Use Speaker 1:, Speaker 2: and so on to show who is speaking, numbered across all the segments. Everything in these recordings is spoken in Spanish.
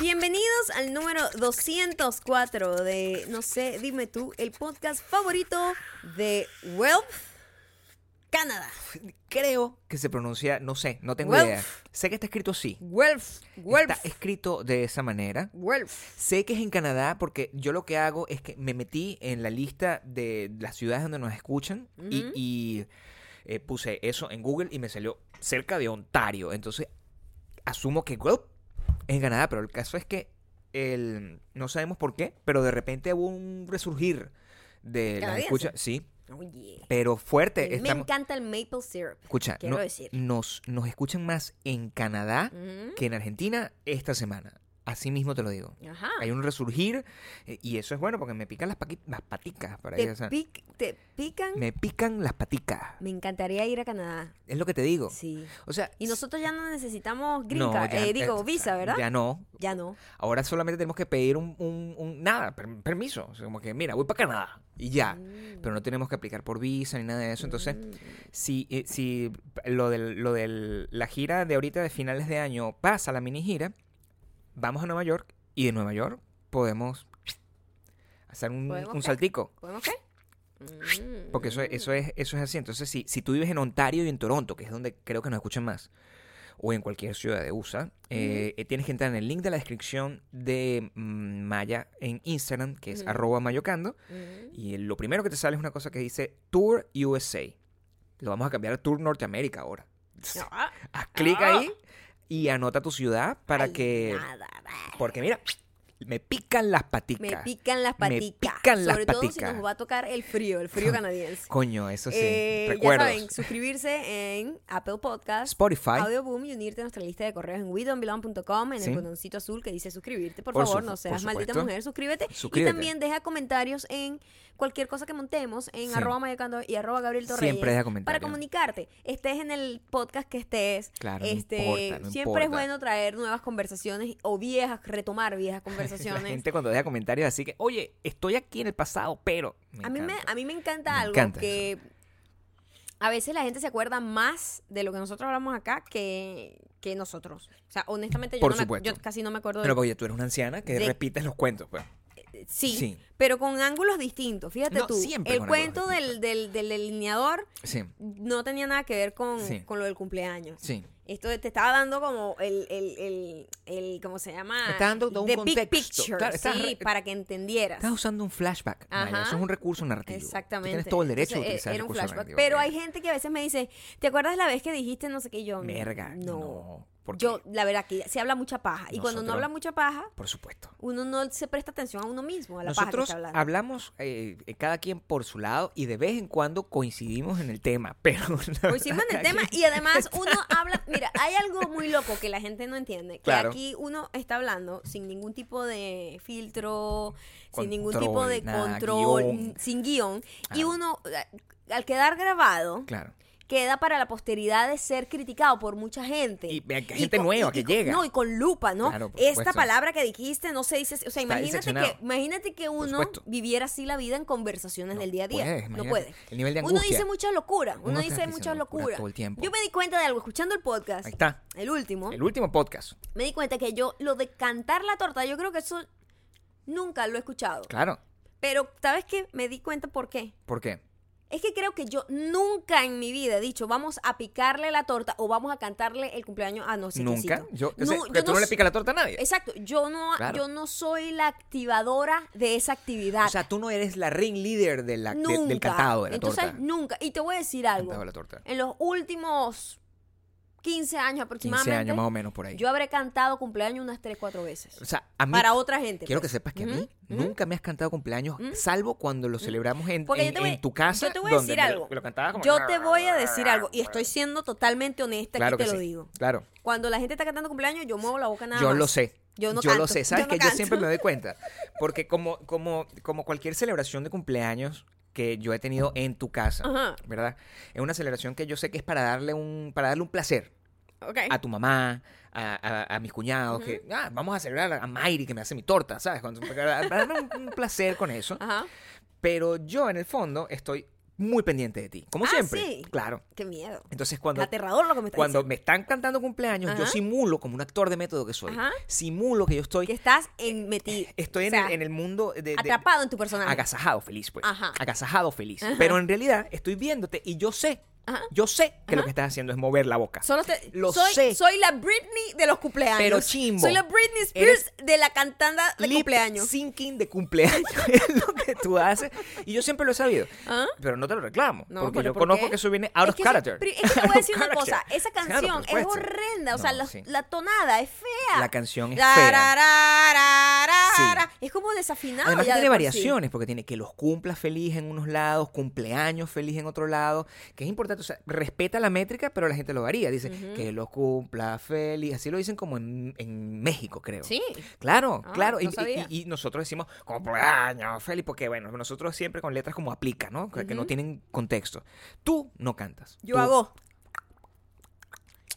Speaker 1: Bienvenidos al número 204 de, no sé, dime tú, el podcast favorito de Wealth Canadá.
Speaker 2: Creo que se pronuncia, no sé, no tengo
Speaker 1: Guelph.
Speaker 2: idea. Sé que está escrito así.
Speaker 1: Wealth, Wealth,
Speaker 2: Está escrito de esa manera.
Speaker 1: Wealth.
Speaker 2: Sé que es en Canadá porque yo lo que hago es que me metí en la lista de las ciudades donde nos escuchan y, y, eh, puse eso en Google y me salió cerca de Ontario. Entonces asumo que Guelph es en Canadá, pero el caso es que el, no sabemos por qué, pero de repente hubo un resurgir de las
Speaker 1: Canadiense.
Speaker 2: escuchas. Sí,
Speaker 1: Oye.
Speaker 2: pero
Speaker 1: A
Speaker 2: fuerte.
Speaker 1: mí Me
Speaker 2: Este, estamos-
Speaker 1: encanta el maple syrup.
Speaker 2: Escucha,
Speaker 1: Quiero
Speaker 2: no-
Speaker 1: decir.
Speaker 2: Nos, nos escuchan más en Canadá
Speaker 1: Mm,
Speaker 2: que en Argentina esta semana. Así mismo te lo digo.
Speaker 1: Ajá.
Speaker 2: Hay un resurgir eh, y eso es bueno porque me pican las, paqui- las paticas. Para ir,
Speaker 1: ¿Te,
Speaker 2: o sea,
Speaker 1: pic- te pican? Me...
Speaker 2: me pican las paticas.
Speaker 1: encantaría ir a Canadá.
Speaker 2: Es lo que te digo.
Speaker 1: Sí.
Speaker 2: O sea,
Speaker 1: Y nosotros ya no necesitamos green
Speaker 2: no,
Speaker 1: card.
Speaker 2: ya-
Speaker 1: eh, digo,
Speaker 2: eh,
Speaker 1: visa, ¿verdad?
Speaker 2: Ya no.
Speaker 1: Ya no.
Speaker 2: Ahora solamente tenemos que pedir un, un- un- nada, per- permiso. O sea, como que, mira, voy para Canadá y ya.
Speaker 1: Mm.
Speaker 2: Pero no tenemos que aplicar por visa ni nada de eso. Ah, pues, Entonces,
Speaker 1: Mm.
Speaker 2: si, eh, si lo de lo del, la gira de ahorita de finales de año pasa la mini gira, vamos a Nueva York y de Nueva York podemos hacer un,
Speaker 1: ¿Podemos
Speaker 2: un
Speaker 1: qué?
Speaker 2: saltico.
Speaker 1: ¿Podemos qué? Mm.
Speaker 2: Porque eso, eso, es, eso es así. Entonces, si, si tú vives en Ontario y en Toronto, que es donde creo que nos escuchan más, o en cualquier ciudad de USA, eh, eh, tienes que entrar en el link de la descripción de mm, Maya en Instagram, que es
Speaker 1: Ujú.
Speaker 2: arroba mayocando,
Speaker 1: Mm.
Speaker 2: y lo primero que te sale es una cosa que dice Tour USA. Lo vamos a cambiar a Tour Norteamérica ahora.
Speaker 1: No, ah,
Speaker 2: Haz clic
Speaker 1: Ah.
Speaker 2: ahí y anota tu ciudad para
Speaker 1: ay,
Speaker 2: que...
Speaker 1: nada, va.
Speaker 2: Porque mira, me pican las paticas.
Speaker 1: Me pican las
Speaker 2: Me
Speaker 1: paticas.
Speaker 2: pican las
Speaker 1: Sobre todo si
Speaker 2: paticas.
Speaker 1: nos va a tocar el frío, el frío canadiense.
Speaker 2: Coño, eso sí.
Speaker 1: Eh, ya
Speaker 2: Recuerdos.
Speaker 1: saben, suscribirse en Apple Podcast,
Speaker 2: Spotify.
Speaker 1: Audio Boom y unirte a nuestra lista de correos en WeDon'tBelong.com en
Speaker 2: Sí.
Speaker 1: el botoncito azul que dice suscribirte. Por,
Speaker 2: Por
Speaker 1: favor,
Speaker 2: su-
Speaker 1: no
Speaker 2: por
Speaker 1: seas maldita
Speaker 2: supuesto.
Speaker 1: mujer, suscríbete.
Speaker 2: Suscríbete.
Speaker 1: Y también deja comentarios en cualquier cosa que montemos en
Speaker 2: Sí.
Speaker 1: arroba mayocando y arroba Gabriel Torreyes.
Speaker 2: Siempre deja
Speaker 1: Para
Speaker 2: comentario.
Speaker 1: comunicarte, estés en el podcast que estés.
Speaker 2: Claro, no
Speaker 1: este,
Speaker 2: importa, no
Speaker 1: siempre es
Speaker 2: importa.
Speaker 1: bueno traer nuevas conversaciones o viejas, retomar viejas
Speaker 2: La
Speaker 1: conversaciones.
Speaker 2: gente cuando deja comentarios así que, oye, estoy aquí en el pasado, pero...
Speaker 1: a, mí me,
Speaker 2: encanta.
Speaker 1: a mí me encanta
Speaker 2: Me
Speaker 1: algo
Speaker 2: encanta
Speaker 1: que a veces la gente se acuerda más de lo que nosotros hablamos acá que, que nosotros. O sea, honestamente yo,
Speaker 2: Por
Speaker 1: no me-
Speaker 2: supuesto.
Speaker 1: yo casi no me acuerdo de,
Speaker 2: Pero porque tú eres una anciana que
Speaker 1: de-
Speaker 2: repites los cuentos, pues.
Speaker 1: sí,
Speaker 2: sí.
Speaker 1: pero con ángulos distintos. Fíjate
Speaker 2: No,
Speaker 1: tú,
Speaker 2: siempre
Speaker 1: el
Speaker 2: con
Speaker 1: cuento
Speaker 2: ángulos
Speaker 1: del, del, del delineador
Speaker 2: Sí,
Speaker 1: no tenía nada que ver con,
Speaker 2: Sí.
Speaker 1: con lo del cumpleaños.
Speaker 2: sí.
Speaker 1: Esto te estaba dando como el, el, el, el- ¿cómo se llama?
Speaker 2: Me está dando todo un
Speaker 1: The big
Speaker 2: contexto.
Speaker 1: picture,
Speaker 2: Claro, estás
Speaker 1: sí,
Speaker 2: re-
Speaker 1: para que entendieras.
Speaker 2: Estás usando un flashback, Maya.
Speaker 1: Ajá.
Speaker 2: Eso es un recurso narrativo. Tú
Speaker 1: Exactamente.
Speaker 2: tienes todo el derecho
Speaker 1: Entonces,
Speaker 2: de
Speaker 1: eh,
Speaker 2: utilizar el
Speaker 1: Era un
Speaker 2: recurso
Speaker 1: flashback.
Speaker 2: narrativo.
Speaker 1: Pero
Speaker 2: mira.
Speaker 1: hay gente que a veces me dice, ¿te acuerdas la vez que dijiste no sé qué? Y Yo,
Speaker 2: Verga,
Speaker 1: no.
Speaker 2: no, porque-
Speaker 1: yo, la verdad, que se habla mucha paja. Y cuando no
Speaker 2: Nosotros-
Speaker 1: habla mucha paja,
Speaker 2: Por supuesto.
Speaker 1: uno no se presta atención a uno mismo, a la paja que
Speaker 2: Nosotros
Speaker 1: está hablando.
Speaker 2: hablamos eh, eh, cada quien por su lado y de vez en cuando coincidimos en el tema, pero... la
Speaker 1: Coincidimos Pues en el
Speaker 2: verdad
Speaker 1: tema
Speaker 2: que-
Speaker 1: y además uno habla, mira, hay algo muy loco que la gente no entiende, que
Speaker 2: Claro.
Speaker 1: aquí uno está hablando sin ningún tipo de filtro, sin
Speaker 2: Control,
Speaker 1: ningún tipo de
Speaker 2: nada,
Speaker 1: control,
Speaker 2: guión.
Speaker 1: sin guión, y
Speaker 2: Ah.
Speaker 1: uno eh, al quedar grabado,
Speaker 2: Claro.
Speaker 1: queda para la posteridad de ser criticado por mucha gente.
Speaker 2: Y ve- gente
Speaker 1: con-
Speaker 2: nueva
Speaker 1: y-
Speaker 2: que
Speaker 1: y con-
Speaker 2: llega.
Speaker 1: No, y con lupa, ¿no?
Speaker 2: Claro, por
Speaker 1: Esta
Speaker 2: supuesto.
Speaker 1: palabra que dijiste no se dice. así. O sea,
Speaker 2: Está
Speaker 1: imagínate
Speaker 2: diseccionado.
Speaker 1: que, imagínate que uno
Speaker 2: supuesto.
Speaker 1: viviera así la vida en conversaciones del día a día.
Speaker 2: puedes,
Speaker 1: no
Speaker 2: imagínate.
Speaker 1: puede.
Speaker 2: El nivel de
Speaker 1: uno
Speaker 2: angustia.
Speaker 1: dice muchas locuras. Uno,
Speaker 2: Uno está
Speaker 1: dice
Speaker 2: diciendo
Speaker 1: muchas
Speaker 2: locuras
Speaker 1: locuras.
Speaker 2: todo el tiempo.
Speaker 1: Yo me di cuenta de algo escuchando el podcast.
Speaker 2: Ahí está.
Speaker 1: El último.
Speaker 2: El último podcast.
Speaker 1: Me di cuenta que yo lo de cantar la torta, yo creo que eso nunca lo he escuchado.
Speaker 2: Claro.
Speaker 1: Pero ¿sabes qué? Me di cuenta por qué.
Speaker 2: ¿Por qué?
Speaker 1: Es que creo que yo nunca en mi vida he dicho, vamos a picarle la torta o vamos a cantarle el cumpleaños a no sé
Speaker 2: Nunca.
Speaker 1: quiéncito.
Speaker 2: Yo, o sea,
Speaker 1: No,
Speaker 2: que
Speaker 1: yo
Speaker 2: tú no le
Speaker 1: s-
Speaker 2: picas la torta a nadie.
Speaker 1: Exacto, yo no,
Speaker 2: Claro.
Speaker 1: yo no soy la activadora de esa actividad.
Speaker 2: O sea, tú no eres la ringleader de la, de-
Speaker 1: nunca.
Speaker 2: del cantado de la
Speaker 1: Entonces,
Speaker 2: torta.
Speaker 1: nunca. Y te voy a decir algo.
Speaker 2: Cantado de la torta.
Speaker 1: En los últimos 15 años
Speaker 2: 15
Speaker 1: aproximadamente,
Speaker 2: años más o menos por ahí.
Speaker 1: yo habré cantado cumpleaños unas 3, 4 veces.
Speaker 2: o sea, a mí,
Speaker 1: para otra gente.
Speaker 2: quiero que
Speaker 1: pues.
Speaker 2: sepas que a
Speaker 1: Ujú,
Speaker 2: mí nunca me has cantado cumpleaños, salvo cuando lo celebramos en,
Speaker 1: Porque
Speaker 2: en-
Speaker 1: yo te voy-
Speaker 2: en tu casa.
Speaker 1: yo te voy a
Speaker 2: donde
Speaker 1: decir
Speaker 2: me lo-
Speaker 1: algo.
Speaker 2: me lo cantabas como-
Speaker 1: Yo te voy a decir algo. Y estoy siendo totalmente honesta,
Speaker 2: Claro
Speaker 1: aquí
Speaker 2: que
Speaker 1: te lo
Speaker 2: sí.
Speaker 1: digo.
Speaker 2: Claro.
Speaker 1: Cuando la gente está cantando cumpleaños, yo muevo la boca nada
Speaker 2: yo
Speaker 1: más.
Speaker 2: lo sé.
Speaker 1: Yo no
Speaker 2: lo
Speaker 1: canto,
Speaker 2: sé. Sabes
Speaker 1: yo no
Speaker 2: que
Speaker 1: canto.
Speaker 2: yo siempre me doy cuenta. Porque como, como, como cualquier celebración de cumpleaños que yo he tenido en tu casa,
Speaker 1: Ajá.
Speaker 2: ¿verdad? Es una celebración que yo sé que es para darle un, para darle un placer.
Speaker 1: Ok.
Speaker 2: a tu mamá, a, a- a mis cuñados, que ah, vamos a celebrar a Mayri que me hace mi torta, ¿sabes? Cuando- para darme un, un placer con eso.
Speaker 1: Ajá.
Speaker 2: Pero yo en el fondo estoy muy pendiente de ti, como
Speaker 1: Ah,
Speaker 2: siempre.
Speaker 1: sí.
Speaker 2: Claro.
Speaker 1: Qué miedo.
Speaker 2: Entonces cuando
Speaker 1: Aterrador lo que me está
Speaker 2: cuando
Speaker 1: diciendo.
Speaker 2: me están cantando cumpleaños, yo
Speaker 1: Ajá.
Speaker 2: simulo como un actor de método que soy.
Speaker 1: Ajá.
Speaker 2: Simulo que yo estoy
Speaker 1: Que estás en metí.
Speaker 2: Eh, estoy en,
Speaker 1: o sea,
Speaker 2: el, en el mundo de, de-
Speaker 1: atrapado en tu personaje.
Speaker 2: agasajado feliz, pues.
Speaker 1: Ajá.
Speaker 2: Agasajado feliz. Pero en realidad estoy viéndote y yo sé,
Speaker 1: Ajá.
Speaker 2: yo sé que lo que estás haciendo es mover la boca.
Speaker 1: Solo te-
Speaker 2: Lo
Speaker 1: soy,
Speaker 2: sé.
Speaker 1: soy la Britney de los cumpleaños.
Speaker 2: Pero chimbo.
Speaker 1: Soy la Britney
Speaker 2: Eres
Speaker 1: Spears de la cantanda de
Speaker 2: Lip
Speaker 1: cumpleaños.
Speaker 2: Syncing de cumpleaños es lo que tú haces. Y yo siempre lo he sabido.
Speaker 1: Ajá.
Speaker 2: Pero no te lo reclamo.
Speaker 1: ¿Ah? No,
Speaker 2: porque
Speaker 1: pero
Speaker 2: yo
Speaker 1: ¿por
Speaker 2: conozco
Speaker 1: qué?
Speaker 2: que eso viene
Speaker 1: Es
Speaker 2: out of
Speaker 1: que eso-
Speaker 2: character.
Speaker 1: pero es que te voy a
Speaker 2: Out of
Speaker 1: decir una
Speaker 2: character.
Speaker 1: cosa. Esa
Speaker 2: Claro, por
Speaker 1: canción es
Speaker 2: supuesto.
Speaker 1: horrenda. O sea,
Speaker 2: No,
Speaker 1: los-
Speaker 2: sí.
Speaker 1: la tonada es fea.
Speaker 2: La canción es
Speaker 1: Ra,
Speaker 2: fea.
Speaker 1: ra, ra, ra, ra,
Speaker 2: Sí.
Speaker 1: ra. Es como desafinado.
Speaker 2: Además
Speaker 1: ya
Speaker 2: tiene
Speaker 1: de por sí.
Speaker 2: variaciones, porque tiene que los cumplas feliz en unos lados, cumpleaños feliz en otro lado, que es importante, o sea, respeta la métrica, pero la gente lo varía, dice que los cumpla feliz, así lo dicen como en, en México, creo.
Speaker 1: Sí.
Speaker 2: Claro,
Speaker 1: Ah,
Speaker 2: claro,
Speaker 1: no
Speaker 2: y, y-
Speaker 1: sabía.
Speaker 2: y- y nosotros decimos cumpleaños feliz, porque bueno, nosotros siempre con letras como aplica, ¿no? Que, que no tienen contexto. Tú no cantas.
Speaker 1: Yo
Speaker 2: Tú-
Speaker 1: hago.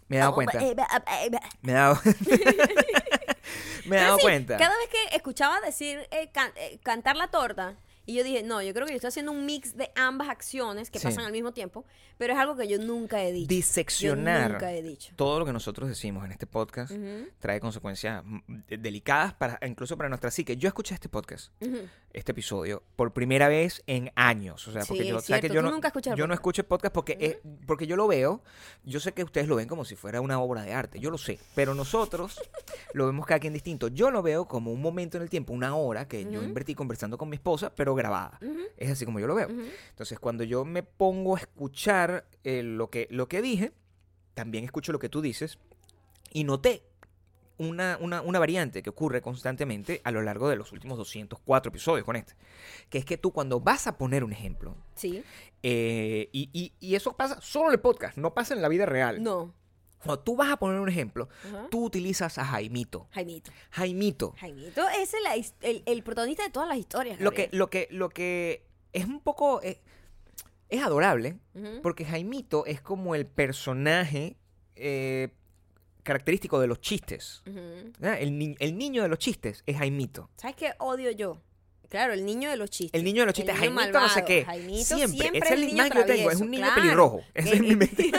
Speaker 2: Me he dado cuenta.
Speaker 1: Eh, eh, eh, eh.
Speaker 2: Me he dado, me he
Speaker 1: Pero
Speaker 2: dado
Speaker 1: sí,
Speaker 2: cuenta.
Speaker 1: Cada vez que escuchaba decir eh, can- eh, cantar la torta, y yo dije, no, yo creo que yo estoy haciendo un mix de ambas acciones que
Speaker 2: Sí.
Speaker 1: pasan al mismo tiempo, pero es algo que yo nunca he dicho.
Speaker 2: Diseccionar.
Speaker 1: Yo nunca he dicho.
Speaker 2: todo lo que nosotros decimos en este podcast trae consecuencias mm, de- delicadas para incluso para nuestra psique. Yo escuché este podcast,
Speaker 1: Ujú.
Speaker 2: este episodio por primera vez en años, o sea, porque
Speaker 1: Sí,
Speaker 2: yo,
Speaker 1: es
Speaker 2: o sea,
Speaker 1: cierto.
Speaker 2: que yo
Speaker 1: Tú
Speaker 2: no
Speaker 1: nunca escuchas el
Speaker 2: yo no
Speaker 1: podcast.
Speaker 2: escuché podcast porque eh, porque yo lo veo, yo sé que ustedes lo ven como si fuera una obra de arte, yo lo sé, pero nosotros lo vemos cada quien distinto. Yo lo veo como un momento en el tiempo, una hora que yo invertí conversando con mi esposa, pero grabada. Es así como yo lo veo. Entonces, cuando yo me pongo a escuchar eh, lo que lo que dije, también escucho lo que tú dices y noté una, una, una variante que ocurre constantemente a lo largo de los últimos 204 episodios con este, que es que tú cuando vas a poner un ejemplo,
Speaker 1: Sí.
Speaker 2: eh, y, y- y eso pasa solo en el podcast, no pasa en la vida real.
Speaker 1: No.
Speaker 2: Cuando tú vas a poner un ejemplo,
Speaker 1: Ajá.
Speaker 2: tú utilizas a Jaimito.
Speaker 1: Jaimito.
Speaker 2: Jaimito.
Speaker 1: Jaimito es el, his- el- el protagonista de todas las historias.
Speaker 2: Lo que,
Speaker 1: Gabriel.
Speaker 2: lo que, lo que es un poco... eh, es adorable,
Speaker 1: Ujú.
Speaker 2: porque Jaimito es como el personaje eh, característico de los chistes.
Speaker 1: Ujú.
Speaker 2: ¿verdad? El, ni- el niño de los chistes es Jaimito.
Speaker 1: ¿Sabes qué odio yo? Claro, el niño de los chistes.
Speaker 2: El niño de los chistes,
Speaker 1: niño
Speaker 2: Jaimito, no sé
Speaker 1: malvado.
Speaker 2: qué.
Speaker 1: Jaimito
Speaker 2: siempre.
Speaker 1: siempre
Speaker 2: Esa es
Speaker 1: el
Speaker 2: la
Speaker 1: niño
Speaker 2: imagen que yo tengo. Es
Speaker 1: travieso,
Speaker 2: un niño
Speaker 1: claro.
Speaker 2: pelirrojo. Esa es mi mente.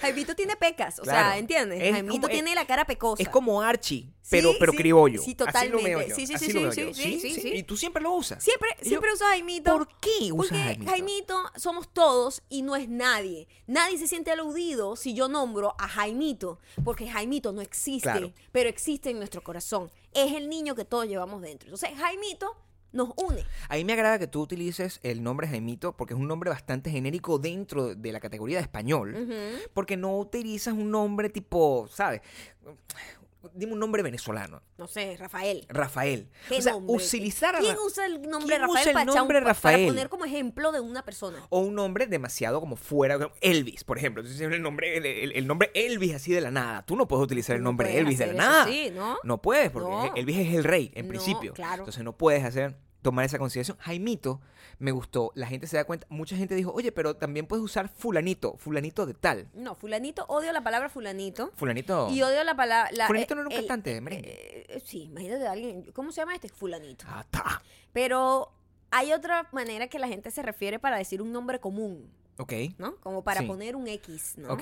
Speaker 1: Jaimito tiene pecas, o
Speaker 2: Claro.
Speaker 1: sea, ¿entiendes?
Speaker 2: Es
Speaker 1: Jaimito
Speaker 2: como-
Speaker 1: tiene la cara pecosa.
Speaker 2: Es como Archie,
Speaker 1: Sí,
Speaker 2: pero, pero
Speaker 1: sí,
Speaker 2: criollo.
Speaker 1: sí,
Speaker 2: Así lo veo
Speaker 1: totalmente.
Speaker 2: yo.
Speaker 1: Sí, sí,
Speaker 2: así
Speaker 1: sí,
Speaker 2: lo veo
Speaker 1: sí,
Speaker 2: yo.
Speaker 1: sí, sí, sí.
Speaker 2: Y tú siempre lo usas.
Speaker 1: Siempre,
Speaker 2: Y yo,
Speaker 1: siempre uso Jaimito.
Speaker 2: ¿Por qué usas
Speaker 1: Porque
Speaker 2: Jaimito?
Speaker 1: Jaimito somos todos y no es nadie. Nadie se siente aludido si yo nombro a Jaimito, porque Jaimito no existe,
Speaker 2: Claro.
Speaker 1: pero existe en nuestro corazón. Es el niño que todos llevamos dentro. Entonces, Jaimito nos une.
Speaker 2: A mí me agrada que tú utilices el nombre Jaimito porque es un nombre bastante genérico dentro de la categoría de español. Porque no utilizas un nombre tipo, ¿sabes? Dime un nombre venezolano.
Speaker 1: No sé, Rafael.
Speaker 2: Rafael.
Speaker 1: ¿Qué
Speaker 2: o sea,
Speaker 1: nombre?
Speaker 2: utilizar a
Speaker 1: ¿Quién
Speaker 2: Ra-
Speaker 1: usa el nombre
Speaker 2: ¿Quién
Speaker 1: Rafael
Speaker 2: usa el
Speaker 1: para, echar un-
Speaker 2: nombre
Speaker 1: para
Speaker 2: Rafael?
Speaker 1: poner como ejemplo de una persona?
Speaker 2: o un nombre demasiado como fuera Elvis por ejemplo Entonces, el nombre el, el- el nombre Elvis así de la nada tú no puedes utilizar el
Speaker 1: No
Speaker 2: nombre
Speaker 1: puedes
Speaker 2: Elvis de la
Speaker 1: hacer eso,
Speaker 2: nada
Speaker 1: sí, ¿no?
Speaker 2: puedes porque
Speaker 1: No.
Speaker 2: Elvis es el rey en
Speaker 1: No,
Speaker 2: principio
Speaker 1: claro.
Speaker 2: entonces no puedes hacer tomar esa consideración Jaimito me gustó la gente se da cuenta mucha gente dijo oye pero también puedes usar fulanito fulanito de tal
Speaker 1: No, fulanito, odio la palabra fulanito.
Speaker 2: fulanito
Speaker 1: Y odio la palabra... la-
Speaker 2: Oh. fulanito
Speaker 1: eh,
Speaker 2: no era un
Speaker 1: el-
Speaker 2: cantante de merengue
Speaker 1: eh, eh, sí, imagínate a alguien. ¿Cómo se llama este? Fulanito.
Speaker 2: Ah, ta.
Speaker 1: Pero hay otra manera que la gente se refiere para decir un nombre común,
Speaker 2: ok
Speaker 1: ¿no? Como para
Speaker 2: Sí.
Speaker 1: poner un X, ¿no?
Speaker 2: ok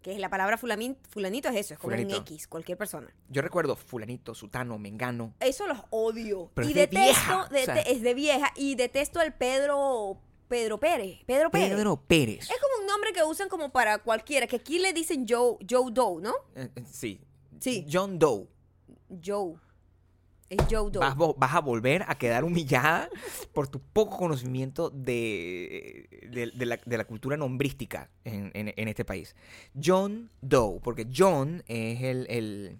Speaker 1: Que es la palabra fulamin- fulanito es eso, es como
Speaker 2: Fulanito.
Speaker 1: un X, cualquier persona.
Speaker 2: yo recuerdo fulanito sutano mengano
Speaker 1: Eso los odio.
Speaker 2: Pero
Speaker 1: y
Speaker 2: es de
Speaker 1: detesto,
Speaker 2: vieja,
Speaker 1: dete-
Speaker 2: o sea.
Speaker 1: es de vieja, y detesto al Pedro, Pedro Pérez. Pedro Pérez.
Speaker 2: Pedro Pérez
Speaker 1: Es como un nombre que usan como para cualquiera, que aquí le dicen Joe, Joe Doe, ¿no?
Speaker 2: Eh, eh, sí
Speaker 1: Sí.
Speaker 2: John Doe
Speaker 1: Joe. Es Joe Doe.
Speaker 2: vas, vo- vas a volver a quedar humillada por tu poco conocimiento de, de, de la, de la cultura nombrística en, en- en este país. John Doe, porque John es el, el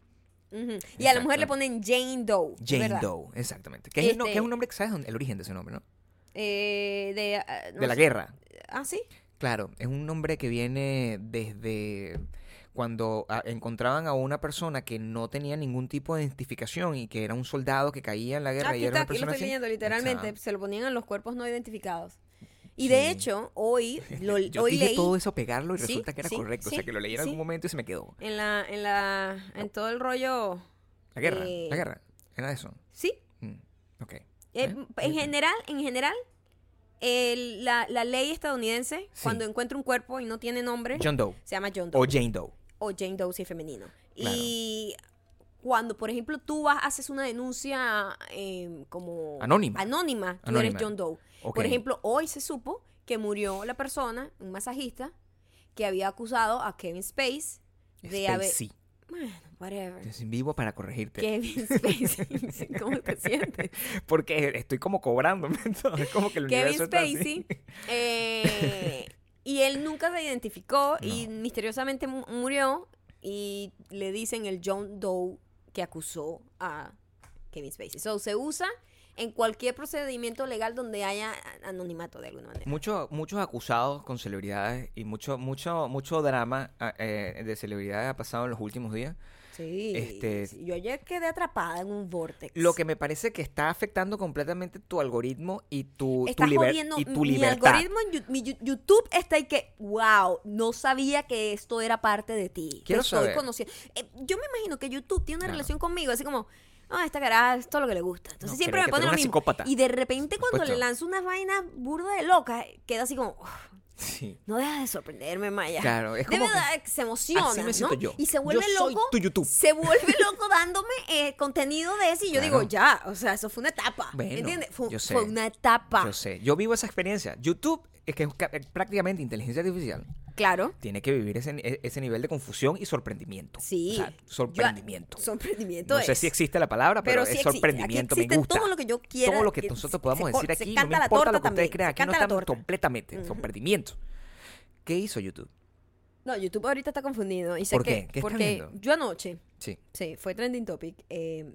Speaker 1: Ujú. Y a la mujer
Speaker 2: Exacto.
Speaker 1: le ponen Jane Doe.
Speaker 2: Jane
Speaker 1: ¿verdad?
Speaker 2: Doe, exactamente. Que es, el no- que es
Speaker 1: Este-
Speaker 2: un nombre que sabes dónde- el origen de ese nombre, ¿no?
Speaker 1: Eh, de ah, no
Speaker 2: de la
Speaker 1: sé.
Speaker 2: guerra.
Speaker 1: Ah, sí.
Speaker 2: Claro, es un nombre que viene desde cuando ah, encontraban a una persona que no tenía ningún tipo de identificación y que era un soldado que caía en la guerra
Speaker 1: Ah, Aquí
Speaker 2: y
Speaker 1: está,
Speaker 2: era una
Speaker 1: aquí lo
Speaker 2: persona
Speaker 1: estoy
Speaker 2: así.
Speaker 1: leyendo, literalmente.
Speaker 2: Exacto.
Speaker 1: Se lo ponían a los cuerpos no identificados. Y de
Speaker 2: Sí.
Speaker 1: hecho, hoy, lo,
Speaker 2: Yo
Speaker 1: hoy
Speaker 2: dije
Speaker 1: leí
Speaker 2: todo eso a pegarlo y
Speaker 1: Sí,
Speaker 2: resulta que era
Speaker 1: sí,
Speaker 2: correcto. o
Speaker 1: sí,
Speaker 2: sea, que lo leí en algún
Speaker 1: sí.
Speaker 2: momento y se me quedó.
Speaker 1: en la, en la, en todo el rollo.
Speaker 2: La guerra,
Speaker 1: Eh,
Speaker 2: la guerra. Era eso.
Speaker 1: Sí.
Speaker 2: Mm, ok.
Speaker 1: Eh,
Speaker 2: Eh,
Speaker 1: en general, en general, el- la, la ley estadounidense,
Speaker 2: Sí.
Speaker 1: cuando encuentra un cuerpo y no tiene nombre,
Speaker 2: John Doe
Speaker 1: se llama John Doe.
Speaker 2: o Jane Doe.
Speaker 1: O, Jane Doe si es femenino.
Speaker 2: Claro.
Speaker 1: Y cuando, por ejemplo, tú vas, haces una denuncia eh, como...
Speaker 2: Anónima.
Speaker 1: Anónima, tú
Speaker 2: Anónima.
Speaker 1: eres John Doe.
Speaker 2: Ok.
Speaker 1: Por ejemplo, hoy se supo que murió la persona, un masajista, que había acusado a Kevin Space de haber...
Speaker 2: Sí,
Speaker 1: Bueno, whatever.
Speaker 2: estoy vivo para corregirte.
Speaker 1: Kevin Spacey, ¿cómo te sientes?
Speaker 2: Porque estoy como cobrándome, entonces como que el
Speaker 1: Kevin
Speaker 2: universo está así.
Speaker 1: Spacey. eh, y él nunca se identificó y misteriosamente mu- murió y le dicen el John Doe que acusó a Kevin Spacey. So, se usa en cualquier procedimiento legal donde haya anonimato de alguna manera.
Speaker 2: Muchos, muchos acusados con celebridades y mucho, mucho, mucho drama ah, eh, de celebridades ha pasado en los últimos días.
Speaker 1: Sí.
Speaker 2: Este-
Speaker 1: sí, Yo ayer quedé atrapada en un vortex.
Speaker 2: Lo que me parece que está afectando completamente tu algoritmo y tu, tu,
Speaker 1: Está
Speaker 2: liber-
Speaker 1: jodiendo
Speaker 2: y tu
Speaker 1: mi
Speaker 2: libertad.
Speaker 1: algoritmo en Yu- mi Yu- YouTube está y que, wow, no sabía que esto era parte de ti. que
Speaker 2: Quiero
Speaker 1: estoy
Speaker 2: saber.
Speaker 1: conociendo. Eh, yo me imagino que YouTube tiene una
Speaker 2: Claro.
Speaker 1: relación conmigo, así como, ah, esta cara es todo lo que le gusta. Entonces
Speaker 2: No,
Speaker 1: siempre
Speaker 2: creo
Speaker 1: me
Speaker 2: que
Speaker 1: pone
Speaker 2: tú
Speaker 1: lo
Speaker 2: eres una
Speaker 1: mismo.
Speaker 2: psicópata.
Speaker 1: Y de repente
Speaker 2: Por
Speaker 1: cuando le
Speaker 2: supuesto.
Speaker 1: lanzo una vaina burda de loca, queda así como, "Uf,
Speaker 2: Sí.
Speaker 1: no deja de sorprenderme, Maya.
Speaker 2: Claro, es como
Speaker 1: de
Speaker 2: que-
Speaker 1: verdad que se emociona.
Speaker 2: Así me
Speaker 1: ¿no?
Speaker 2: siento yo.
Speaker 1: Y se
Speaker 2: Yo
Speaker 1: vuelve
Speaker 2: soy
Speaker 1: loco.
Speaker 2: tu YouTube.
Speaker 1: Se vuelve loco dándome eh, contenido de ese. Y yo
Speaker 2: Claro.
Speaker 1: digo, ya, o sea, eso fue una etapa.
Speaker 2: Bueno,
Speaker 1: ¿Entiendes? Fue,
Speaker 2: yo sé.
Speaker 1: fue una etapa.
Speaker 2: Yo sé, yo vivo esa experiencia. YouTube es que es ca- prácticamente inteligencia artificial.
Speaker 1: Claro.
Speaker 2: Tiene que vivir ese, ni- ese nivel de confusión y sorprendimiento.
Speaker 1: Sí.
Speaker 2: O sea,
Speaker 1: Yo-
Speaker 2: sorprendimiento.
Speaker 1: sorprendimiento.
Speaker 2: No sé
Speaker 1: es.
Speaker 2: si existe la palabra, pero,
Speaker 1: Pero sí
Speaker 2: es
Speaker 1: existe.
Speaker 2: sorprendimiento.
Speaker 1: Aquí existe
Speaker 2: me gusta.
Speaker 1: todo lo que yo quiera
Speaker 2: Todo lo que,
Speaker 1: que se-
Speaker 2: nosotros podamos
Speaker 1: se co-
Speaker 2: decir
Speaker 1: se
Speaker 2: aquí. No me
Speaker 1: canta la
Speaker 2: importa
Speaker 1: torta
Speaker 2: lo que ustedes
Speaker 1: también, se
Speaker 2: crean. Aquí no
Speaker 1: canta la
Speaker 2: estamos
Speaker 1: torta.
Speaker 2: completamente.
Speaker 1: Ujú.
Speaker 2: Sorprendimiento. ¿Qué hizo YouTube?
Speaker 1: No, YouTube ahorita está confundido. Y sé
Speaker 2: ¿Por
Speaker 1: que-
Speaker 2: qué? ¿Qué está
Speaker 1: porque
Speaker 2: viendo?
Speaker 1: yo anoche,
Speaker 2: Sí.
Speaker 1: sí, fue trending topic. eh,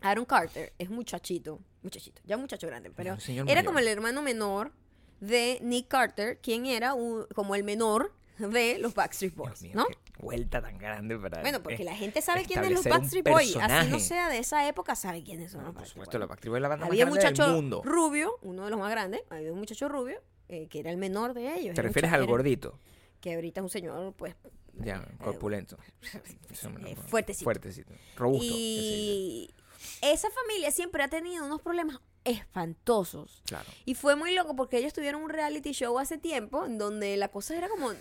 Speaker 1: Aaron Carter es un muchachito, muchachito, ya un muchacho grande, pero
Speaker 2: un señor
Speaker 1: era
Speaker 2: mayor.
Speaker 1: como el hermano menor de Nick Carter, quien era un- como el menor de los Backstreet
Speaker 2: Dios
Speaker 1: Boys,
Speaker 2: mío,
Speaker 1: Pues, ¿no?
Speaker 2: qué vuelta tan grande para.
Speaker 1: Bueno, porque
Speaker 2: eh,
Speaker 1: la gente sabe quiénes son los
Speaker 2: establecer un
Speaker 1: Backstreet Boys, así no
Speaker 2: personaje.
Speaker 1: sea de esa época, sabe quiénes son los
Speaker 2: Por
Speaker 1: Backstreet
Speaker 2: supuesto,
Speaker 1: Boys.
Speaker 2: la Backstreet Boys es la banda
Speaker 1: Había un
Speaker 2: más grande del
Speaker 1: muchacho
Speaker 2: mundo.
Speaker 1: rubio, uno de los más grandes, había un muchacho rubio eh, que era el menor de ellos.
Speaker 2: ¿Te
Speaker 1: era un
Speaker 2: refieres
Speaker 1: cha-
Speaker 2: al
Speaker 1: era-
Speaker 2: gordito?
Speaker 1: Que ahorita es un señor, pues,
Speaker 2: Ya, corpulento. Sí, hombre,
Speaker 1: eh,
Speaker 2: no,
Speaker 1: fuertecito.
Speaker 2: Fuertecito. Robusto. ese,
Speaker 1: Y esa familia siempre ha tenido unos problemas espantosos.
Speaker 2: Claro.
Speaker 1: Y fue muy loco porque ellos tuvieron un reality show hace tiempo en donde la cosa era como.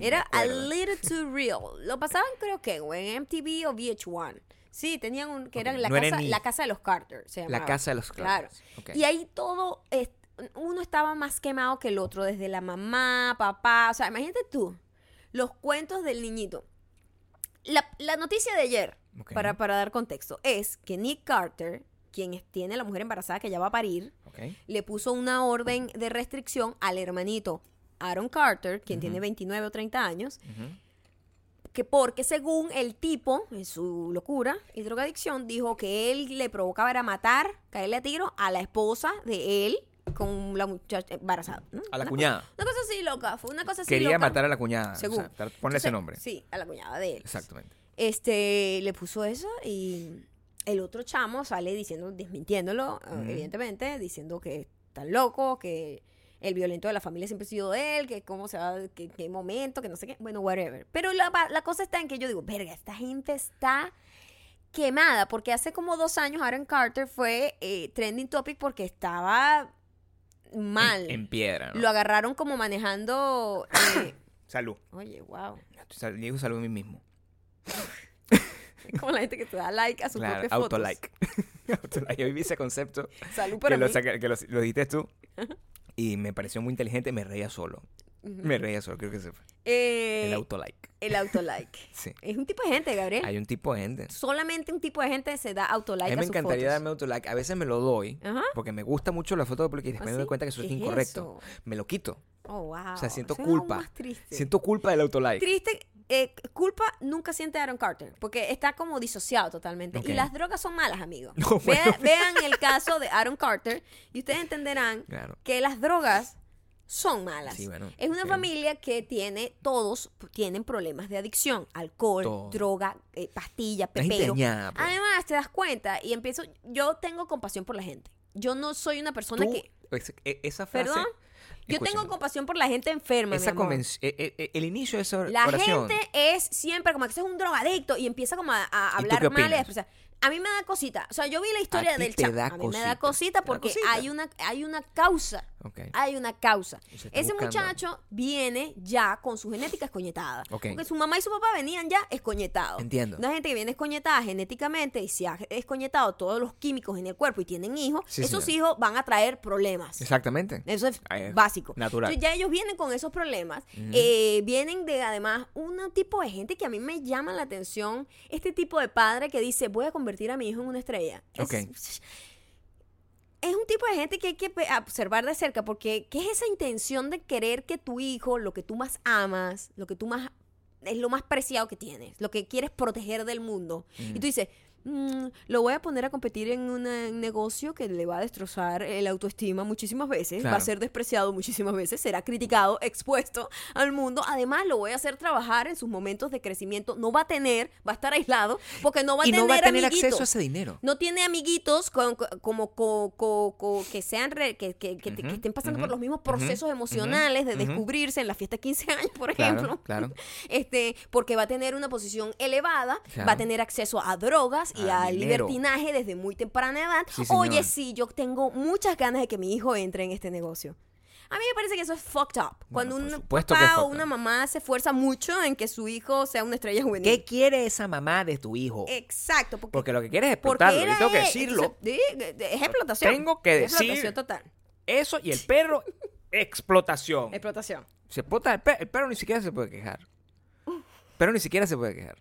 Speaker 1: Era a
Speaker 2: Mm, acuerdo.
Speaker 1: little too real. Lo pasaban, creo que, o en MTV o VH1. Sí, tenían un. que
Speaker 2: Ok,
Speaker 1: eran la,
Speaker 2: no era
Speaker 1: casa,
Speaker 2: ni-
Speaker 1: la casa de los Carter. se llamaba.
Speaker 2: Casa de los
Speaker 1: Eh, Claro.
Speaker 2: Carters, ok.
Speaker 1: Y ahí todo. es- uno estaba más quemado que el otro, desde la mamá, papá. O sea, imagínate tú, los cuentos del niñito. La, la noticia de ayer,
Speaker 2: Ok.
Speaker 1: para, para dar contexto, es que Nick Carter, quien es- tiene la mujer embarazada que ya va a parir,
Speaker 2: Ok.
Speaker 1: le puso una orden de restricción al hermanito Aaron Carter, quien tiene 29 o 30 años,
Speaker 2: Ujú.
Speaker 1: que porque según el tipo, en su locura y drogadicción, dijo que él le provocaba era matar, caerle a tiro a la esposa de él con la muchacha embarazada. ¿no?
Speaker 2: A la
Speaker 1: Una
Speaker 2: cuñada.
Speaker 1: cosa- Una cosa así loca, fue una cosa así
Speaker 2: Quería
Speaker 1: loca.
Speaker 2: matar a la cuñada. o sea,
Speaker 1: Según.
Speaker 2: tar- ponle ese
Speaker 1: Entonces,
Speaker 2: nombre.
Speaker 1: Sí, a la cuñada de él.
Speaker 2: Exactamente.
Speaker 1: Este, le puso eso y el otro chamo sale diciendo, desmintiéndolo, eh,
Speaker 2: Ujú.
Speaker 1: evidentemente, diciendo que está loco, que el violento de la familia siempre ha sido él, que cómo se va, que qué momento, que no sé qué, bueno, whatever. Pero la, va- la cosa está en que yo digo, verga, esta gente está quemada, porque hace como dos años Aaron Carter fue eh, trending topic porque estaba mal.
Speaker 2: En, en piedra. ¿no?
Speaker 1: Lo agarraron como manejando... eh,
Speaker 2: Salud.
Speaker 1: oye, wow.
Speaker 2: Sal- Digo salud a mí mismo.
Speaker 1: Es como la gente que te da like a sus
Speaker 2: Claro,
Speaker 1: propias fotos.
Speaker 2: autolike. Autolike. Yo viví ese concepto
Speaker 1: Salud
Speaker 2: que,
Speaker 1: para
Speaker 2: lo,
Speaker 1: mí.
Speaker 2: saca- que lo, lo dijiste tú y me pareció muy inteligente. Me reía solo. Me reía solo, creo que se fue.
Speaker 1: Eh,
Speaker 2: El autolike.
Speaker 1: el autolike.
Speaker 2: Sí.
Speaker 1: es un tipo de gente, Gabriel.
Speaker 2: Hay un tipo de gente.
Speaker 1: Solamente un tipo de gente se da
Speaker 2: A
Speaker 1: autolike
Speaker 2: mí
Speaker 1: a,
Speaker 2: me
Speaker 1: sus
Speaker 2: encantaría
Speaker 1: fotos.
Speaker 2: darme autolike. A veces me lo doy
Speaker 1: Ajá.
Speaker 2: porque me gusta mucho la foto de porque después
Speaker 1: ¿Ah,
Speaker 2: me doy
Speaker 1: sí?
Speaker 2: cuenta que eso es
Speaker 1: ¿Qué es eso?
Speaker 2: incorrecto. Me lo quito.
Speaker 1: Oh, wow.
Speaker 2: O sea, siento
Speaker 1: Eso es aún
Speaker 2: culpa.
Speaker 1: más triste.
Speaker 2: Siento culpa del autolike.
Speaker 1: Triste, eh, culpa nunca siente Aaron Carter, porque está como disociado totalmente.
Speaker 2: Ok.
Speaker 1: Y las drogas son malas, amigos.
Speaker 2: No,
Speaker 1: Vea-
Speaker 2: bueno.
Speaker 1: Vean el caso de Aaron Carter y ustedes entenderán
Speaker 2: Claro.
Speaker 1: que las drogas son malas.
Speaker 2: Sí, bueno,
Speaker 1: es una
Speaker 2: sí.
Speaker 1: familia que tiene, todos p- tienen problemas de adicción, alcohol,
Speaker 2: Todo.
Speaker 1: droga, eh, pastillas,
Speaker 2: La gente
Speaker 1: pepero.
Speaker 2: dañada, pues.
Speaker 1: Además, te das cuenta y empiezo, yo tengo compasión por la gente. Yo no soy una persona
Speaker 2: Tú-
Speaker 1: que...
Speaker 2: es- e- esa frase.
Speaker 1: Perdón, yo
Speaker 2: escúchame,
Speaker 1: tengo compasión por la gente enferma. mi
Speaker 2: esa
Speaker 1: amor.
Speaker 2: convenci- e- e- e- El inicio de esa or-
Speaker 1: La
Speaker 2: oración.
Speaker 1: gente es siempre como que ese es un drogadicto y empieza como a, a
Speaker 2: ¿Y tú
Speaker 1: hablar
Speaker 2: qué
Speaker 1: mal y a
Speaker 2: opinas?
Speaker 1: expresar. a mí me da cosita. O sea, yo vi la historia
Speaker 2: ti
Speaker 1: del
Speaker 2: te
Speaker 1: chamo.
Speaker 2: da
Speaker 1: A mí me
Speaker 2: cosita.
Speaker 1: da cosita
Speaker 2: Te da
Speaker 1: porque
Speaker 2: cosita.
Speaker 1: hay una hay una causa.
Speaker 2: Ok.
Speaker 1: Hay una causa.
Speaker 2: Se está
Speaker 1: Ese
Speaker 2: buscando.
Speaker 1: muchacho viene ya con su genética escoñetada.
Speaker 2: Ok.
Speaker 1: Porque su mamá y su papá venían ya escoñetados.
Speaker 2: Entiendo.
Speaker 1: Una gente que viene escoñetada genéticamente y se ha escoñetado todos los químicos en el cuerpo y tienen hijos,
Speaker 2: Sí,
Speaker 1: esos
Speaker 2: señora.
Speaker 1: hijos van a traer problemas.
Speaker 2: Exactamente.
Speaker 1: Eso es
Speaker 2: Ah, es
Speaker 1: básico.
Speaker 2: natural.
Speaker 1: Entonces, ya ellos vienen con esos problemas. Eh, vienen de además un tipo de gente que a mí me llama la atención. Este tipo de padre que dice, voy a convertir a mi hijo en una estrella. Es-
Speaker 2: Ok.
Speaker 1: Es, un tipo de gente que hay que pe- observar de cerca porque ¿qué es esa intención de querer que tu hijo, lo que tú más amas, lo que tú más... es lo más preciado que tienes, lo que quieres proteger del mundo? Y tú dices... "Mm, lo voy a poner a competir en una- un negocio que le va a destrozar el autoestima muchísimas veces, va a
Speaker 2: Claro.
Speaker 1: ser ser despreciado muchísimas veces, será criticado, expuesto al mundo. Además, lo voy a hacer trabajar en sus momentos de crecimiento. No va a tener, va a estar aislado, porque no va a
Speaker 2: Y
Speaker 1: tener
Speaker 2: no va a tener
Speaker 1: amiguitos.
Speaker 2: acceso a ese dinero.
Speaker 1: No tiene amiguitos con- con- como co- co- co- que sean re- que, que- que- que
Speaker 2: Ujú,
Speaker 1: estén pasando por
Speaker 2: ujú,
Speaker 1: los mismos
Speaker 2: ujú,
Speaker 1: procesos
Speaker 2: ujú,
Speaker 1: emocionales de
Speaker 2: ujú.
Speaker 1: descubrirse en la fiesta de 15 años, por ejemplo.
Speaker 2: Claro, claro.
Speaker 1: Este, porque va a tener una posición elevada,
Speaker 2: Claro.
Speaker 1: va a tener acceso a drogas y
Speaker 2: A
Speaker 1: al
Speaker 2: dinero.
Speaker 1: libertinaje desde muy temprana edad.
Speaker 2: Sí, señor.
Speaker 1: Oye, sí, yo tengo muchas ganas de que mi hijo entre en este negocio. A mí me parece que eso es fucked up. Cuando
Speaker 2: por
Speaker 1: un
Speaker 2: supuesto que es
Speaker 1: papá o
Speaker 2: fucked
Speaker 1: una
Speaker 2: up.
Speaker 1: mamá se esfuerza mucho en que su hijo sea una estrella
Speaker 2: ¿Qué
Speaker 1: juvenil.
Speaker 2: quiere esa mamá de tu hijo?
Speaker 1: Exacto, porque,
Speaker 2: Porque lo que quiere es
Speaker 1: Eh, porque
Speaker 2: explotarlo.
Speaker 1: era
Speaker 2: Yo tengo que
Speaker 1: él.
Speaker 2: decirlo.
Speaker 1: Entonces, sí, es explotación.
Speaker 2: Tengo que
Speaker 1: Es Explotación
Speaker 2: decir-
Speaker 1: total.
Speaker 2: Eso y el perro, explotación.
Speaker 1: Explotación.
Speaker 2: Se explota el perro. El perro ni siquiera se puede quejar. Pero ni siquiera se puede quejar.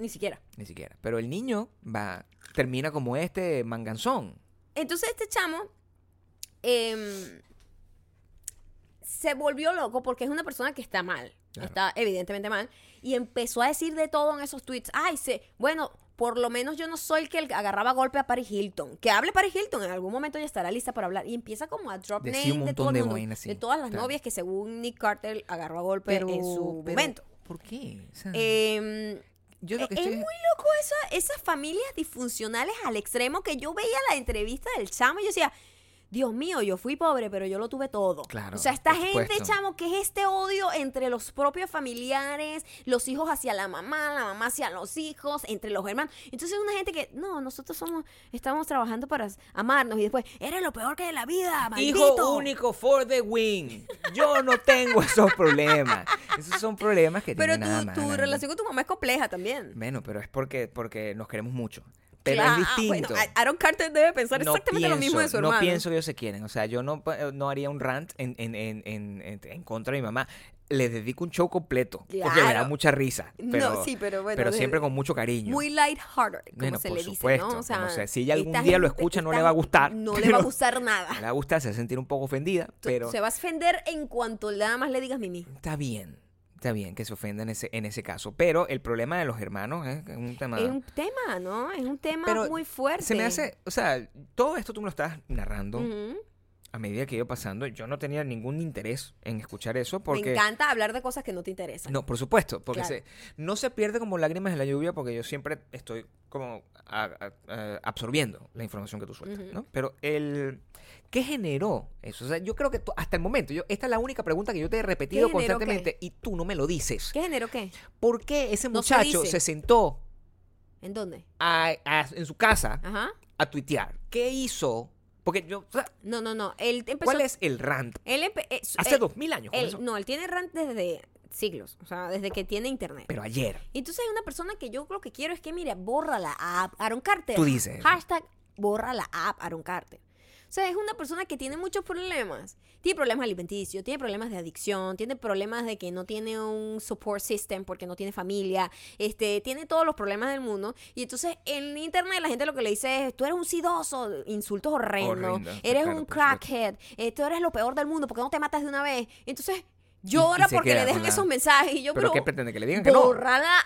Speaker 1: Ni siquiera.
Speaker 2: Ni siquiera. Pero el niño va, termina como este manganzón.
Speaker 1: Entonces este chamo em, se volvió loco porque es una persona que está mal.
Speaker 2: Claro.
Speaker 1: Está evidentemente mal. Y empezó a decir de todo en esos tweets. Ay, se, bueno, por lo menos yo no soy el que agarraba golpe a Paris Hilton. Que hable Paris Hilton, en algún momento ya estará lista para hablar. Y empieza como a drop
Speaker 2: Decía
Speaker 1: name
Speaker 2: un
Speaker 1: de todo
Speaker 2: montón
Speaker 1: el
Speaker 2: de
Speaker 1: mundo.
Speaker 2: vainas, sí.
Speaker 1: de todas las
Speaker 2: Claro.
Speaker 1: novias que según Nick Carter agarró a golpe en su
Speaker 2: pero,
Speaker 1: momento.
Speaker 2: ¿Por qué? O sea,
Speaker 1: Em,
Speaker 2: yo lo que
Speaker 1: es
Speaker 2: estoy.
Speaker 1: muy loco eso, esas familias disfuncionales al extremo que yo veía la entrevista del chamo y yo decía, Dios mío, yo fui pobre, pero yo lo tuve todo.
Speaker 2: Claro,
Speaker 1: o sea, esta
Speaker 2: por
Speaker 1: gente,
Speaker 2: supuesto.
Speaker 1: chamo, que es este odio entre los propios familiares, los hijos hacia la mamá, la mamá hacia los hijos, entre los hermanos. Entonces una gente que, no, nosotros somos, estamos trabajando para amarnos y después, eres lo peor que de la vida, maldito.
Speaker 2: Hijo único for the win. Yo no tengo esos problemas. Esos son problemas que
Speaker 1: Pero
Speaker 2: tienen nada
Speaker 1: tu,
Speaker 2: más,
Speaker 1: tu
Speaker 2: nada
Speaker 1: relación con tu mamá es compleja también.
Speaker 2: Bueno, pero es porque, porque nos queremos mucho. Pero
Speaker 1: Claro,
Speaker 2: es
Speaker 1: ah, bueno,
Speaker 2: distinto.
Speaker 1: Aaron Carter debe pensar exactamente lo mismo de su
Speaker 2: no
Speaker 1: hermano.
Speaker 2: pienso que ellos se quieren. O sea, yo no, pa- eh, no haría un rant en, en, en, en, en- en contra de mi mamá. Le dedico un show completo. Porque me da
Speaker 1: Claro.
Speaker 2: mucha risa.
Speaker 1: No,
Speaker 2: Pero,
Speaker 1: sí, pero bueno, de-
Speaker 2: siempre con mucho cariño.
Speaker 1: Muy lighthearted, como
Speaker 2: Bueno,
Speaker 1: se
Speaker 2: por
Speaker 1: le dice,
Speaker 2: supuesto,
Speaker 1: ¿no? O sea,
Speaker 2: bueno, o sea, si ella algún
Speaker 1: esta
Speaker 2: día lo
Speaker 1: gente-
Speaker 2: escucha, no
Speaker 1: esta
Speaker 2: le va a
Speaker 1: gente
Speaker 2: gustar,
Speaker 1: No le
Speaker 2: pero-
Speaker 1: va a gustar
Speaker 2: Me
Speaker 1: nada.
Speaker 2: da gusta, se va a sentir un poco ofendida,
Speaker 1: Tú-
Speaker 2: pero
Speaker 1: Se va a ofender en cuanto nada más le digas Mimi.
Speaker 2: está bien. Está bien que se ofenda en ese, en ese caso. Pero el problema de los hermanos es un tema...
Speaker 1: Es un tema, ¿no? Es un tema
Speaker 2: Pero
Speaker 1: muy fuerte.
Speaker 2: Se me hace... O sea, todo esto tú me lo estás narrando
Speaker 1: Ujú.
Speaker 2: a medida que iba pasando. Yo no tenía ningún interés en escuchar eso
Speaker 1: Me
Speaker 2: porque...
Speaker 1: encanta hablar de cosas que no te interesan.
Speaker 2: No, por supuesto, porque
Speaker 1: Claro.
Speaker 2: se- no se pierde como lágrimas en la lluvia porque yo siempre estoy como a- a- a- absorbiendo la información que tú sueltas,
Speaker 1: Ujú.
Speaker 2: ¿no? Pero el ¿qué generó eso? O sea, yo creo que tú- hasta el momento, yo, esta es la única pregunta que yo te he repetido
Speaker 1: ¿Qué generó qué?
Speaker 2: constantemente y tú no me lo dices.
Speaker 1: ¿Qué género qué?
Speaker 2: ¿Por qué ese
Speaker 1: No se
Speaker 2: muchacho
Speaker 1: dice.
Speaker 2: se sentó
Speaker 1: ¿En dónde?
Speaker 2: a- a- en su casa
Speaker 1: Ajá.
Speaker 2: a tuitear? ¿Qué hizo? Porque yo, o sea,
Speaker 1: No, no, no. Él empezó.
Speaker 2: ¿cuál es el rant?
Speaker 1: Él empe- Pues eh, su-
Speaker 2: Hace
Speaker 1: él-
Speaker 2: dos mil años
Speaker 1: él-
Speaker 2: comenzó.
Speaker 1: No, él tiene rant desde siglos. O sea, desde que tiene internet.
Speaker 2: pero ayer.
Speaker 1: Entonces hay una persona que yo lo que quiero es que, mira, borra la app, Aaron Carter.
Speaker 2: Tú dices eso.
Speaker 1: Hashtag borra la app, Aaron Carter. O sea, es una persona que tiene muchos problemas. Tiene problemas alimenticios, tiene problemas de adicción, tiene problemas de que no tiene un support system porque no tiene familia, este, tiene todos los problemas del mundo. Y entonces en internet la gente lo que le dice es, tú eres un sidoso, insultos horrendos,
Speaker 2: Horrendo,
Speaker 1: eres
Speaker 2: claro,
Speaker 1: un
Speaker 2: por supuesto.
Speaker 1: crackhead, eh, tú eres lo peor del mundo, ¿por qué no te matas de una vez? Entonces llora
Speaker 2: y se
Speaker 1: porque
Speaker 2: queda
Speaker 1: le dejan
Speaker 2: con la-
Speaker 1: esos mensajes y yo
Speaker 2: ¿Pero
Speaker 1: creo
Speaker 2: qué pretende? ¿Que le digan que no?
Speaker 1: borra la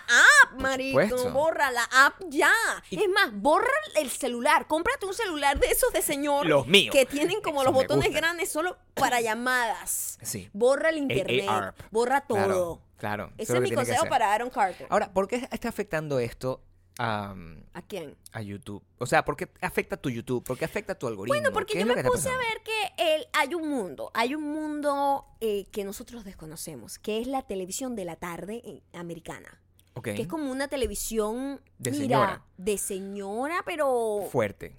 Speaker 1: app, marico.
Speaker 2: supuesto.
Speaker 1: Borra la app ya.
Speaker 2: Y-
Speaker 1: Es más, borra el celular. Cómprate un celular de esos de señor.
Speaker 2: Los míos.
Speaker 1: Que tienen como los
Speaker 2: Esos me
Speaker 1: botones
Speaker 2: gustan.
Speaker 1: grandes solo para llamadas.
Speaker 2: Sí.
Speaker 1: Borra el internet.
Speaker 2: AARP.
Speaker 1: Borra todo.
Speaker 2: Claro. claro, eso
Speaker 1: Ese es
Speaker 2: lo
Speaker 1: mi
Speaker 2: que tiene que
Speaker 1: consejo
Speaker 2: hacer.
Speaker 1: para Aaron Carter.
Speaker 2: Ahora, ¿por qué está afectando esto a,
Speaker 1: ¿A quién?
Speaker 2: a YouTube? O sea, ¿por qué afecta a tu YouTube? ¿Por qué afecta a tu algoritmo?
Speaker 1: Bueno, porque
Speaker 2: ¿Qué
Speaker 1: yo
Speaker 2: es lo
Speaker 1: me
Speaker 2: que está
Speaker 1: puse a
Speaker 2: pasando?
Speaker 1: ver que el, hay un mundo, hay un mundo eh, que nosotros desconocemos, que es la televisión de la tarde eh, americana.
Speaker 2: Ok.
Speaker 1: que es como una televisión
Speaker 2: De
Speaker 1: mira,
Speaker 2: señora.
Speaker 1: de señora, pero
Speaker 2: Fuerte.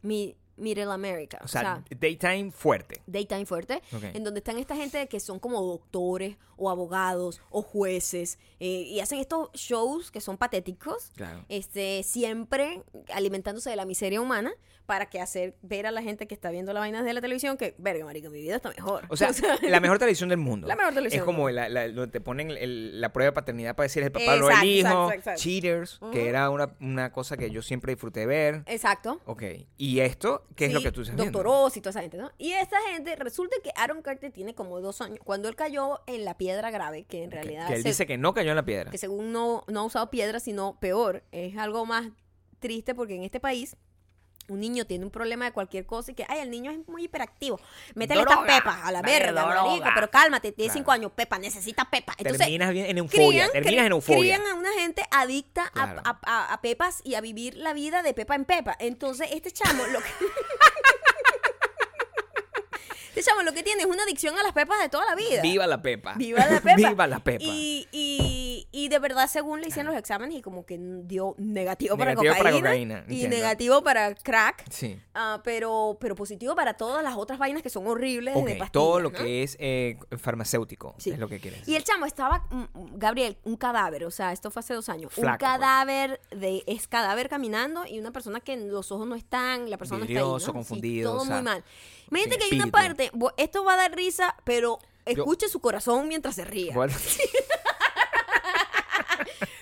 Speaker 1: mi, Middle America.
Speaker 2: O sea, daytime fuerte.
Speaker 1: daytime fuerte,
Speaker 2: Ok.
Speaker 1: en donde están esta gente que son como doctores o abogados o jueces eh, y hacen estos shows que son patéticos,
Speaker 2: Claro.
Speaker 1: este, siempre alimentándose de la miseria humana para que hacer ver a la gente que está viendo la vaina de la televisión que, verga, marica, mi vida está mejor.
Speaker 2: O sea, la mejor televisión del mundo.
Speaker 1: La mejor televisión
Speaker 2: Es
Speaker 1: del
Speaker 2: como la, la- lo- te ponen el- la prueba de paternidad para decir el papá lo
Speaker 1: Exacto,
Speaker 2: del hijo.
Speaker 1: exacto, exacto.
Speaker 2: Cheaters, que era una, una cosa que yo siempre disfruté ver.
Speaker 1: Exacto.
Speaker 2: Ok. ¿Y esto? ¿Qué es lo
Speaker 1: Sí,
Speaker 2: que tú estás viendo?
Speaker 1: Doctor Oz y toda esa gente, ¿no? Y esta gente, resulta que Aaron Carter tiene como dos años. Cuando él cayó en la piedra grave, que en
Speaker 2: Que-
Speaker 1: realidad
Speaker 2: Que él
Speaker 1: se-
Speaker 2: dice que no cayó en la piedra.
Speaker 1: que según no, no ha usado piedra, sino peor, es algo más triste porque en este país un niño tiene un problema de cualquier cosa y que, ay, el niño es muy hiperactivo, métele esta
Speaker 2: Droga,
Speaker 1: pepa a la
Speaker 2: dale
Speaker 1: verga,
Speaker 2: droga.
Speaker 1: marico, pero cálmate, tiene
Speaker 2: Claro.
Speaker 1: cinco años, pepa, necesita pepa. Entonces,
Speaker 2: terminas bien en euforia.
Speaker 1: crían-
Speaker 2: terminas
Speaker 1: cri-
Speaker 2: en euforia.
Speaker 1: crían a una gente adicta a-
Speaker 2: Claro.
Speaker 1: a, a- a pepas y a vivir la vida de pepa en pepa. Entonces, este chamo lo que... este chamo lo que tiene es una adicción a las pepas de toda la vida.
Speaker 2: Viva la Pepa.
Speaker 1: Viva la Pepa.
Speaker 2: Viva la Pepa.
Speaker 1: Y, y, y de verdad, según le hicieron los exámenes, y como que dio negativo,
Speaker 2: Negativo
Speaker 1: para
Speaker 2: para
Speaker 1: cocaína.
Speaker 2: cocaína,
Speaker 1: y
Speaker 2: entiendo.
Speaker 1: negativo para crack.
Speaker 2: Sí.
Speaker 1: ah, pero, pero positivo para todas las otras vainas que son horribles
Speaker 2: Ok,
Speaker 1: de pastillas,
Speaker 2: todo lo
Speaker 1: ¿no?
Speaker 2: que es eh, farmacéutico
Speaker 1: Sí.
Speaker 2: es lo que quieres.
Speaker 1: Y el chamo estaba, mm, mm, Gabriel, un cadáver, o sea, esto fue hace dos años. un
Speaker 2: Flaco, pues.
Speaker 1: cadáver de, es cadáver caminando y una persona que los ojos no están, la persona no está ahí,
Speaker 2: Vidrioso,
Speaker 1: ¿no?
Speaker 2: confundido,
Speaker 1: Sí, todo
Speaker 2: o sea,
Speaker 1: muy mal. Imagínate
Speaker 2: sin
Speaker 1: que hay una
Speaker 2: espíritu.
Speaker 1: parte, bo- esto va a dar risa, pero
Speaker 2: Yo-
Speaker 1: escuche su corazón mientras se ría.
Speaker 2: Bueno,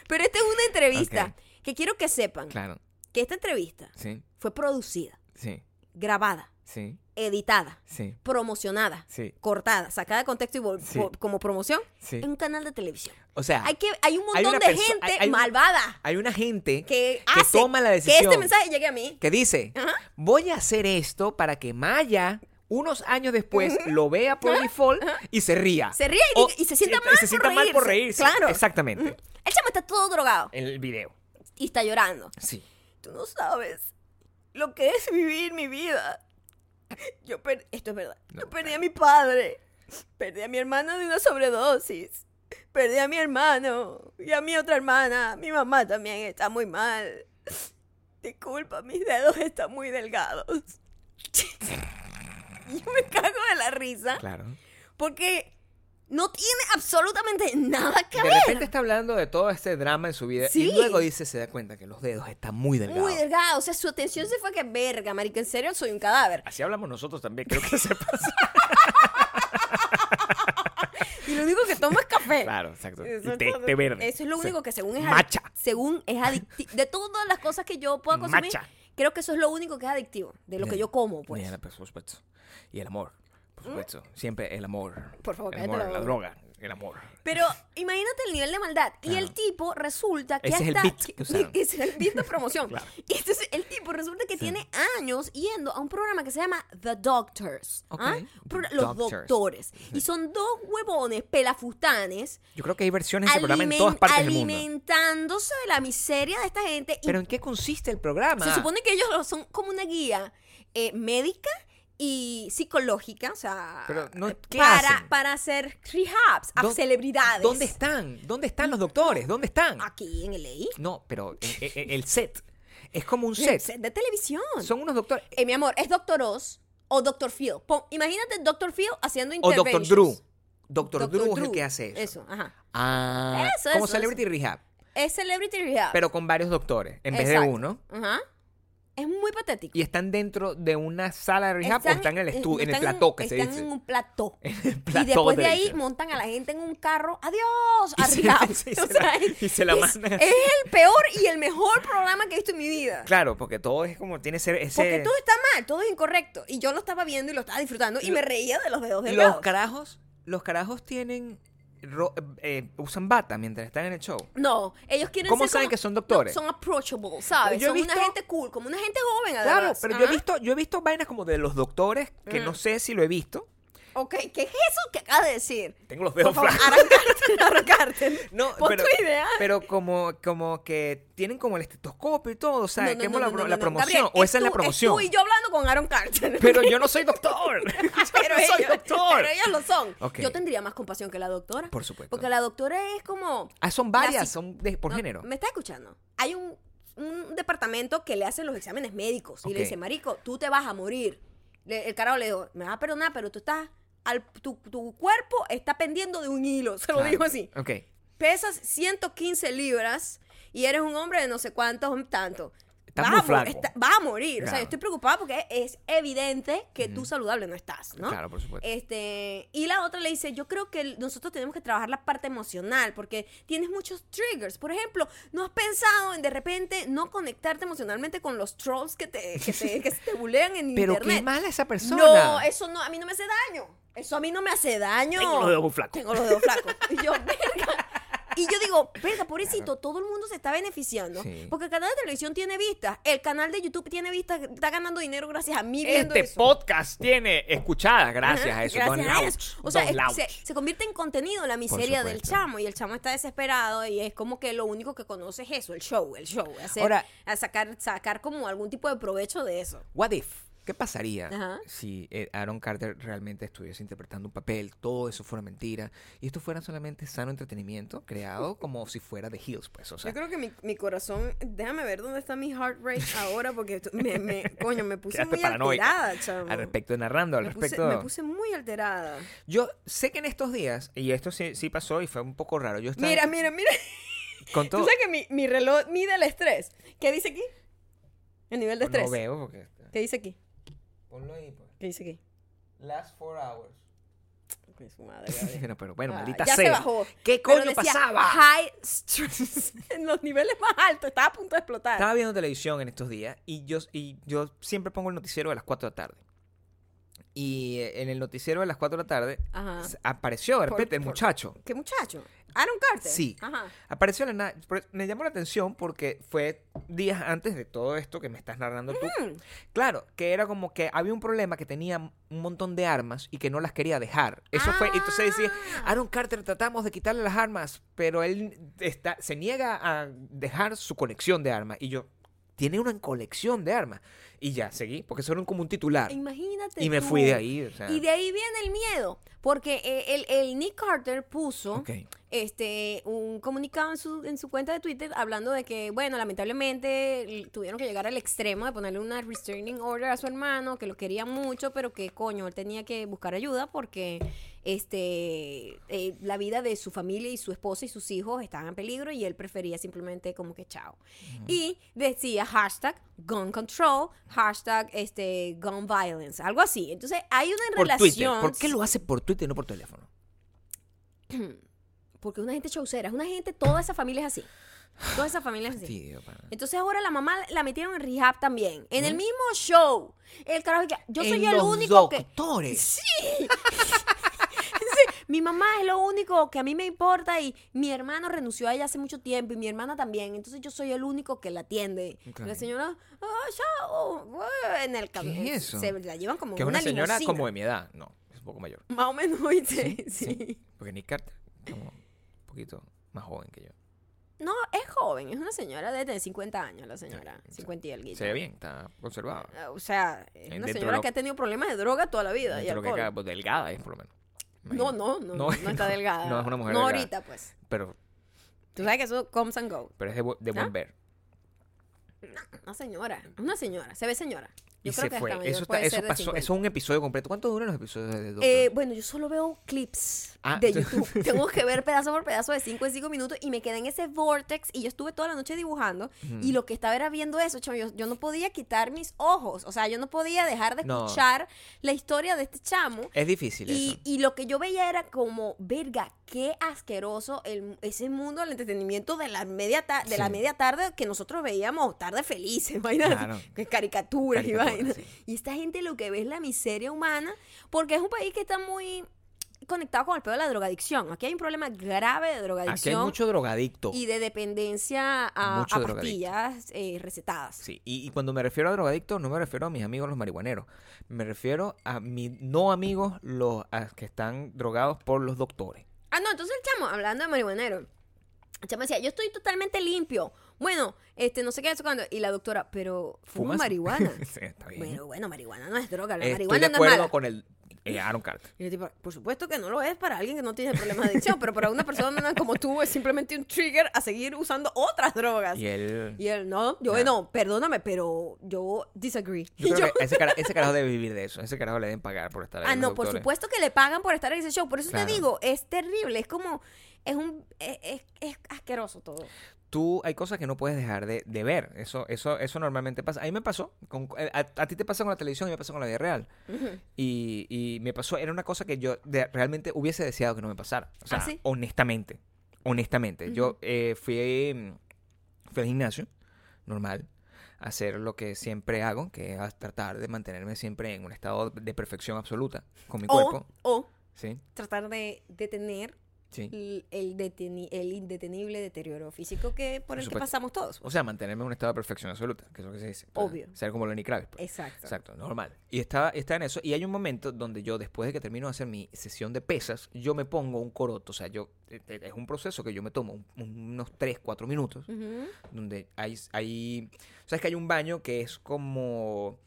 Speaker 1: Pero esta es una entrevista que quiero que sepan
Speaker 2: claro.
Speaker 1: que esta entrevista
Speaker 2: Sí,
Speaker 1: fue producida,
Speaker 2: sí,
Speaker 1: grabada,
Speaker 2: sí,
Speaker 1: editada,
Speaker 2: sí,
Speaker 1: promocionada,
Speaker 2: sí.
Speaker 1: cortada, sacada de contexto y vol-
Speaker 2: Sí.
Speaker 1: por- como promoción
Speaker 2: Sí.
Speaker 1: en un canal de televisión.
Speaker 2: O sea,
Speaker 1: Hay que hay un
Speaker 2: hay
Speaker 1: montón
Speaker 2: una
Speaker 1: de
Speaker 2: perso-
Speaker 1: gente
Speaker 2: hay- hay un-
Speaker 1: malvada
Speaker 2: hay una gente que,
Speaker 1: que, hace
Speaker 2: toma la
Speaker 1: que
Speaker 2: decisión.
Speaker 1: este mensaje llegue a mí.
Speaker 2: que dice,
Speaker 1: Ajá.
Speaker 2: voy a hacer esto para que Maya unos años después lo vea por default y se ría.
Speaker 1: Se ría y,
Speaker 2: ah. O-
Speaker 1: diga- y se sienta,
Speaker 2: y
Speaker 1: mal,
Speaker 2: se
Speaker 1: por
Speaker 2: sienta mal por reírse.
Speaker 1: Claro. Mm.
Speaker 2: Exactamente.
Speaker 1: El chamo está todo drogado
Speaker 2: El video.
Speaker 1: y está llorando.
Speaker 2: Sí.
Speaker 1: Tú no sabes lo que es vivir mi vida. Yo per- Esto es verdad.
Speaker 2: No.
Speaker 1: Yo perdí a mi padre. Perdí a mi hermano de una sobredosis. Perdí a mi hermano y a mi otra hermana. Mi mamá también está muy mal. Disculpa, mis dedos están muy delgados. Yo me cago de la risa
Speaker 2: Claro.
Speaker 1: porque no tiene absolutamente nada que
Speaker 2: De
Speaker 1: ver.
Speaker 2: repente está hablando de todo este drama en su vida
Speaker 1: Sí.
Speaker 2: y luego dice, se da cuenta que los dedos están muy delgados.
Speaker 1: Muy delgado. O sea, su atención se fue que verga, marica. En serio, soy un cadáver.
Speaker 2: Así hablamos nosotros también, creo que se pasa.
Speaker 1: Y lo único que toma es café.
Speaker 2: claro, exacto.
Speaker 1: Eso
Speaker 2: Y
Speaker 1: es
Speaker 2: té,
Speaker 1: todo.
Speaker 2: té verde.
Speaker 1: Eso es lo
Speaker 2: Sí.
Speaker 1: único que según es
Speaker 2: Macha.
Speaker 1: adic- Según es adictivo. De todas las cosas que yo puedo consumir,
Speaker 2: Macha.
Speaker 1: creo que eso es lo único que es adictivo. De lo que yo como, pues. ¿Mm?
Speaker 2: Mira, por supuesto. Y el amor, por supuesto. Siempre el amor.
Speaker 1: Por favor,
Speaker 2: el
Speaker 1: cállate
Speaker 2: amor,
Speaker 1: la
Speaker 2: la,
Speaker 1: boca.
Speaker 2: droga, el amor.
Speaker 1: Pero imagínate el nivel de maldad. Y el tipo resulta que
Speaker 2: Ese es el
Speaker 1: hasta.
Speaker 2: beat que usaron.
Speaker 1: ese es el beat de promoción.
Speaker 2: Claro.
Speaker 1: Y entonces el tipo resulta que tiene años yendo a un programa que se llama The Doctors. ¿ah?
Speaker 2: Ok.
Speaker 1: Un pro-
Speaker 2: The
Speaker 1: Los
Speaker 2: Doctors.
Speaker 1: doctores. Y son dos huevones pelafustanes
Speaker 2: Yo creo que hay versiones de ese programa en
Speaker 1: alimen-
Speaker 2: todas partes del mundo.
Speaker 1: alimentándose de la miseria de esta gente. y
Speaker 2: Pero ¿en qué consiste el programa?
Speaker 1: se supone que ellos lo- son como una guía eh, médica y psicológica, o sea, eh,
Speaker 2: Pero, no, ¿qué
Speaker 1: para,
Speaker 2: hacen?
Speaker 1: para hacer rehabs a
Speaker 2: ¿Dó-
Speaker 1: celebridades.
Speaker 2: ¿Dónde están? ¿Dónde están los doctores? ¿Dónde están?
Speaker 1: Aquí en LA.
Speaker 2: No, pero el, el- el set. Es como un
Speaker 1: Set.
Speaker 2: set.
Speaker 1: de televisión.
Speaker 2: Son unos doctores.
Speaker 1: Eh, mi amor, es Doctor Oz o Doctor Phil. Pon- imagínate Doctor Phil haciendo
Speaker 2: O Doctor
Speaker 1: interventions.
Speaker 2: Drew. Doctor,
Speaker 1: Dr.
Speaker 2: Drew, es el que hace eso.
Speaker 1: Eso, ajá.
Speaker 2: Ah,
Speaker 1: Eso,
Speaker 2: como
Speaker 1: eso,
Speaker 2: Celebrity Rehab,
Speaker 1: Es Celebrity Rehab.
Speaker 2: pero con varios doctores en vez
Speaker 1: Exacto.
Speaker 2: de uno.
Speaker 1: Ajá. Es muy patético.
Speaker 2: Y están dentro de una sala de rehab o están en el estudio, en el
Speaker 1: están
Speaker 2: plató que se
Speaker 1: están
Speaker 2: dice.
Speaker 1: en un plató.
Speaker 2: plató
Speaker 1: y después de
Speaker 2: de
Speaker 1: ahí
Speaker 2: dice.
Speaker 1: montan a la gente en un carro. ¡Adiós!
Speaker 2: Y
Speaker 1: A
Speaker 2: se-
Speaker 1: rehab.
Speaker 2: sí,
Speaker 1: O
Speaker 2: se la-
Speaker 1: sea, es-
Speaker 2: y se la
Speaker 1: es-
Speaker 2: mandan
Speaker 1: Es,
Speaker 2: así.
Speaker 1: el peor y el mejor programa que he visto en mi vida.
Speaker 2: Claro, porque todo es como tiene ser ese.
Speaker 1: Porque todo está mal, todo es incorrecto. Y yo lo estaba viendo y lo estaba disfrutando y me reía de los dedos del
Speaker 2: los carajos, los carajos tienen ro- eh, usan bata mientras están en el show.
Speaker 1: No, ellos quieren
Speaker 2: ¿Cómo
Speaker 1: ser
Speaker 2: saben
Speaker 1: como-
Speaker 2: que son doctores?
Speaker 1: no, son approachable, ¿sabes?
Speaker 2: Yo he
Speaker 1: son una
Speaker 2: visto-
Speaker 1: gente cool, como una gente joven,
Speaker 2: Claro,
Speaker 1: además. Ah,
Speaker 2: pero yo he
Speaker 1: Ajá. Mm.
Speaker 2: visto, yo he visto vainas como de los doctores que no sé si lo he visto.
Speaker 1: Ok, ¿qué es eso que acaba de decir?
Speaker 2: Tengo los
Speaker 1: Por
Speaker 2: dedos
Speaker 1: favor,
Speaker 2: flacos.
Speaker 1: arrancarte, arrancarte.
Speaker 2: No,
Speaker 1: Pon
Speaker 2: pero,
Speaker 1: tu idea.
Speaker 2: pero como, como que tienen como el estetoscopio y todo, o sea,
Speaker 1: No, no,
Speaker 2: que es
Speaker 1: no,
Speaker 2: la,
Speaker 1: no,
Speaker 2: pro-
Speaker 1: no, no,
Speaker 2: la
Speaker 1: no.
Speaker 2: promoción,
Speaker 1: Gabriel,
Speaker 2: o esa es la
Speaker 1: tú-
Speaker 2: promoción.
Speaker 1: tú y yo hablando con Aaron Carter.
Speaker 2: Pero yo no soy doctor. Yo
Speaker 1: pero
Speaker 2: no soy
Speaker 1: ellos,
Speaker 2: doctor.
Speaker 1: Pero ellos lo son.
Speaker 2: Ok.
Speaker 1: Yo tendría más compasión que la doctora.
Speaker 2: Por supuesto.
Speaker 1: Porque la doctora es como.
Speaker 2: Ah, son
Speaker 1: la
Speaker 2: varias,
Speaker 1: psi-
Speaker 2: son de- por
Speaker 1: No,
Speaker 2: género.
Speaker 1: ¿Me está escuchando? Hay un, un departamento que le hacen los exámenes médicos y
Speaker 2: Ok.
Speaker 1: le dice, Marico, tú te vas a morir. Le- el carajo le dijo, me vas a perdonar, pero tú estás. al- tu, tu cuerpo está pendiendo de un hilo. Se lo
Speaker 2: Claro.
Speaker 1: dijo así
Speaker 2: Ah, Ok.
Speaker 1: pesas 115 libras y eres un hombre de no sé cuántos tanto.
Speaker 2: Estás
Speaker 1: vas,
Speaker 2: muy
Speaker 1: a, mo-
Speaker 2: flaco.
Speaker 1: está- vas a morir. O sea,
Speaker 2: Claro.
Speaker 1: yo estoy preocupada porque es evidente que tú saludable no estás, ¿no?
Speaker 2: Claro, por supuesto.
Speaker 1: Este, y la otra le dice, yo creo que el- nosotros tenemos que trabajar la parte emocional porque tienes muchos triggers. Por ejemplo, ¿no has pensado en de repente no conectarte emocionalmente con los trolls que te, que te, que te bulean en
Speaker 2: Pero
Speaker 1: internet?
Speaker 2: qué mala esa persona.
Speaker 1: No, eso no, a mí no me hace daño. Eso a mí no me hace daño.
Speaker 2: Tengo los dedos muy flacos.
Speaker 1: Tengo los dedos flacos. Y yo, verga. Y yo digo, verga, pobrecito, todo el mundo se está beneficiando.
Speaker 2: Sí.
Speaker 1: Porque el canal de televisión tiene vistas, el canal de YouTube tiene vistas, está ganando dinero gracias a mí viendo
Speaker 2: Este
Speaker 1: eso.
Speaker 2: podcast tiene escuchadas gracias
Speaker 1: Ajá,
Speaker 2: a eso.
Speaker 1: gracias
Speaker 2: Don
Speaker 1: a
Speaker 2: Lauch,
Speaker 1: eso. O sea,
Speaker 2: Don
Speaker 1: es-
Speaker 2: Lauch.
Speaker 1: se, se convierte en contenido la miseria del
Speaker 2: supuesto.
Speaker 1: chamo y el chamo está desesperado y es como que lo único que conoce es eso, el show, el show, hacer-
Speaker 2: Ahora-
Speaker 1: a sacar sacar como algún tipo de provecho de eso.
Speaker 2: What if? ¿Qué pasaría
Speaker 1: Ajá.
Speaker 2: si eh, Aaron Carter realmente estuviese interpretando un papel, todo eso fuera mentira y esto fuera solamente sano entretenimiento creado como si fuera de Hills, pues, o sea,
Speaker 1: Yo creo que mi, mi corazón, déjame ver dónde está mi heart rate ahora porque esto- me, me- coño, me puse
Speaker 2: quedaste
Speaker 1: muy
Speaker 2: paranoica
Speaker 1: alterada, chamo.
Speaker 2: al respecto de narrando, al
Speaker 1: me, puse,
Speaker 2: respecto.
Speaker 1: me puse muy alterada.
Speaker 2: Yo sé que en estos días y esto sí, sí pasó y fue un poco raro. Yo estaba
Speaker 1: Mira, mira, mira.
Speaker 2: con
Speaker 1: Tú
Speaker 2: todo.
Speaker 1: sabes que mi, mi reloj mide el estrés. ¿Qué dice aquí? El nivel de estrés.
Speaker 2: Pues No veo porque
Speaker 1: ¿Qué dice aquí?
Speaker 2: ponlo ahí. Pues.
Speaker 1: ¿Qué dice aquí?
Speaker 2: Last four hours.
Speaker 1: Ay, su madre, Gabriel.
Speaker 2: Bueno, pero bueno,
Speaker 1: Ah,
Speaker 2: maldita
Speaker 1: ya
Speaker 2: sea.
Speaker 1: se bajó.
Speaker 2: ¿Qué
Speaker 1: Pero
Speaker 2: coño
Speaker 1: decía
Speaker 2: pasaba?
Speaker 1: High stress. en los niveles más altos. Estaba a punto de explotar.
Speaker 2: Estaba viendo televisión en estos días y yo, y yo siempre pongo el noticiero a las 4 de la tarde. Y eh, en el noticiero de las 4 de la tarde
Speaker 1: Ajá.
Speaker 2: s- apareció de
Speaker 1: Ah. Por-
Speaker 2: repente el
Speaker 1: por-
Speaker 2: muchacho.
Speaker 1: ¿Qué muchacho? Aaron Carter.
Speaker 2: Sí.
Speaker 1: Ajá.
Speaker 2: Apareció de la nada. Por- Me llamó la atención porque fue días antes de todo esto que me estás narrando tú.
Speaker 1: Mm.
Speaker 2: Claro, que era como que había un problema que tenía un montón de armas y que no las quería dejar. Eso fue. Y entonces decía,
Speaker 1: Ah.
Speaker 2: Aaron Carter, tratamos de quitarle las armas, pero él está, se niega a dejar su colección de armas. Y yo, tiene una colección de armas. Y ya, seguí, porque eso era un- como un titular.
Speaker 1: Imagínate.
Speaker 2: Ah. Y me
Speaker 1: tú.
Speaker 2: fui de ahí. O sea,
Speaker 1: Y de ahí viene el miedo, porque eh, el, el Nick Carter puso
Speaker 2: Ok.
Speaker 1: este un comunicado en su, en su cuenta de Twitter hablando de que, bueno, lamentablemente l- tuvieron que llegar al extremo de ponerle una restraining order a su hermano, que lo quería mucho, pero que coño, él tenía que buscar ayuda porque este eh, la vida de su familia y su esposa y sus hijos estaban en peligro y él prefería simplemente como que chao. Y decía hashtag gun control, hashtag este gun violence, algo así. Entonces hay una
Speaker 2: Por Twitter.
Speaker 1: relación.
Speaker 2: ¿Por qué lo hace por Twitter y no por teléfono?
Speaker 1: Porque una gente chaucera, es una gente, toda esa familia es así. Toda esa familia es así.
Speaker 2: Tío, pana.
Speaker 1: Entonces ahora la mamá la metieron en rehab también. En el mismo show. El carajo que- yo soy
Speaker 2: En
Speaker 1: el
Speaker 2: los
Speaker 1: único que
Speaker 2: doctores.
Speaker 1: Sí, mi mamá es lo único que a mí me importa y mi hermano renunció a ella hace mucho tiempo y mi hermana también. Entonces yo soy el único que la atiende.
Speaker 2: Ok.
Speaker 1: La señora, "Ah, ya, oh, eh", en el cam-
Speaker 2: ¿Qué es eso?
Speaker 1: Se la llevan como
Speaker 2: Que es
Speaker 1: en
Speaker 2: una, señora
Speaker 1: limusina.
Speaker 2: como de mi edad. No, es un poco mayor.
Speaker 1: Más o menos, ¿oíste? Sí.
Speaker 2: Porque Nick Carter es como un poquito más joven que yo.
Speaker 1: No, es joven, es una señora de de 50 años, la señora. 50 y algo.
Speaker 2: Se ve bien, está conservada.
Speaker 1: Ah, O sea, es
Speaker 2: Eh,
Speaker 1: una
Speaker 2: dentro
Speaker 1: señora
Speaker 2: lo-
Speaker 1: que ha tenido problemas de droga toda la vida. Y
Speaker 2: Dentro de lo que
Speaker 1: alcohol.
Speaker 2: cabe, pues, delgada es por lo menos.
Speaker 1: No,
Speaker 2: Imagínate.
Speaker 1: no, no, no, está delgada.
Speaker 2: No es una mujer
Speaker 1: No
Speaker 2: delgada.
Speaker 1: ahorita, pues.
Speaker 2: Pero,
Speaker 1: Tú sabes que eso comes and go.
Speaker 2: pero es de, bu- de buen
Speaker 1: ¿Ah?
Speaker 2: ver.
Speaker 1: Una señora, una señora, se ve señora. Yo
Speaker 2: y
Speaker 1: creo
Speaker 2: se
Speaker 1: que
Speaker 2: fue.
Speaker 1: hasta mayor
Speaker 2: Eso, está-
Speaker 1: puede
Speaker 2: eso
Speaker 1: ser de
Speaker 2: pasó.
Speaker 1: 50.
Speaker 2: Eso es un episodio completo. ¿Cuánto duran los episodios de Doctor?
Speaker 1: Eh, bueno, yo solo veo clips
Speaker 2: Ah,
Speaker 1: de
Speaker 2: tú-
Speaker 1: YouTube. Tengo que ver pedazo por pedazo de 5 en 5 minutos y me quedé en ese vortex y yo estuve toda la noche dibujando y lo que estaba era viendo eso, chamo, yo, yo no podía quitar mis ojos, o sea, yo no podía dejar de
Speaker 2: No.
Speaker 1: escuchar la historia de este chamo.
Speaker 2: es difícil
Speaker 1: Y,
Speaker 2: eso.
Speaker 1: y lo que yo veía era como, verga, qué asqueroso el, ese mundo del entretenimiento de la media ta- de la
Speaker 2: Sí.
Speaker 1: media tarde que nosotros veíamos tarde felices, vainas,
Speaker 2: Claro.
Speaker 1: que caricaturas y
Speaker 2: Caricaturas,
Speaker 1: vainas.
Speaker 2: sí.
Speaker 1: Y esta gente lo que ve es la miseria humana, porque es un país que está muy conectado con el pedo de la drogadicción. Aquí hay un problema grave de
Speaker 2: Aquí hay
Speaker 1: drogadicción
Speaker 2: mucho drogadicto.
Speaker 1: y de dependencia a,
Speaker 2: Mucho
Speaker 1: a
Speaker 2: drogadicto.
Speaker 1: pastillas eh, recetadas.
Speaker 2: Sí, y, y cuando me refiero a drogadictos, no me refiero a mis amigos los marihuaneros. Me refiero a mis no amigos los a- que están drogados por los doctores.
Speaker 1: Ah, no, entonces el chamo, hablando de marihuanero, el chamo decía, yo estoy totalmente limpio. Bueno, este, no sé qué es cuando. Y la doctora, pero fumo
Speaker 2: ¿Fumas?
Speaker 1: marihuana.
Speaker 2: Sí, está bien.
Speaker 1: bueno, bueno, marihuana no es droga, la
Speaker 2: Eh, Estoy
Speaker 1: marihuana
Speaker 2: de
Speaker 1: no es
Speaker 2: acuerdo
Speaker 1: mala.
Speaker 2: con el eh, Aaron Carter.
Speaker 1: Y yo tipo, por supuesto que no lo es para alguien que no tiene problemas de adicción, pero para una persona como tú es simplemente un trigger a seguir usando otras drogas.
Speaker 2: Y él.
Speaker 1: Y él, no, yo,
Speaker 2: Ah.
Speaker 1: no, perdóname, pero yo disagree. Y
Speaker 2: Yo
Speaker 1: yo,
Speaker 2: creo que ese, cara- ese carajo debe vivir de eso. Ese carajo le deben pagar por estar ahí.
Speaker 1: Ah,
Speaker 2: los
Speaker 1: no, por
Speaker 2: doctores.
Speaker 1: supuesto que le pagan por estar en ese show. Por eso
Speaker 2: Claro.
Speaker 1: te digo, es terrible. Es como, es un, es, es- es asqueroso todo.
Speaker 2: Tú, hay cosas que no puedes dejar de, de ver. Eso, eso, eso normalmente pasa. A mí me pasó. con- eh, a, a ti te pasa con la televisión y me pasó con la vida real. y, y me pasó. Era una cosa que yo de- realmente hubiese deseado que no me pasara. O sea,
Speaker 1: ¿Ah, sí?
Speaker 2: honestamente. Honestamente. Yo eh, fui, mm, fui al gimnasio, normal, a hacer lo que siempre hago, que es tratar de mantenerme siempre en un estado de perfección absoluta con mi
Speaker 1: O,
Speaker 2: cuerpo.
Speaker 1: o
Speaker 2: Sí,
Speaker 1: tratar de detener
Speaker 2: sí.
Speaker 1: el, el deteni- el indetenible deterioro físico que por
Speaker 2: Por
Speaker 1: el que
Speaker 2: supuesto.
Speaker 1: pasamos todos.
Speaker 2: O sea, mantenerme en un estado de perfección absoluta, que es lo que se dice. Para
Speaker 1: Obvio.
Speaker 2: Ser como Lenny Kravitz. pues.
Speaker 1: Exacto.
Speaker 2: Exacto, normal. Y estaba, estaba en eso. Y hay un momento donde yo, después de que termino de hacer mi sesión de pesas, yo me pongo un coroto. O sea, yo eh, eh, es un proceso que yo me tomo un- unos 3, 4 minutos,
Speaker 1: Ujú.
Speaker 2: donde hay, hay... ¿Sabes que hay un baño que es como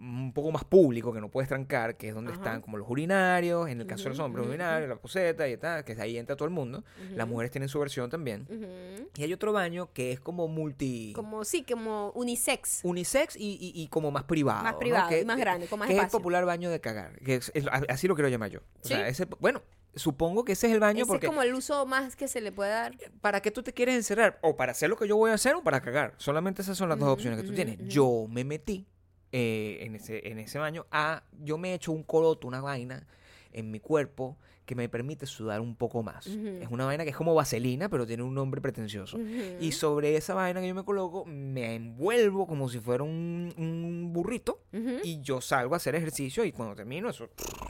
Speaker 2: un poco más público, que no puedes trancar, que es donde
Speaker 1: Ajá.
Speaker 2: están como los urinarios, en el caso de los
Speaker 1: Ujú,
Speaker 2: hombres,
Speaker 1: ujú,
Speaker 2: urinarios, la poseta y tal, que ahí entra todo el mundo. Las mujeres tienen su versión también.
Speaker 1: Ujú.
Speaker 2: Y hay otro baño que es como multi
Speaker 1: Como, sí, como unisex.
Speaker 2: unisex y, y- y como más privado.
Speaker 1: Más
Speaker 2: ¿no?
Speaker 1: privado
Speaker 2: Que-
Speaker 1: y más grande, con más
Speaker 2: que es
Speaker 1: espacio.
Speaker 2: el popular baño de cagar. que es- es- así lo quiero llamar yo. O
Speaker 1: ¿Sí?
Speaker 2: sea, ese- bueno, supongo que ese es el baño
Speaker 1: Ese
Speaker 2: porque...
Speaker 1: es como el uso más que se le puede dar.
Speaker 2: ¿Para qué tú te quieres encerrar? ¿O para hacer lo que yo voy a hacer o para cagar? Solamente esas son las dos
Speaker 1: Ujú,
Speaker 2: opciones que tú
Speaker 1: ujú,
Speaker 2: tienes.
Speaker 1: ujú.
Speaker 2: Yo me metí eh, en, ese, en ese baño a... Yo me he hecho un coroto, una vaina en mi cuerpo que me permite sudar un poco más.
Speaker 1: Ujú.
Speaker 2: Es una vaina que es como vaselina, pero tiene un nombre pretencioso.
Speaker 1: Ujú.
Speaker 2: Y sobre esa vaina que yo me coloco, me envuelvo como si fuera un, un burrito
Speaker 1: Ujú.
Speaker 2: y yo salgo a hacer ejercicio y cuando termino eso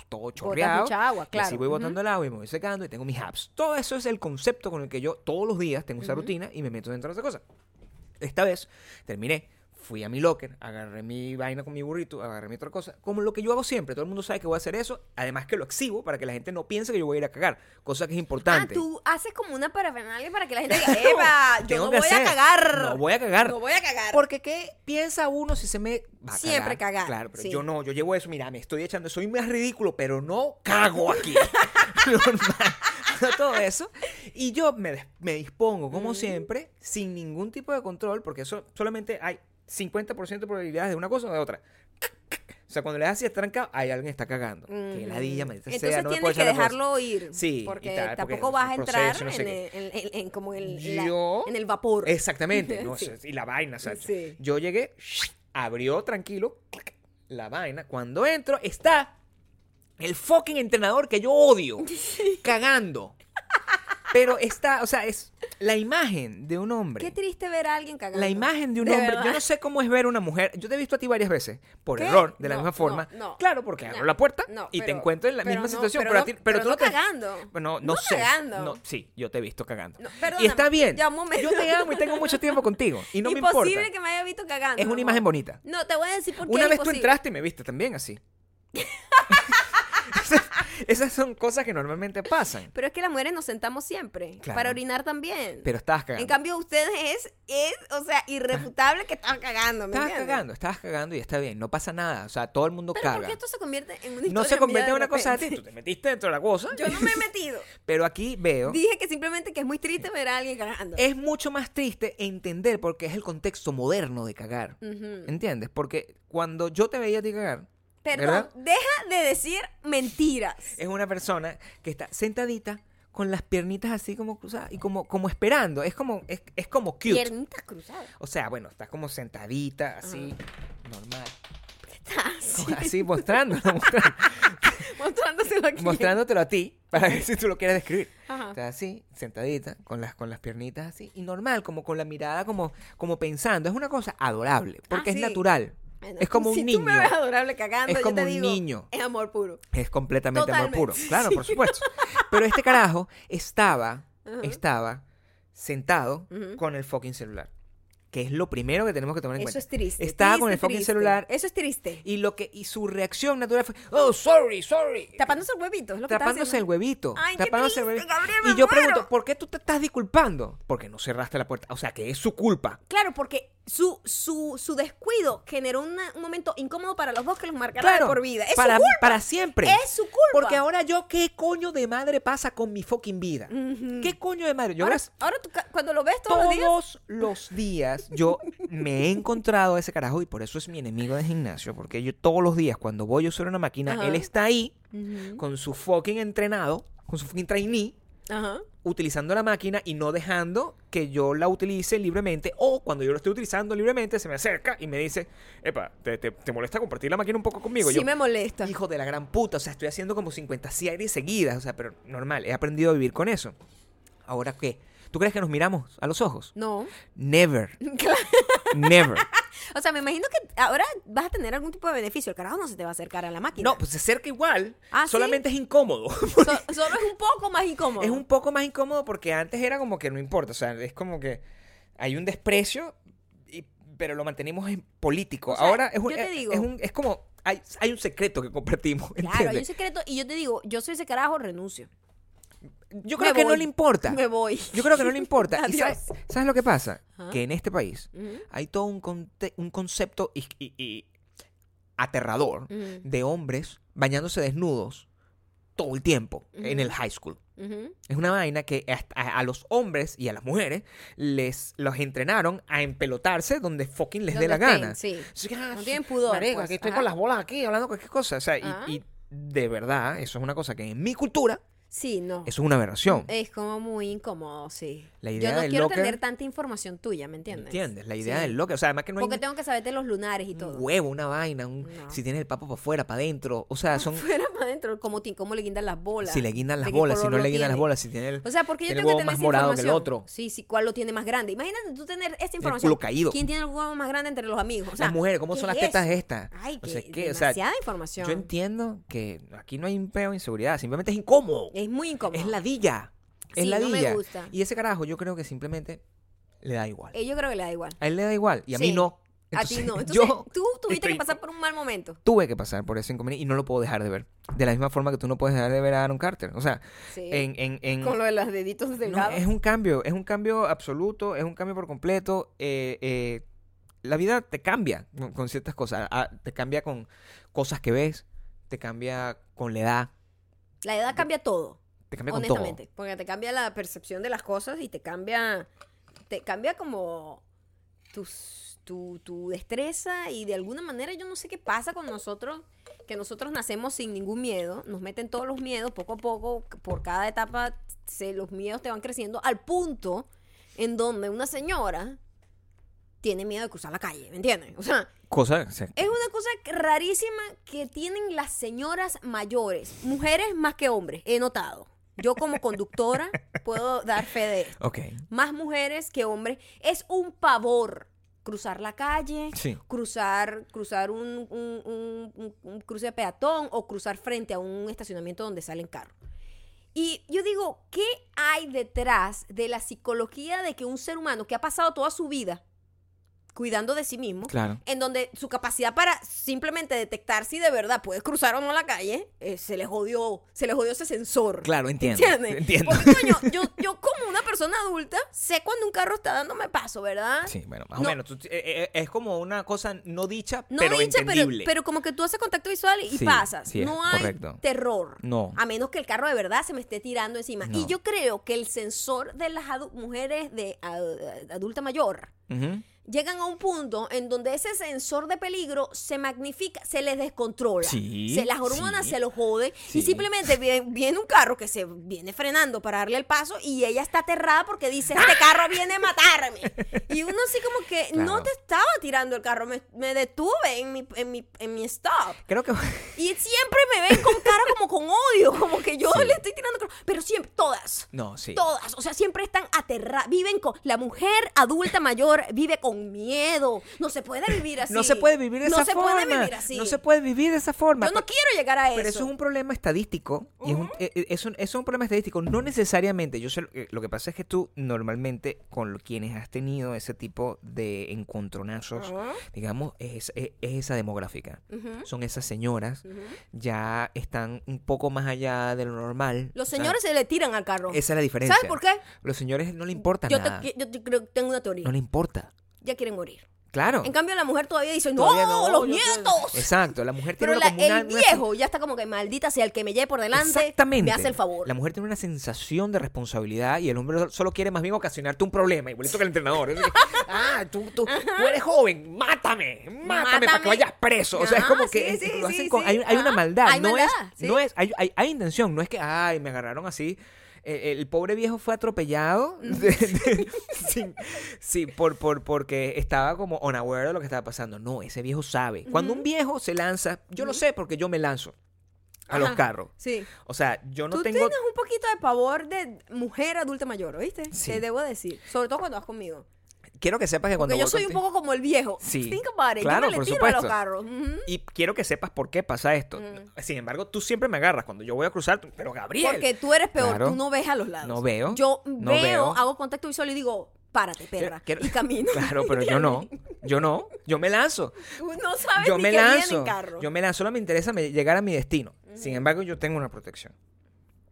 Speaker 2: todo
Speaker 1: Botas
Speaker 2: chorreado.
Speaker 1: mucha agua,
Speaker 2: y
Speaker 1: claro.
Speaker 2: así voy
Speaker 1: Ujú. Ah,
Speaker 2: botando el agua y me voy secando y tengo mis apps. Todo eso es el concepto con el que yo todos los días tengo esa rutina y me meto dentro de esa cosa. Esta vez terminé, fui a mi locker, agarré mi vaina con mi burrito, agarré mi otra cosa, como lo que yo hago siempre. Todo el mundo sabe que voy a hacer eso, además que lo exhibo para que la gente no piense que yo voy a ir a cagar, cosa que es
Speaker 1: Ah,
Speaker 2: importante.
Speaker 1: tú haces como una parafernalia para que la gente diga, ¡Epa! Yo
Speaker 2: Tengo
Speaker 1: no
Speaker 2: que
Speaker 1: voy a
Speaker 2: hacer.
Speaker 1: cagar.
Speaker 2: No voy a cagar.
Speaker 1: No voy a cagar.
Speaker 2: Porque qué piensa uno si se me va a
Speaker 1: Siempre cagar,
Speaker 2: Claro, pero
Speaker 1: sí.
Speaker 2: yo no, yo llevo eso, mira, me estoy echando, soy más ridículo, pero no cago aquí. Normal. Todo eso. Y yo me, des- me dispongo, como siempre, sin ningún tipo de control, porque eso solamente hay 50% de probabilidades de una cosa o de otra. O sea, cuando le das así tranca, hay alguien que está cagando. Que
Speaker 1: Ujú.
Speaker 2: ladilla, maldita sea,
Speaker 1: Entonces
Speaker 2: no me puedo
Speaker 1: tienes que
Speaker 2: echar la
Speaker 1: dejarlo
Speaker 2: cosa.
Speaker 1: ir.
Speaker 2: Sí, y
Speaker 1: Porque
Speaker 2: tal, porque
Speaker 1: tampoco vas a
Speaker 2: es un
Speaker 1: entrar
Speaker 2: proceso, no sé
Speaker 1: en,
Speaker 2: qué.
Speaker 1: el, en- en- en como el, la-
Speaker 2: Yo-
Speaker 1: en el vapor.
Speaker 2: Exactamente. no,
Speaker 1: Sí.
Speaker 2: eso es- Y la vaina, o sea, yo-
Speaker 1: Sí.
Speaker 2: Yo llegué, abrió tranquilo clac, la vaina. Cuando entro, está el fucking entrenador que yo odio, cagando. Pero está, o sea, es la imagen de un hombre.
Speaker 1: Qué triste ver a alguien cagando.
Speaker 2: La imagen de un hombre. Yo no
Speaker 1: verdad.
Speaker 2: sé cómo es ver una mujer. Yo te he visto a ti varias veces, por
Speaker 1: ¿Qué?
Speaker 2: error, de la
Speaker 1: No,
Speaker 2: misma
Speaker 1: no,
Speaker 2: forma.
Speaker 1: no.
Speaker 2: claro, porque abro
Speaker 1: No,
Speaker 2: la puerta
Speaker 1: no,
Speaker 2: y te
Speaker 1: pero-
Speaker 2: encuentro en la
Speaker 1: pero
Speaker 2: misma
Speaker 1: no,
Speaker 2: situación.
Speaker 1: pero
Speaker 2: Pero, a
Speaker 1: no-
Speaker 2: ti- pero
Speaker 1: pero
Speaker 2: tú
Speaker 1: no
Speaker 2: te-
Speaker 1: cagando.
Speaker 2: Bueno, no,
Speaker 1: No
Speaker 2: sé.
Speaker 1: cagando.
Speaker 2: No, sí, yo te he visto cagando.
Speaker 1: No,
Speaker 2: y
Speaker 1: perdóname,
Speaker 2: está bien.
Speaker 1: ya, un momento.
Speaker 2: Yo te amo y tengo mucho tiempo contigo. Y no me
Speaker 1: imposible
Speaker 2: importa.
Speaker 1: que me haya visto cagando.
Speaker 2: Es una
Speaker 1: mi
Speaker 2: imagen
Speaker 1: amor.
Speaker 2: bonita.
Speaker 1: No, te voy a decir por qué.
Speaker 2: Una
Speaker 1: es
Speaker 2: vez tú
Speaker 1: imposible.
Speaker 2: entraste y me viste también así. Esas- Esas son cosas que normalmente pasan.
Speaker 1: Pero es que las mujeres nos sentamos siempre.
Speaker 2: Claro.
Speaker 1: Para orinar también.
Speaker 2: Pero estabas cagando.
Speaker 1: en cambio, ustedes es, es, o sea, irrefutable que estaban cagando. ¿me
Speaker 2: estabas
Speaker 1: entiendes?
Speaker 2: cagando, estabas cagando y está bien, no pasa nada. O sea, todo el mundo
Speaker 1: Pero ¿por
Speaker 2: caga.
Speaker 1: qué esto se convierte en una historia
Speaker 2: No se convierte
Speaker 1: mía
Speaker 2: en
Speaker 1: de
Speaker 2: una cosa de ti.
Speaker 1: repente?
Speaker 2: Tú te metiste dentro de la cosa.
Speaker 1: Yo no me he metido.
Speaker 2: Pero aquí veo.
Speaker 1: Dije que simplemente que es muy triste ver a alguien cagando.
Speaker 2: Es mucho más triste entender porque es el contexto moderno de cagar.
Speaker 1: Ujú.
Speaker 2: ¿Entiendes? Porque cuando yo te veía a ti cagar,
Speaker 1: Perdón,
Speaker 2: ¿verdad?
Speaker 1: deja de decir mentiras.
Speaker 2: es una persona que está sentadita con las piernitas así como cruzadas y como, como esperando. Es como, es, es como cute.
Speaker 1: Piernitas cruzadas.
Speaker 2: O sea, bueno, estás como sentadita, así, normal.
Speaker 1: Estás
Speaker 2: Así, mostrándolo, mostrá-
Speaker 1: mostrándoselo aquí.
Speaker 2: mostrándotelo a ti para ver si tú lo quieres describir.
Speaker 1: Ajá.
Speaker 2: Estás así, sentadita, con las, con las piernitas así, y normal, como con la mirada, como, como pensando. Es una cosa adorable, porque
Speaker 1: Ah,
Speaker 2: es
Speaker 1: sí.
Speaker 2: natural.
Speaker 1: Bueno,
Speaker 2: Es como un
Speaker 1: si tú me
Speaker 2: niño.
Speaker 1: ves adorable cagando,
Speaker 2: Es
Speaker 1: yo
Speaker 2: como
Speaker 1: te
Speaker 2: un
Speaker 1: digo,
Speaker 2: niño.
Speaker 1: Es amor puro.
Speaker 2: Es completamente
Speaker 1: Totalmente.
Speaker 2: amor puro. Claro, por supuesto. Pero este carajo estaba,
Speaker 1: Ajá.
Speaker 2: estaba sentado
Speaker 1: Ujú.
Speaker 2: con el fucking celular. Que es lo primero que tenemos que tomar en
Speaker 1: Eso
Speaker 2: cuenta.
Speaker 1: es triste.
Speaker 2: Estaba con
Speaker 1: triste,
Speaker 2: el fucking
Speaker 1: triste.
Speaker 2: celular.
Speaker 1: Eso es triste.
Speaker 2: Y lo que, y su reacción natural fue, oh, sorry, sorry.
Speaker 1: Tapándose el huevito, es lo que estaba
Speaker 2: tapándose el
Speaker 1: haciendo.
Speaker 2: huevito.
Speaker 1: Ay, qué
Speaker 2: tapándose el
Speaker 1: triste,
Speaker 2: huevito.
Speaker 1: Gabriel, me
Speaker 2: y yo
Speaker 1: muero.
Speaker 2: pregunto, ¿por qué tú te estás disculpando? Porque no cerraste la puerta. O sea, que es su culpa.
Speaker 1: Claro, porque su, su, su descuido generó una- un momento incómodo para los dos que los marcará
Speaker 2: Claro,
Speaker 1: de por vida. Es
Speaker 2: para,
Speaker 1: su culpa.
Speaker 2: para siempre.
Speaker 1: Es su culpa.
Speaker 2: Porque ahora yo, ¿qué coño de madre pasa con mi fucking vida?
Speaker 1: Ujú.
Speaker 2: ¿Qué coño de madre? Yo
Speaker 1: ahora,
Speaker 2: ahora-
Speaker 1: ahora tú ca- cuando lo ves todos, los días.
Speaker 2: todos los días yo me he encontrado a ese carajo y por eso es mi enemigo de gimnasio. Porque yo todos los días cuando voy yo sobre una máquina,
Speaker 1: Ajá.
Speaker 2: él está ahí
Speaker 1: Ujú.
Speaker 2: con su fucking entrenado, con su fucking trainee,
Speaker 1: Ajá.
Speaker 2: utilizando la máquina y no dejando que yo la utilice libremente. O cuando yo lo estoy utilizando libremente, se me acerca y me dice, epa, ¿te, te- te molesta compartir la máquina un poco conmigo?
Speaker 1: sí
Speaker 2: Yo,
Speaker 1: me molesta.
Speaker 2: Hijo de la gran puta, o sea, estoy haciendo como 50 series seguidas, o sea, pero normal, he aprendido a vivir con eso. Ahora, ¿qué? ¿Tú crees que nos miramos a los ojos?
Speaker 1: No.
Speaker 2: Never,
Speaker 1: Claro.
Speaker 2: never.
Speaker 1: O sea, me imagino que ahora vas a tener algún tipo de beneficio. El carajo no se te va a acercar a la máquina.
Speaker 2: No, pues se acerca igual,
Speaker 1: ¿Ah, sí?
Speaker 2: solamente es incómodo.
Speaker 1: So- solo es un poco más incómodo.
Speaker 2: es un poco más incómodo porque antes era como que no importa, o sea, es como que hay un desprecio, y- pero lo mantenemos en político.
Speaker 1: O sea,
Speaker 2: Ahora es un,
Speaker 1: yo te
Speaker 2: es-
Speaker 1: digo-
Speaker 2: es, un- es como, hay, hay un secreto que compartimos,
Speaker 1: Claro, hay un
Speaker 2: ¿entiendes?
Speaker 1: secreto. Y yo te digo, yo soy ese carajo, renuncio.
Speaker 2: Yo creo
Speaker 1: Me
Speaker 2: que no
Speaker 1: voy.
Speaker 2: le importa.
Speaker 1: Me voy.
Speaker 2: Yo creo que no le importa. ¿Y
Speaker 1: Adiós. Mm,
Speaker 2: sabes, sabes lo que pasa?
Speaker 1: Ajá.
Speaker 2: Que en este país
Speaker 1: Ujú.
Speaker 2: hay todo un, conte- un concepto y- y- y aterrador
Speaker 1: Ujú.
Speaker 2: de hombres bañándose desnudos todo el tiempo en
Speaker 1: Ujú.
Speaker 2: el high school.
Speaker 1: Ujú.
Speaker 2: Es una vaina que hasta a, a los hombres y a las mujeres les los entrenaron a empelotarse donde fucking les dé
Speaker 1: Donde
Speaker 2: la
Speaker 1: estén,
Speaker 2: gana.
Speaker 1: sí.
Speaker 2: Así que, ah,
Speaker 1: No
Speaker 2: sí,
Speaker 1: tienen pudor,
Speaker 2: marica,
Speaker 1: pues,
Speaker 2: que estoy
Speaker 1: ajá. Ah.
Speaker 2: con las bolas aquí hablando cualquier cosa. O sea, y-
Speaker 1: Ajá.
Speaker 2: y, de verdad, eso es una cosa que en mi cultura,
Speaker 1: Sí, no.
Speaker 2: eso es una aberración.
Speaker 1: Es como muy incómodo, sí.
Speaker 2: La
Speaker 1: Yo
Speaker 2: idea
Speaker 1: no
Speaker 2: del
Speaker 1: quiero
Speaker 2: locker-
Speaker 1: tener tanta información tuya, ¿me entiendes?
Speaker 2: ¿Entiendes? La idea
Speaker 1: Sí.
Speaker 2: del loco. O sea, además que no
Speaker 1: Porque
Speaker 2: hay
Speaker 1: tengo que saberte los lunares y
Speaker 2: un
Speaker 1: todo.
Speaker 2: huevo, una vaina, un-
Speaker 1: No.
Speaker 2: si tiene el papo para afuera, para adentro. O sea, son
Speaker 1: Fuera para adentro, cómo, ti- cómo le guindan las bolas.
Speaker 2: si le guindan las
Speaker 1: de qué
Speaker 2: bolas, si
Speaker 1: color
Speaker 2: no
Speaker 1: lo
Speaker 2: le guindan las
Speaker 1: tiene. Pues,
Speaker 2: bolas, si tiene el,
Speaker 1: O sea, porque yo
Speaker 2: tiene el
Speaker 1: tengo que
Speaker 2: huevo
Speaker 1: tener
Speaker 2: más
Speaker 1: esa
Speaker 2: morado que el
Speaker 1: información?
Speaker 2: otro.
Speaker 1: Sí, sí, ¿cuál lo tiene más grande? Imagínate tú tener esta información.
Speaker 2: culo caído.
Speaker 1: ¿Quién tiene el huevo más grande entre los amigos? O sea,
Speaker 2: las mujeres, ¿cómo
Speaker 1: ¿qué
Speaker 2: son las
Speaker 1: es
Speaker 2: tetas
Speaker 1: eso?
Speaker 2: estas?
Speaker 1: Ay,
Speaker 2: O
Speaker 1: que
Speaker 2: sea, ¿qué? O sea,
Speaker 1: demasiada información.
Speaker 2: yo entiendo que aquí no hay un peo de inseguridad, simplemente es incómodo.
Speaker 1: Es muy incómodo.
Speaker 2: Es ladilla. Es
Speaker 1: Sí, no me
Speaker 2: ladilla.
Speaker 1: gusta.
Speaker 2: Y ese carajo, yo creo que simplemente le da igual.
Speaker 1: Eh, yo creo que le da igual.
Speaker 2: A él le da igual y a mí
Speaker 1: Sí.
Speaker 2: no.
Speaker 1: a ti no.
Speaker 2: Entonces,
Speaker 1: Entonces,
Speaker 2: yo
Speaker 1: tú tuviste
Speaker 2: estoy-
Speaker 1: que pasar por un mal momento.
Speaker 2: tuve que pasar por ese inconveniente y no lo puedo dejar de ver. De la misma forma que tú no puedes dejar de ver a Aaron Carter. O sea,
Speaker 1: Sí.
Speaker 2: en, en, en-
Speaker 1: Con lo de los deditos
Speaker 2: no,
Speaker 1: delgados.
Speaker 2: es un cambio, es un cambio absoluto, es un cambio por completo. eh, eh, la vida te cambia con, con ciertas cosas. Ah, te cambia con cosas que ves, te cambia con la edad,
Speaker 1: La edad cambia todo.
Speaker 2: te cambia con todo.
Speaker 1: honestamente. Porque te cambia la percepción de las cosas y te cambia. Te cambia como tus, tu, tu destreza. Y de alguna manera, yo no sé qué pasa con nosotros. Que nosotros nacemos sin ningún miedo. Nos meten todos los miedos poco a poco. Por cada etapa, se, los miedos te van creciendo al punto en donde una señora tiene miedo de cruzar la calle. ¿Me entiendes? O sea.
Speaker 2: Cosa, o sea,
Speaker 1: Es una cosa que- rarísima que tienen las señoras mayores, mujeres más que hombres, he notado. Yo como conductora puedo dar fe de esto.
Speaker 2: ok.
Speaker 1: Más mujeres que hombres. Es un pavor cruzar la calle,
Speaker 2: Sí.
Speaker 1: cruzar, cruzar un, un- un- un- un cruce de peatón o cruzar frente a un estacionamiento donde salen carros. Y yo digo, ¿qué hay detrás de la psicología de que un ser humano que ha pasado toda su vida cuidando de sí mismo,
Speaker 2: Claro.
Speaker 1: en donde su capacidad para simplemente detectar si de verdad puedes cruzar o no la calle, eh, se le jodió, se le jodió ese sensor.
Speaker 2: Claro, entiendo.
Speaker 1: ¿Entiendes?
Speaker 2: Entiendo.
Speaker 1: Porque, coño, yo, yo como una persona adulta sé cuando un carro está dándome paso, ¿verdad?
Speaker 2: Sí, bueno, más
Speaker 1: No.
Speaker 2: o menos. Tú- eh, eh, es como una cosa no dicha,
Speaker 1: No
Speaker 2: pero
Speaker 1: dicha, pero,
Speaker 2: entendible.
Speaker 1: pero como que tú haces contacto visual y
Speaker 2: Sí,
Speaker 1: pasas.
Speaker 2: sí, es
Speaker 1: no hay
Speaker 2: correcto.
Speaker 1: terror.
Speaker 2: No.
Speaker 1: A menos que el carro de verdad se me esté tirando encima.
Speaker 2: No.
Speaker 1: Y yo creo que el sensor de las adu- mujeres de a- adulta mayor
Speaker 2: Ujú.
Speaker 1: llegan a un punto en donde ese sensor de peligro se magnifica, se les descontrola.
Speaker 2: Sí,
Speaker 1: se, las hormonas
Speaker 2: sí.
Speaker 1: se los jode
Speaker 2: Sí.
Speaker 1: y simplemente vie- viene, un carro que se viene frenando para darle el paso y ella está aterrada porque dice, este carro viene a matarme. Y uno así como que
Speaker 2: Claro.
Speaker 1: no te estaba tirando el carro, me, me detuve en mi, en, mi, en mi stop.
Speaker 2: Creo que.
Speaker 1: Y siempre me ven con cara como con odio, como que yo
Speaker 2: Sí.
Speaker 1: le estoy tirando, carro. pero siempre, todas.
Speaker 2: No, sí.
Speaker 1: Todas, o sea, siempre están aterradas, viven con, la mujer adulta mayor vive con con miedo. No se puede vivir así.
Speaker 2: No se puede vivir de
Speaker 1: No
Speaker 2: esa
Speaker 1: se
Speaker 2: forma.
Speaker 1: puede vivir así.
Speaker 2: No se puede vivir de esa forma.
Speaker 1: Yo no quiero llegar a eso.
Speaker 2: Pero eso es un problema estadístico. y es un- eh, eh, es, un, es un problema estadístico. No necesariamente. Yo sé, lo que- lo que pasa es que tú normalmente con lo- quienes has tenido ese tipo de encontronazos,
Speaker 1: Ajá.
Speaker 2: digamos, es, es- es esa demográfica.
Speaker 1: Ujú,
Speaker 2: Son esas señoras,
Speaker 1: ujú.
Speaker 2: ya están un poco más allá de lo normal.
Speaker 1: Los
Speaker 2: O sea,
Speaker 1: señores se le tiran al carro.
Speaker 2: esa es la diferencia.
Speaker 1: ¿Sabes por qué?
Speaker 2: Los señores no le importa
Speaker 1: Yo, te-
Speaker 2: nada.
Speaker 1: yo te creo- tengo una teoría.
Speaker 2: No le importa.
Speaker 1: Ya quieren morir.
Speaker 2: Claro.
Speaker 1: En cambio, la mujer todavía dice,
Speaker 2: Todavía
Speaker 1: ¡No,
Speaker 2: no,
Speaker 1: los
Speaker 2: yo quiero-
Speaker 1: nietos!
Speaker 2: Exacto. La mujer
Speaker 1: Pero
Speaker 2: tiene
Speaker 1: la-
Speaker 2: como una-
Speaker 1: el
Speaker 2: una-
Speaker 1: viejo ya está como que maldita sea el que me lleve por delante.
Speaker 2: Exactamente.
Speaker 1: Me hace el favor.
Speaker 2: La mujer tiene una sensación de responsabilidad y el hombre solo quiere más bien ocasionarte un problema, igualito que el entrenador. Es decir, ah, tú, tú, tú eres joven, mátame, mátame, para
Speaker 1: Mátame.
Speaker 2: que vayas preso. O sea, es
Speaker 1: Ah,
Speaker 2: como
Speaker 1: sí,
Speaker 2: que es-
Speaker 1: sí,
Speaker 2: lo
Speaker 1: sí,
Speaker 2: hacen
Speaker 1: sí.
Speaker 2: con- hay, hay una
Speaker 1: Ah,
Speaker 2: maldad.
Speaker 1: hay
Speaker 2: no,
Speaker 1: maldad,
Speaker 2: es,
Speaker 1: sí.
Speaker 2: no es, hay, hay- hay intención, no es que, ay, me agarraron así. Eh, El, pobre viejo fue atropellado de- de- sin- sí, por, por, porque estaba como unaware de lo que estaba pasando. No, ese viejo sabe. Cuando un viejo se lanza, yo lo sé porque yo me lanzo a los
Speaker 1: Ajá.
Speaker 2: carros.
Speaker 1: Sí.
Speaker 2: O sea, yo no
Speaker 1: Tú
Speaker 2: tengo.
Speaker 1: tienes un poquito de pavor de mujer adulta mayor, ¿oíste?
Speaker 2: Sí.
Speaker 1: Te debo decir. Sobre todo cuando vas conmigo.
Speaker 2: Quiero que sepas que cuando.
Speaker 1: Porque Pues yo
Speaker 2: voy
Speaker 1: soy un
Speaker 2: contigo-
Speaker 1: poco como el viejo.
Speaker 2: Sí.
Speaker 1: Think about it. yo
Speaker 2: Claro,
Speaker 1: me le
Speaker 2: por
Speaker 1: tiro a los
Speaker 2: supuesto.
Speaker 1: carros. Ujú.
Speaker 2: Y quiero que sepas por qué pasa esto.
Speaker 1: Mm.
Speaker 2: Sin embargo, tú siempre me agarras cuando yo voy a cruzar. tú- Pero Gabriel.
Speaker 1: Porque tú eres peor.
Speaker 2: Claro.
Speaker 1: Tú no ves a los lados.
Speaker 2: No veo,
Speaker 1: Yo
Speaker 2: no
Speaker 1: veo,
Speaker 2: veo.
Speaker 1: hago contacto visual y digo, párate, perra.
Speaker 2: Quiero-
Speaker 1: Y camino.
Speaker 2: Claro, pero yo no. Yo no. Yo me lanzo.
Speaker 1: Tú no sabes
Speaker 2: Yo
Speaker 1: ni
Speaker 2: me
Speaker 1: que viene
Speaker 2: lanzo.
Speaker 1: en carro.
Speaker 2: Yo me lanzo. Solo me interesa me- llegar a mi destino. Sin embargo, yo tengo una protección.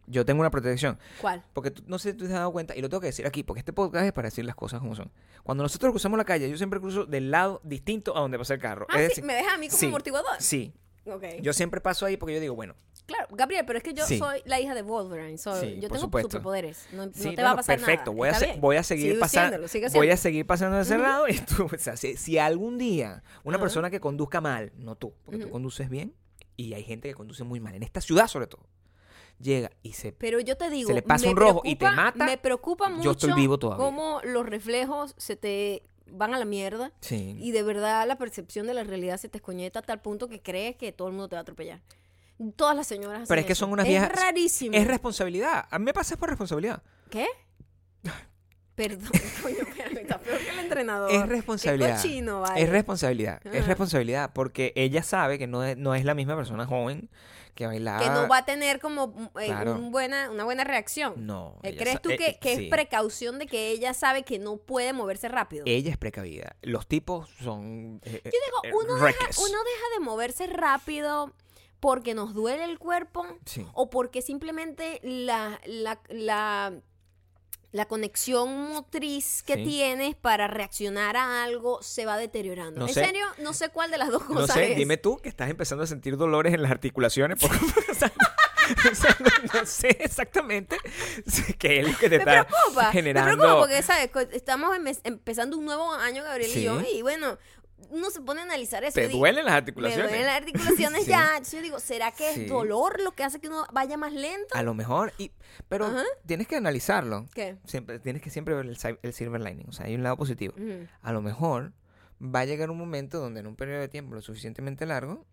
Speaker 2: Yo tengo una protección.
Speaker 1: ¿Cuál?
Speaker 2: Porque tú- no sé si tú te has dado cuenta, y lo tengo que decir aquí, porque este podcast es para decir las cosas como son. Cuando nosotros cruzamos la calle, yo siempre cruzo del lado distinto a donde pasa el carro.
Speaker 1: Ah,
Speaker 2: Es
Speaker 1: sí,
Speaker 2: decir,
Speaker 1: me dejas a mí como
Speaker 2: sí,
Speaker 1: amortiguador.
Speaker 2: Sí.
Speaker 1: Ok.
Speaker 2: Yo siempre paso ahí porque yo digo, bueno,
Speaker 1: Claro, Gabriel, pero es que yo
Speaker 2: Sí.
Speaker 1: soy la hija de Wolverine. soy-
Speaker 2: Sí,
Speaker 1: yo
Speaker 2: por
Speaker 1: tengo
Speaker 2: supuesto.
Speaker 1: superpoderes. No, no te va
Speaker 2: Sí,
Speaker 1: a
Speaker 2: bueno,
Speaker 1: pasar
Speaker 2: perfecto.
Speaker 1: nada.
Speaker 2: Voy, a
Speaker 1: Está
Speaker 2: se-
Speaker 1: bien.
Speaker 2: voy a seguir
Speaker 1: Sigue
Speaker 2: pasando.
Speaker 1: siéndolo, sigue
Speaker 2: Voy a
Speaker 1: siéndolo.
Speaker 2: seguir pasando ese lado. Y tú, o sea, si, si algún día una persona que conduzca mal, no tú, porque tú conduces bien y hay gente que conduce muy mal, en esta ciudad sobre todo, llega y se.
Speaker 1: Pero yo te digo,
Speaker 2: le pasa
Speaker 1: me
Speaker 2: un rojo y te
Speaker 1: preocupa-
Speaker 2: mata,
Speaker 1: Me preocupa mucho
Speaker 2: yo estoy vivo todavía.
Speaker 1: cómo los reflejos se te van a la mierda.
Speaker 2: Sí.
Speaker 1: Y de verdad la percepción de la realidad se te escoñeta a tal punto que crees que todo el mundo te va a atropellar. Todas las señoras hacen
Speaker 2: Pero es que
Speaker 1: eso.
Speaker 2: son unas
Speaker 1: Es
Speaker 2: viejas.
Speaker 1: rarísimo.
Speaker 2: Es responsabilidad. A mí me pasa por responsabilidad.
Speaker 1: ¿Qué? Perdón, coño, espérame, está peor que el entrenador.
Speaker 2: Es
Speaker 1: Oh,
Speaker 2: responsabilidad.
Speaker 1: Qué cochino, vale.
Speaker 2: Es responsabilidad. Es
Speaker 1: Ah.
Speaker 2: responsabilidad. Porque ella sabe que no es, no es la misma persona joven que bailaba.
Speaker 1: que no va a tener como eh,
Speaker 2: Claro.
Speaker 1: un buena, una buena reacción.
Speaker 2: No,
Speaker 1: Eh,
Speaker 2: ella
Speaker 1: ¿Crees
Speaker 2: sa-
Speaker 1: tú
Speaker 2: eh,
Speaker 1: que, que
Speaker 2: sí.
Speaker 1: es precaución de que ella sabe que no puede moverse rápido?
Speaker 2: Ella es precavida. Los tipos son. eh, Yo
Speaker 1: Digo, uno, deja, uno deja de moverse rápido porque nos duele el cuerpo
Speaker 2: Sí.
Speaker 1: o porque simplemente la, la, la, la conexión motriz que
Speaker 2: Sí.
Speaker 1: tienes para reaccionar a algo se va deteriorando.
Speaker 2: No
Speaker 1: en
Speaker 2: sé.
Speaker 1: serio, no sé cuál de las dos
Speaker 2: No
Speaker 1: cosas
Speaker 2: sé,
Speaker 1: es.
Speaker 2: dime tú que estás empezando a sentir dolores en las articulaciones. por- o sea, o sea, no, no sé exactamente si- qué es lo que te
Speaker 1: me
Speaker 2: está
Speaker 1: preocupa,
Speaker 2: generando.
Speaker 1: me preocupa porque, ¿sabes? Co- Estamos em- empezando un nuevo año, Gabriel
Speaker 2: Sí.
Speaker 1: y yo, y bueno, uno se pone a analizar eso. y
Speaker 2: ¿Te
Speaker 1: digo,
Speaker 2: duelen las
Speaker 1: Me
Speaker 2: articulaciones?
Speaker 1: duelen las articulaciones
Speaker 2: Sí.
Speaker 1: ya. Entonces yo digo, ¿será que
Speaker 2: Sí.
Speaker 1: es dolor lo que hace que uno vaya más lento?
Speaker 2: A lo mejor, y, pero
Speaker 1: Ajá.
Speaker 2: tienes que analizarlo.
Speaker 1: ¿Qué?
Speaker 2: Siempre, tienes que siempre ver el, si- el silver lining. O sea, hay un lado positivo.
Speaker 1: Ujú.
Speaker 2: A lo mejor va a llegar un momento donde en un periodo de tiempo lo suficientemente largo,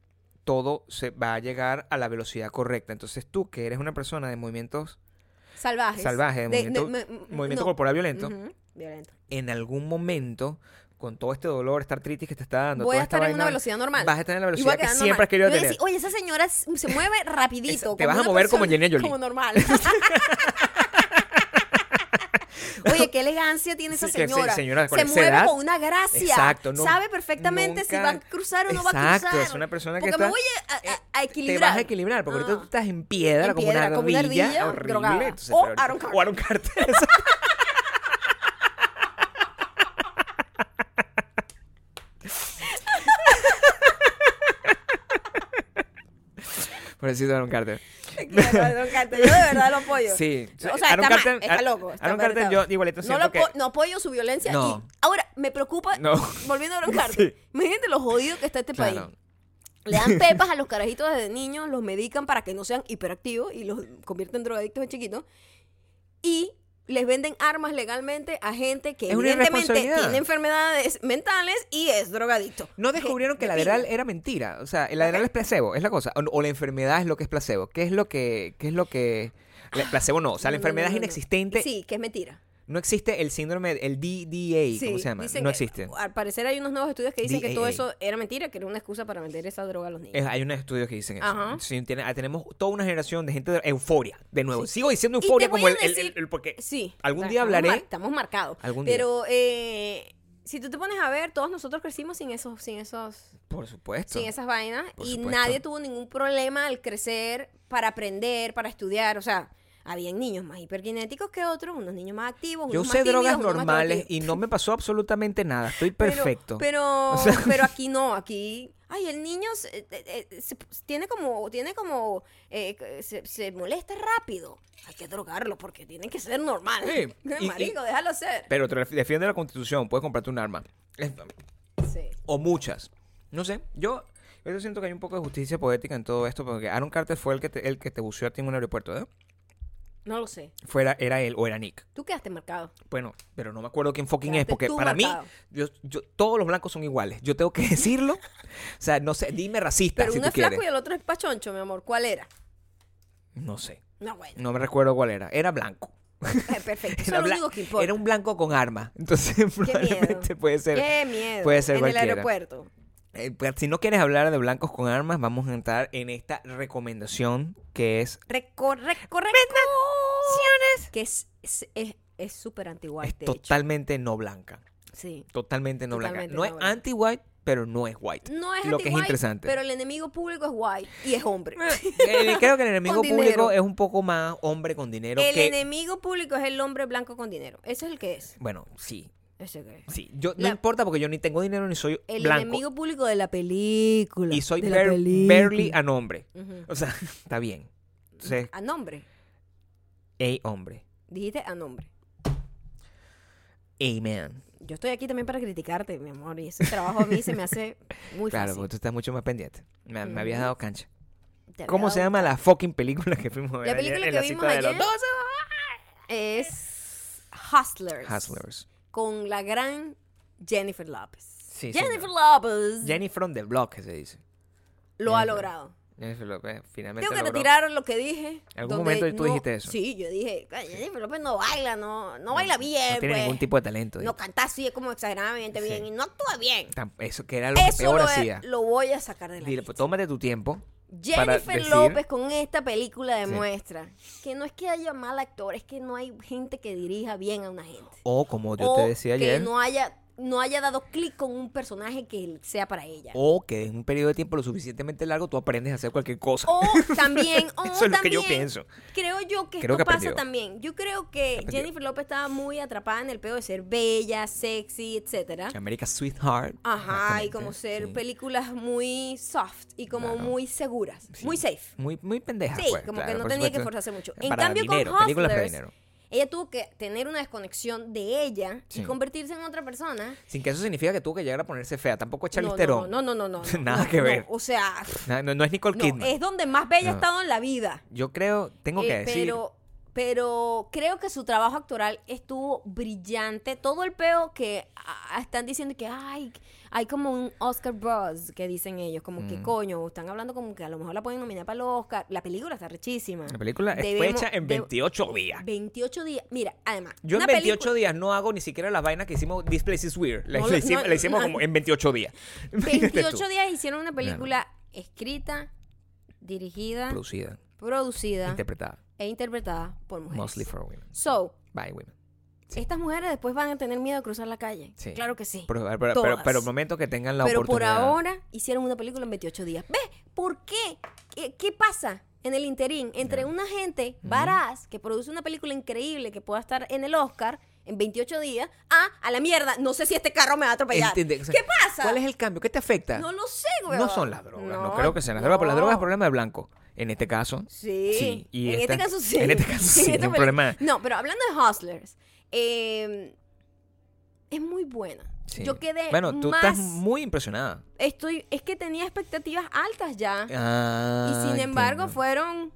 Speaker 2: todo se va a llegar a la velocidad correcta. Entonces tú, que eres una persona de movimientos
Speaker 1: Salvajes.
Speaker 2: salvajes, de, movimiento,
Speaker 1: me-
Speaker 2: movimiento
Speaker 1: no.
Speaker 2: corporal violento,
Speaker 1: Ujú, violento.
Speaker 2: en algún momento, con todo este dolor, esta artritis que te está dando,
Speaker 1: Voy
Speaker 2: toda
Speaker 1: a
Speaker 2: esta
Speaker 1: estar en una
Speaker 2: vaina,
Speaker 1: velocidad normal.
Speaker 2: Vas a estar en la
Speaker 1: Y voy a
Speaker 2: velocidad que
Speaker 1: quedar
Speaker 2: siempre
Speaker 1: normal.
Speaker 2: has
Speaker 1: Yo
Speaker 2: querido
Speaker 1: voy a
Speaker 2: tener.
Speaker 1: decir, Oye, esa señora s- se mueve rapidito.
Speaker 2: Esa- te
Speaker 1: como
Speaker 2: vas a
Speaker 1: una
Speaker 2: mover como
Speaker 1: persona-
Speaker 2: Jenny Jolie.
Speaker 1: Como normal. Oye, qué elegancia tiene esa
Speaker 2: Sí, que se-
Speaker 1: señora.
Speaker 2: señora con
Speaker 1: se
Speaker 2: esa
Speaker 1: mueve
Speaker 2: edad.
Speaker 1: con una gracia.
Speaker 2: Exacto, no-
Speaker 1: Sabe perfectamente si
Speaker 2: nunca-
Speaker 1: va a cruzar o no va a
Speaker 2: Exacto,
Speaker 1: cruzar.
Speaker 2: es una persona
Speaker 1: Porque
Speaker 2: que está- Eh,
Speaker 1: me voy a, a- a- a
Speaker 2: Te
Speaker 1: equilibrar.
Speaker 2: vas a equilibrar, porque ahorita
Speaker 1: Ah.
Speaker 2: tú estás en piedra,
Speaker 1: En
Speaker 2: como,
Speaker 1: piedra,
Speaker 2: una
Speaker 1: como una
Speaker 2: ardilla,
Speaker 1: ardilla
Speaker 2: horrible.
Speaker 1: drogada.
Speaker 2: Entonces,
Speaker 1: O
Speaker 2: pero ahorita-
Speaker 1: Aaron Carter.
Speaker 2: o Aaron Carter, exacto. Pobrecito Aaron Carter.
Speaker 1: Te quiero, Aaron Carter. Yo de verdad lo apoyo.
Speaker 2: Sí.
Speaker 1: O sea,
Speaker 2: Aaron
Speaker 1: está, mal,
Speaker 2: Carter-
Speaker 1: está
Speaker 2: Ar-
Speaker 1: loco. está
Speaker 2: Aaron
Speaker 1: mal,
Speaker 2: Carter,
Speaker 1: está
Speaker 2: yo
Speaker 1: mal.
Speaker 2: igualito
Speaker 1: no,
Speaker 2: siento
Speaker 1: lo
Speaker 2: que-
Speaker 1: apo- no apoyo su violencia.
Speaker 2: No.
Speaker 1: y- ahora, me preocupa.
Speaker 2: No.
Speaker 1: Volviendo a Aaron Carter. Imagínate lo jodido que está este
Speaker 2: Claro.
Speaker 1: país. Le dan pepas a los carajitos desde niños, los medican para que no sean hiperactivos y los convierten en drogadictos de chiquitos. Y les venden armas legalmente a gente que
Speaker 2: Es una
Speaker 1: evidentemente
Speaker 2: irresponsabilidad.
Speaker 1: tiene enfermedades mentales y es drogadicto.
Speaker 2: No descubrieron que el adrenal era mentira. O sea, el adrenal es placebo, es la cosa. O, o la enfermedad es lo que es placebo. ¿Qué es lo que...? ¿Qué es lo que...? la- placebo no. O sea, la
Speaker 1: No, no,
Speaker 2: enfermedad
Speaker 1: no, no,
Speaker 2: es
Speaker 1: no.
Speaker 2: inexistente.
Speaker 1: Sí, que es mentira.
Speaker 2: No existe el síndrome, el DDA, ¿cómo se llama?
Speaker 1: dicen
Speaker 2: No
Speaker 1: que-
Speaker 2: existe.
Speaker 1: al parecer hay unos nuevos estudios que dicen que todo
Speaker 2: DAA.
Speaker 1: eso era mentira, que era una excusa para vender esa droga a los niños.
Speaker 2: Es- hay unos estudios que dicen eso.
Speaker 1: Ajá.
Speaker 2: Sí, tiene- ah, tenemos toda una generación de gente de euforia. De nuevo, sigo diciendo
Speaker 1: Y te
Speaker 2: euforia
Speaker 1: voy
Speaker 2: como
Speaker 1: a
Speaker 2: el, el-
Speaker 1: decir-
Speaker 2: el- el- porque
Speaker 1: Sí. O
Speaker 2: algún
Speaker 1: sea,
Speaker 2: día
Speaker 1: estamos
Speaker 2: hablaré.
Speaker 1: mar- Estamos marcados.
Speaker 2: Algún día.
Speaker 1: Pero eh, si tú te pones a ver, todos nosotros crecimos sin esos, sin esos,
Speaker 2: Por supuesto.
Speaker 1: sin esas vainas
Speaker 2: Por
Speaker 1: y
Speaker 2: supuesto.
Speaker 1: nadie tuvo ningún problema al crecer para aprender, para estudiar, o sea, habían niños más hiperkinéticos que otros, unos niños más activos,
Speaker 2: Yo
Speaker 1: unos
Speaker 2: usé
Speaker 1: más tímidos,
Speaker 2: drogas
Speaker 1: unos más
Speaker 2: normales
Speaker 1: tranquilos.
Speaker 2: y no me pasó absolutamente nada. Estoy perfecto.
Speaker 1: Pero,
Speaker 2: O
Speaker 1: pero,
Speaker 2: sea-
Speaker 1: pero aquí no, aquí. Ay, el niño se- eh, eh, eh, se- tiene como, tiene como, eh, eh, se, se molesta rápido. Hay que drogarlo porque tiene que ser normal.
Speaker 2: Sí, y-
Speaker 1: Marico, déjalo ser.
Speaker 2: Pero te ref- defiende la constitución, puedes comprarte un arma. Es-
Speaker 1: Sí.
Speaker 2: O muchas. No sé, yo, yo siento que hay un poco de justicia poética en todo esto, porque Aaron Carter fue el que te, el que te buceó a ti en un aeropuerto, ¿eh?
Speaker 1: No lo sé.
Speaker 2: Fuera, era él o era Nick.
Speaker 1: Tú quedaste marcado.
Speaker 2: Bueno, pero no me acuerdo quién fucking es,
Speaker 1: Quedaste
Speaker 2: porque
Speaker 1: tú
Speaker 2: para
Speaker 1: marcado.
Speaker 2: mí, yo, yo- todos los blancos son iguales. Yo tengo que decirlo. o sea, no sé, dime racista
Speaker 1: Pero
Speaker 2: si
Speaker 1: uno
Speaker 2: tú
Speaker 1: es flaco
Speaker 2: quieres.
Speaker 1: y el otro es pachoncho, mi amor. ¿Cuál era?
Speaker 2: No sé,
Speaker 1: No, bueno.
Speaker 2: no me recuerdo cuál era. Era blanco.
Speaker 1: Eh, Perfecto. Eso
Speaker 2: Era,
Speaker 1: es lo
Speaker 2: blan-
Speaker 1: único que importa.
Speaker 2: era un blanco con arma. Entonces, probablemente puede ser.
Speaker 1: Qué miedo.
Speaker 2: puede
Speaker 1: en
Speaker 2: ser
Speaker 1: el
Speaker 2: cualquiera.
Speaker 1: aeropuerto.
Speaker 2: Eh, pues, si no quieres hablar de blancos con armas, vamos a entrar en esta recomendación que es
Speaker 1: Recorre, corre, Que es es- es- es súper antiguo.
Speaker 2: es totalmente no blanca.
Speaker 1: Sí.
Speaker 2: Totalmente no
Speaker 1: Totalmente
Speaker 2: blanca. No,
Speaker 1: no
Speaker 2: es
Speaker 1: blanca.
Speaker 2: anti-white, pero no es white.
Speaker 1: No es
Speaker 2: Lo que es
Speaker 1: anti-white,
Speaker 2: interesante.
Speaker 1: Pero el enemigo público es white y es hombre.
Speaker 2: Eh, creo que el enemigo
Speaker 1: Con
Speaker 2: público
Speaker 1: dinero.
Speaker 2: es un poco más hombre con dinero
Speaker 1: el
Speaker 2: que.
Speaker 1: enemigo público es el hombre blanco con dinero. Ese es el que es.
Speaker 2: Bueno, sí.
Speaker 1: Ese que es.
Speaker 2: Sí. Yo,
Speaker 1: La-
Speaker 2: No importa porque yo ni tengo dinero ni soy
Speaker 1: El
Speaker 2: blanco.
Speaker 1: enemigo público de la película.
Speaker 2: y soy
Speaker 1: de la
Speaker 2: bar-
Speaker 1: película.
Speaker 2: barely a nombre.
Speaker 1: Ujú.
Speaker 2: O sea, está bien. Entonces,
Speaker 1: A nombre.
Speaker 2: hey, hombre.
Speaker 1: Dijiste a nombre.
Speaker 2: Amen.
Speaker 1: Yo estoy aquí también para criticarte, mi amor. Y ese trabajo a mí se me hace muy
Speaker 2: Claro,
Speaker 1: fácil.
Speaker 2: porque tú estás mucho más pendiente. Me, me habías
Speaker 1: Ujú.
Speaker 2: dado cancha.
Speaker 1: Te Mm. había
Speaker 2: pues, ¿Cómo se
Speaker 1: dado-
Speaker 2: llama la fucking película que fuimos a ver?
Speaker 1: La película
Speaker 2: ayer en
Speaker 1: que
Speaker 2: la
Speaker 1: vimos
Speaker 2: cita de los
Speaker 1: ayer es Hustlers.
Speaker 2: dos? Hustlers.
Speaker 1: Con la gran Jennifer López.
Speaker 2: Sí,
Speaker 1: Jennifer
Speaker 2: señor.
Speaker 1: López
Speaker 2: Jenny from the Block, que se dice.
Speaker 1: lo ha
Speaker 2: Jennifer.
Speaker 1: logrado.
Speaker 2: Jennifer López finalmente
Speaker 1: Tengo que
Speaker 2: logró-
Speaker 1: retirar lo que dije.
Speaker 2: En algún
Speaker 1: donde
Speaker 2: momento tú
Speaker 1: no-
Speaker 2: dijiste eso.
Speaker 1: Sí, yo dije, "Ay, Jennifer López no baila, no, no baila bien.
Speaker 2: No tiene
Speaker 1: pues.
Speaker 2: ningún tipo de talento.
Speaker 1: No
Speaker 2: dice.
Speaker 1: canta así, es como exageradamente
Speaker 2: Sí.
Speaker 1: bien. Y no actúa bien.
Speaker 2: Tam- Eso que era lo que
Speaker 1: Eso
Speaker 2: peor
Speaker 1: lo,
Speaker 2: hacía.
Speaker 1: lo voy a sacar de la
Speaker 2: Dile,
Speaker 1: lista.
Speaker 2: pues, tómate tu tiempo. para
Speaker 1: Jennifer
Speaker 2: decir-
Speaker 1: López con esta película demuestra que no es que haya mal actor, es que no hay gente que dirija bien a una gente.
Speaker 2: O como yo
Speaker 1: o
Speaker 2: te decía
Speaker 1: que
Speaker 2: ayer.
Speaker 1: no haya, no haya dado clic con un personaje que sea para ella.
Speaker 2: O que en un periodo de tiempo lo suficientemente largo tú aprendes a hacer cualquier cosa.
Speaker 1: O también, o
Speaker 2: Eso es lo que yo
Speaker 1: también,
Speaker 2: pienso.
Speaker 1: Creo yo que
Speaker 2: Creo
Speaker 1: esto
Speaker 2: que
Speaker 1: pasa
Speaker 2: aprendió.
Speaker 1: también. Yo creo que
Speaker 2: Aprendió.
Speaker 1: Jennifer López estaba muy atrapada en el pedo de ser bella, sexy, etcétera.
Speaker 2: America Sweetheart.
Speaker 1: Ajá, y
Speaker 2: exactamente,
Speaker 1: como ser
Speaker 2: sí.
Speaker 1: películas muy soft y como
Speaker 2: Claro.
Speaker 1: muy seguras,
Speaker 2: Sí.
Speaker 1: muy safe.
Speaker 2: Muy, muy pendeja.
Speaker 1: Sí,
Speaker 2: pues,
Speaker 1: como que
Speaker 2: claro,
Speaker 1: no
Speaker 2: por
Speaker 1: tenía que
Speaker 2: supuesto.
Speaker 1: esforzarse mucho. En
Speaker 2: Para
Speaker 1: cambio,
Speaker 2: dinero,
Speaker 1: con
Speaker 2: películas para
Speaker 1: Hustlers,
Speaker 2: dinero.
Speaker 1: ella tuvo que tener una desconexión de ella y
Speaker 2: Sí.
Speaker 1: convertirse en otra persona.
Speaker 2: Sin que eso significa que tuvo que llegar a ponerse fea. Tampoco es
Speaker 1: No,
Speaker 2: Charlize
Speaker 1: no,
Speaker 2: Theron.
Speaker 1: No, no, no, no. no,
Speaker 2: Nada
Speaker 1: no,
Speaker 2: que
Speaker 1: no.
Speaker 2: ver.
Speaker 1: O sea,
Speaker 2: No, no- no es Nicole
Speaker 1: no,
Speaker 2: Kidman.
Speaker 1: es donde más bella ha
Speaker 2: No.
Speaker 1: estado en la vida.
Speaker 2: Yo creo, tengo que
Speaker 1: Eh,
Speaker 2: decir.
Speaker 1: Pero, pero creo que su trabajo actoral estuvo brillante. Todo el peo que ah, están diciendo que ay, hay como un Oscar Bros que dicen ellos, como
Speaker 2: Mm.
Speaker 1: que coño, están hablando como que a lo mejor la pueden nominar para el Oscar. La película está rechísima.
Speaker 2: la película fue
Speaker 1: Debemos-
Speaker 2: hecha en
Speaker 1: deb-
Speaker 2: 28 días.
Speaker 1: 28 días. Mira, además.
Speaker 2: Yo en
Speaker 1: una
Speaker 2: 28
Speaker 1: película-
Speaker 2: días no hago ni siquiera las vainas que hicimos This Place is Weird. La,
Speaker 1: No,
Speaker 2: la
Speaker 1: no,
Speaker 2: hicimos,
Speaker 1: no,
Speaker 2: la hicimos
Speaker 1: no.
Speaker 2: como en 28 días. Imagínate tú.
Speaker 1: 28 días hicieron una película escrita, dirigida,
Speaker 2: Producida,
Speaker 1: producida
Speaker 2: interpretada,
Speaker 1: e interpretada por mujeres.
Speaker 2: mostly for women,
Speaker 1: So,
Speaker 2: by women. Sí.
Speaker 1: estas mujeres después van a tener miedo de cruzar la calle.
Speaker 2: Sí.
Speaker 1: Claro que sí.
Speaker 2: Pero, pero, pero,
Speaker 1: Todas.
Speaker 2: pero el momento que tengan la
Speaker 1: Pero por
Speaker 2: oportunidad.
Speaker 1: ahora hicieron una película en 28 días. ¿Ves? ¿Por qué? ¿Qué, qué pasa en el interín entre
Speaker 2: Ya.
Speaker 1: una gente varaz que produce una película increíble que pueda estar en el Oscar en 28 días a a la mierda? No sé si este carro me va a atropellar.
Speaker 2: Entiende, o sea,
Speaker 1: ¿Qué pasa?
Speaker 2: ¿Cuál es el cambio? ¿Qué te afecta?
Speaker 1: No lo sé, güey.
Speaker 2: No son las drogas, no, creo que sean las drogas, porque las
Speaker 1: no.
Speaker 2: drogas es problema de blanco. En este caso,
Speaker 1: Sí.
Speaker 2: Sí, y
Speaker 1: en
Speaker 2: esta-
Speaker 1: este caso sí.
Speaker 2: en este caso sí,
Speaker 1: esta
Speaker 2: es un
Speaker 1: peli-
Speaker 2: problema.
Speaker 1: No, pero hablando de Hustlers, eh, es muy buena.
Speaker 2: sí.
Speaker 1: Yo quedé
Speaker 2: Bueno, tú
Speaker 1: más...
Speaker 2: estás muy impresionada.
Speaker 1: Estoy, es que tenía expectativas altas ya. y
Speaker 2: Ah,
Speaker 1: sin embargo
Speaker 2: entiendo.
Speaker 1: fueron